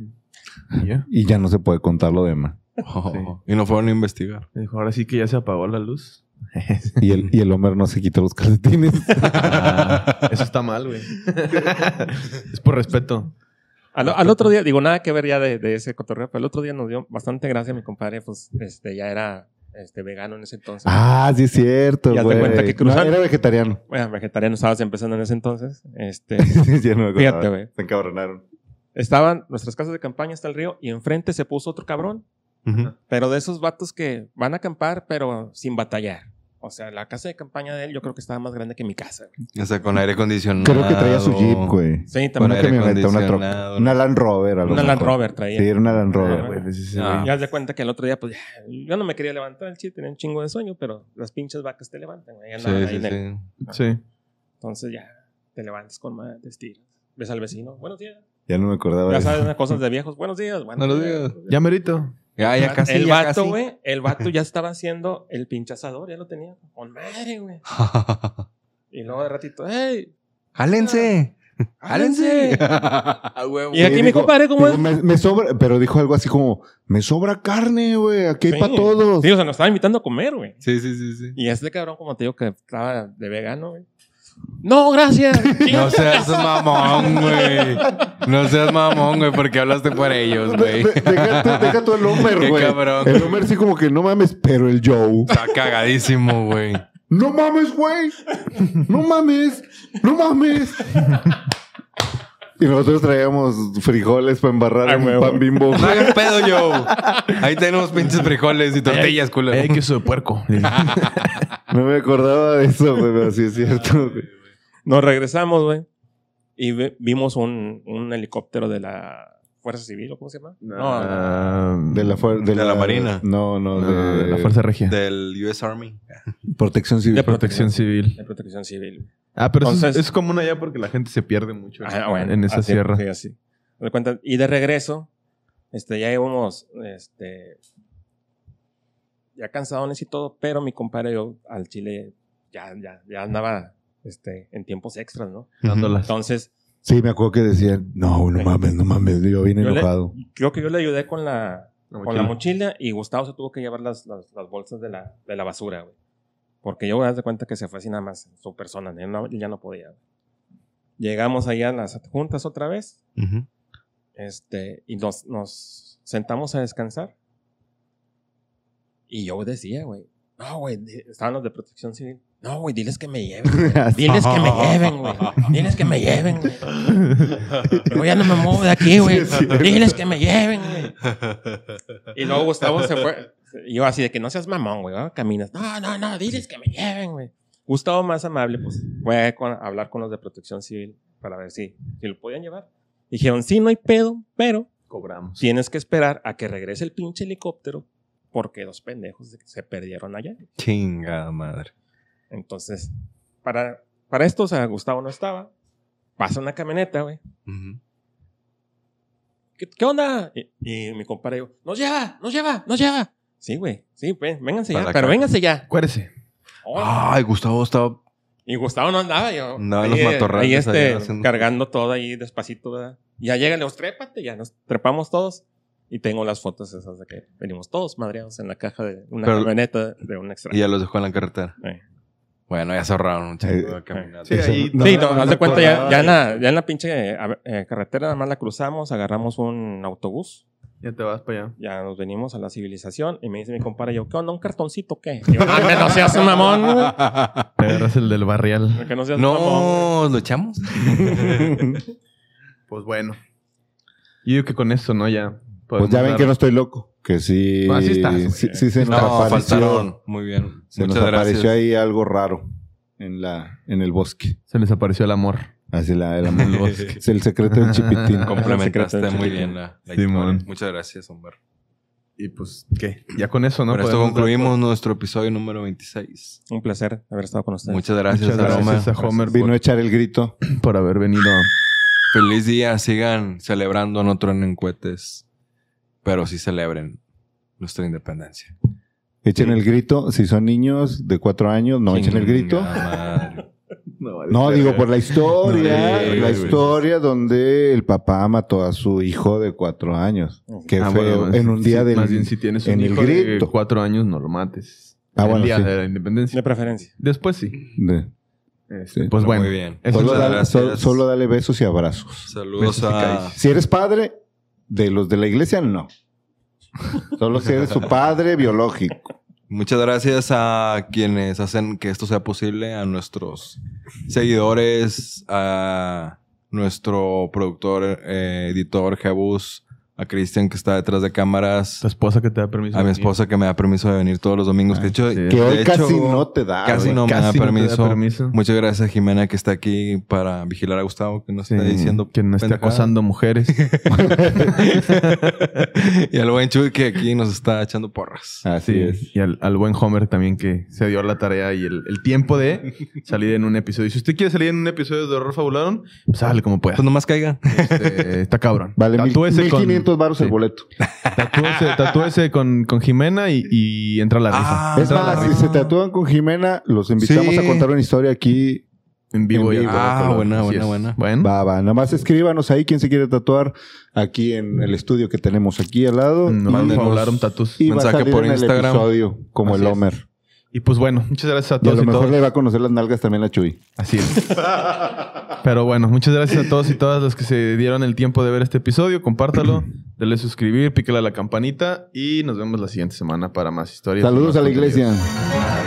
Y ya. Y ya no se puede contar lo demás. Oh, Y no fueron a investigar. Me Dijo, ahora sí que ya se apagó la luz. Y el, y el Homer no se quitó los calcetines. Eso está mal, güey. es por respeto. Al, al otro día, digo, nada que ver ya de, de ese cotorreo, pero el otro día nos dio bastante gracia mi compadre, pues este, ya era este, vegano en ese entonces. ah, sí es cierto, Y haz de güey. cuenta que No, cruzaron. era vegetariano. Bueno, vegetariano estabas empezando en ese entonces. Este, Ya no me acordaba. fíjate, güey. Se encabronaron. Estaban nuestras casas de campaña hasta el río y enfrente se puso otro cabrón. Pero de esos vatos que van a acampar, pero sin batallar. O sea, la casa de campaña de él yo creo que estaba más grande que mi casa. güey. O sea, con aire acondicionado. Creo que traía su Jeep, güey. Sí, Con también. Una aire camioneta, una acondicionado, troca. ¿no? Una Land Rover. a lo Una Land mejor. Rover traía. Sí, era una Land Rover. Ah, güey, pues ese Ah. güey. Ya se cuenta que el otro día, pues ya, yo no me quería levantar, el chile tenía un chingo de sueño, pero las pinches vacas te levantan. güey, ahí andaban Sí, ahí sí, en el- sí. Sí. Entonces ya, te levantas con más te estiras. Ves al vecino, buenos días. Ya no me acordaba Ya de sabes, eso. unas cosas de viejos, buenos días. buenos Buenos días, días. buenos Ya merito. Ya, ya casi. el ya vato, casi. güey, el vato ya estaba haciendo el pinche asador, ya lo tenía. Con madre, güey. Y luego de ratito, ¡hey! ¡Jálense! Ah, ¡Jálense! A huevo. Y aquí mi dijo- compadre, ¿cómo es? Digo, me, me sobra, pero dijo algo así como, me sobra carne, güey, aquí hay Sí. para todos. Sí, o sea, nos estaba invitando a comer, güey. Sí, sí, sí, sí. Y este cabrón, como te digo, que estaba de vegano, güey. No, gracias. No seas mamón, güey. No seas mamón, güey, porque hablaste por ellos, De- güey. de- Deja tú- deja tú el Qué Homer, güey. cabrón. El Homer sí como que no mames, pero el Joe. Está cagadísimo, güey. No mames, güey. No mames. No mames. Y nosotros traíamos frijoles para embarrar un pan bimbo. No hagas pedo, Joe. Ahí tenemos pinches frijoles y tortillas, culo. Hay queso de puerco. No me acordaba de eso, güey, pero sí es cierto. güey. Nos regresamos, güey. Y ve- vimos un, un helicóptero de la Fuerza Civil, ¿o cómo se llama? Ah, De la, fuer- De la Marina. No, no, no, de, de la Fuerza Regia. De Del US Army. Protección Civil. De Protección Civil. De Protección Civil. Ah, pero eso es- Entonces- es común allá porque la gente se pierde mucho en- Ah, bueno, en esa así- sierra. sí, así. Haz de cuenta, Y de regreso, este, ya íbamos, este, ya cansadones y todo, pero mi compadre yo al Chile ya, ya, ya andaba, este, en tiempos extras, ¿no? Dándolas. Entonces, Sí, me acuerdo que decían, no, no mames, no mames. Yo vine Yo le- enojado. creo que yo le ayudé con la, La con la mochila y Gustavo se tuvo que llevar las, las, las bolsas de la, de la basura, güey. Porque yo, haz de cuenta que se fue así nada más, su persona, él, no- él ya no podía. güey. Llegamos allá a las juntas otra vez, este, y nos, nos sentamos a descansar. Y yo decía, güey, no, güey, di- estaban los de protección civil. No, güey, diles que me lleven. güey. Diles que me lleven, güey. Diles que me lleven, güey. Yo ya no me muevo de aquí, güey. Diles que me lleven, güey. Y luego Gustavo se fue. Y yo así de que no seas mamón, güey. ¿verdad? Caminas. No, no, no, diles que me lleven, güey. Gustavo más amable, pues fue con- a hablar con los de protección civil para ver si, si lo podían llevar. Dijeron, sí, no hay pedo, pero Cobramos. tienes que esperar a que regrese el pinche helicóptero porque los pendejos se- se perdieron allá. Chingada madre. Entonces, para, para esto, o sea, Gustavo no estaba. pasa una camioneta, güey. Ujú. ¿Qué, qué onda? Y, y mi compadre digo, nos lleva, nos lleva, nos lleva. Sí, güey, sí, pues, vénganse ya, Para Ah, pero acá. vénganse ya. Acuérdese. Oh, Ay, Gustavo estaba. Y Gustavo no andaba, yo. Andaba en los ahí, matorrales, Ahí este, allá haciendo- cargando todo ahí despacito, ¿verdad? Ya llega, le digo, trépate, ya nos trepamos todos. Y tengo las fotos esas de que venimos todos madreados en la caja de una Pero- camioneta de un extra. Y ya los dejó en la carretera. Eh. Bueno, ya se ahorraron un chingo Eh, de caminata. Sí, ahí- sí, no, no, no haz me de cuenta, ya, acordaba. ya en la, ya en la pinche eh, a- eh, carretera nada más la cruzamos, agarramos un autobús, Ya te vas para allá. ya nos venimos a la civilización y me dice mi compadre, yo, ¿qué onda? ¿Un cartoncito o qué? Y yo, "No, hombre, no seas un mamón. Te agarras el del barrial. Que no seas un mamón. No, lo echamos. Pues bueno. Yo digo que con eso, ¿no? Ya. Pues ya ven que no estoy loco. Que sí. No, así estás, güey. sí, sí se nos No, apareció. faltaron. Muy bien. Se Muchas nos gracias. apareció ahí algo raro en la, en el bosque. Se les apareció el amor. Así la, el amor del bosque. Es el secreto del Ah, chipitín. Complementaste Secreto. muy bien la, la Simón. historia. Muchas gracias, Omar. Y pues, ¿qué? Ya con eso, ¿no? Con esto Podemos dar concluimos nuestro episodio número 26. Un placer haber estado con ustedes. Muchas gracias, Muchas gracias Aroma. a Homer Vino a echar el grito. por, por haber venido. Feliz día. Sigan celebrando, no tronen cohetes. Pero sí celebren nuestra independencia. Echen el grito. Si son niños de cuatro años, no echen el grito. Chingada Pues madre. No, digo, por la historia. No, sí, la güey. historia donde el papá mató a su hijo de cuatro años. Qué Ah, feo. bueno, en un si- día del. Más bien, si tienes un en el hijo de grito. cuatro años, no lo mates. Ah, El bueno, día sí. de la independencia. De preferencia. Después sí. de- Este, Sí. Pues bueno. Muy bien. Eso solo, es Muchas dale, gracias. sol- solo dale besos y abrazos. Saludos Besos y a... caricias. Si eres padre de los de la iglesia, no. Solo si eres su padre biológico. Muchas gracias a quienes hacen que esto sea posible, a nuestros seguidores, a nuestro productor, eh, editor Jebus, a Cristian que está detrás de cámaras, Tu esposa que te da permiso. a de mi venir. Ah, esposa que me da permiso de venir todos los domingos. Que de hecho, sí. de Que hoy hecho, casi no te da. casi güey. no me da Casi no te permiso. da permiso. Muchas gracias a Jimena que está aquí para vigilar a Gustavo, que no está diciendo que no esté pendejada. acosando mujeres. y al buen Chuy que aquí nos está echando porras. Así Sí, es. y al, al buen Homer también que se dio la tarea y el, el tiempo de salir en un episodio. Y si usted quiere salir en un episodio de Horror Fabularon, pues sale como pueda. Pues nomás caigan. Este, está cabrón. eh, Vale, mil, Tatúese con- 1500 baros sí. el boleto. Tatúese, tatúese con, con Jimena y, y entra la risa. Ah, es entra más, la si risa. se tatúan con Jimena, los invitamos Sí. a contar una historia aquí. En vivo en y a vivo. todo Ah, color. buena, Así buena, es. buena. Bueno, Va, va. Nada más escríbanos ahí quien se quiere tatuar aquí en el estudio que tenemos aquí al lado. nos y vamos a mándenos hablar un tatús. y va a mensaje salir por en Instagram. el episodio como Así el es. Homer. Y pues bueno, muchas gracias a Y a todos lo y, mejor todas. le va a conocer las nalgas también a Chuy. Así es. Pero bueno, muchas gracias a todos y todas los que se dieron el tiempo de ver este episodio. Compártalo, denle suscribir, píquele a la campanita y nos vemos la siguiente semana para más historias. Saludos Más a la contenidos. iglesia.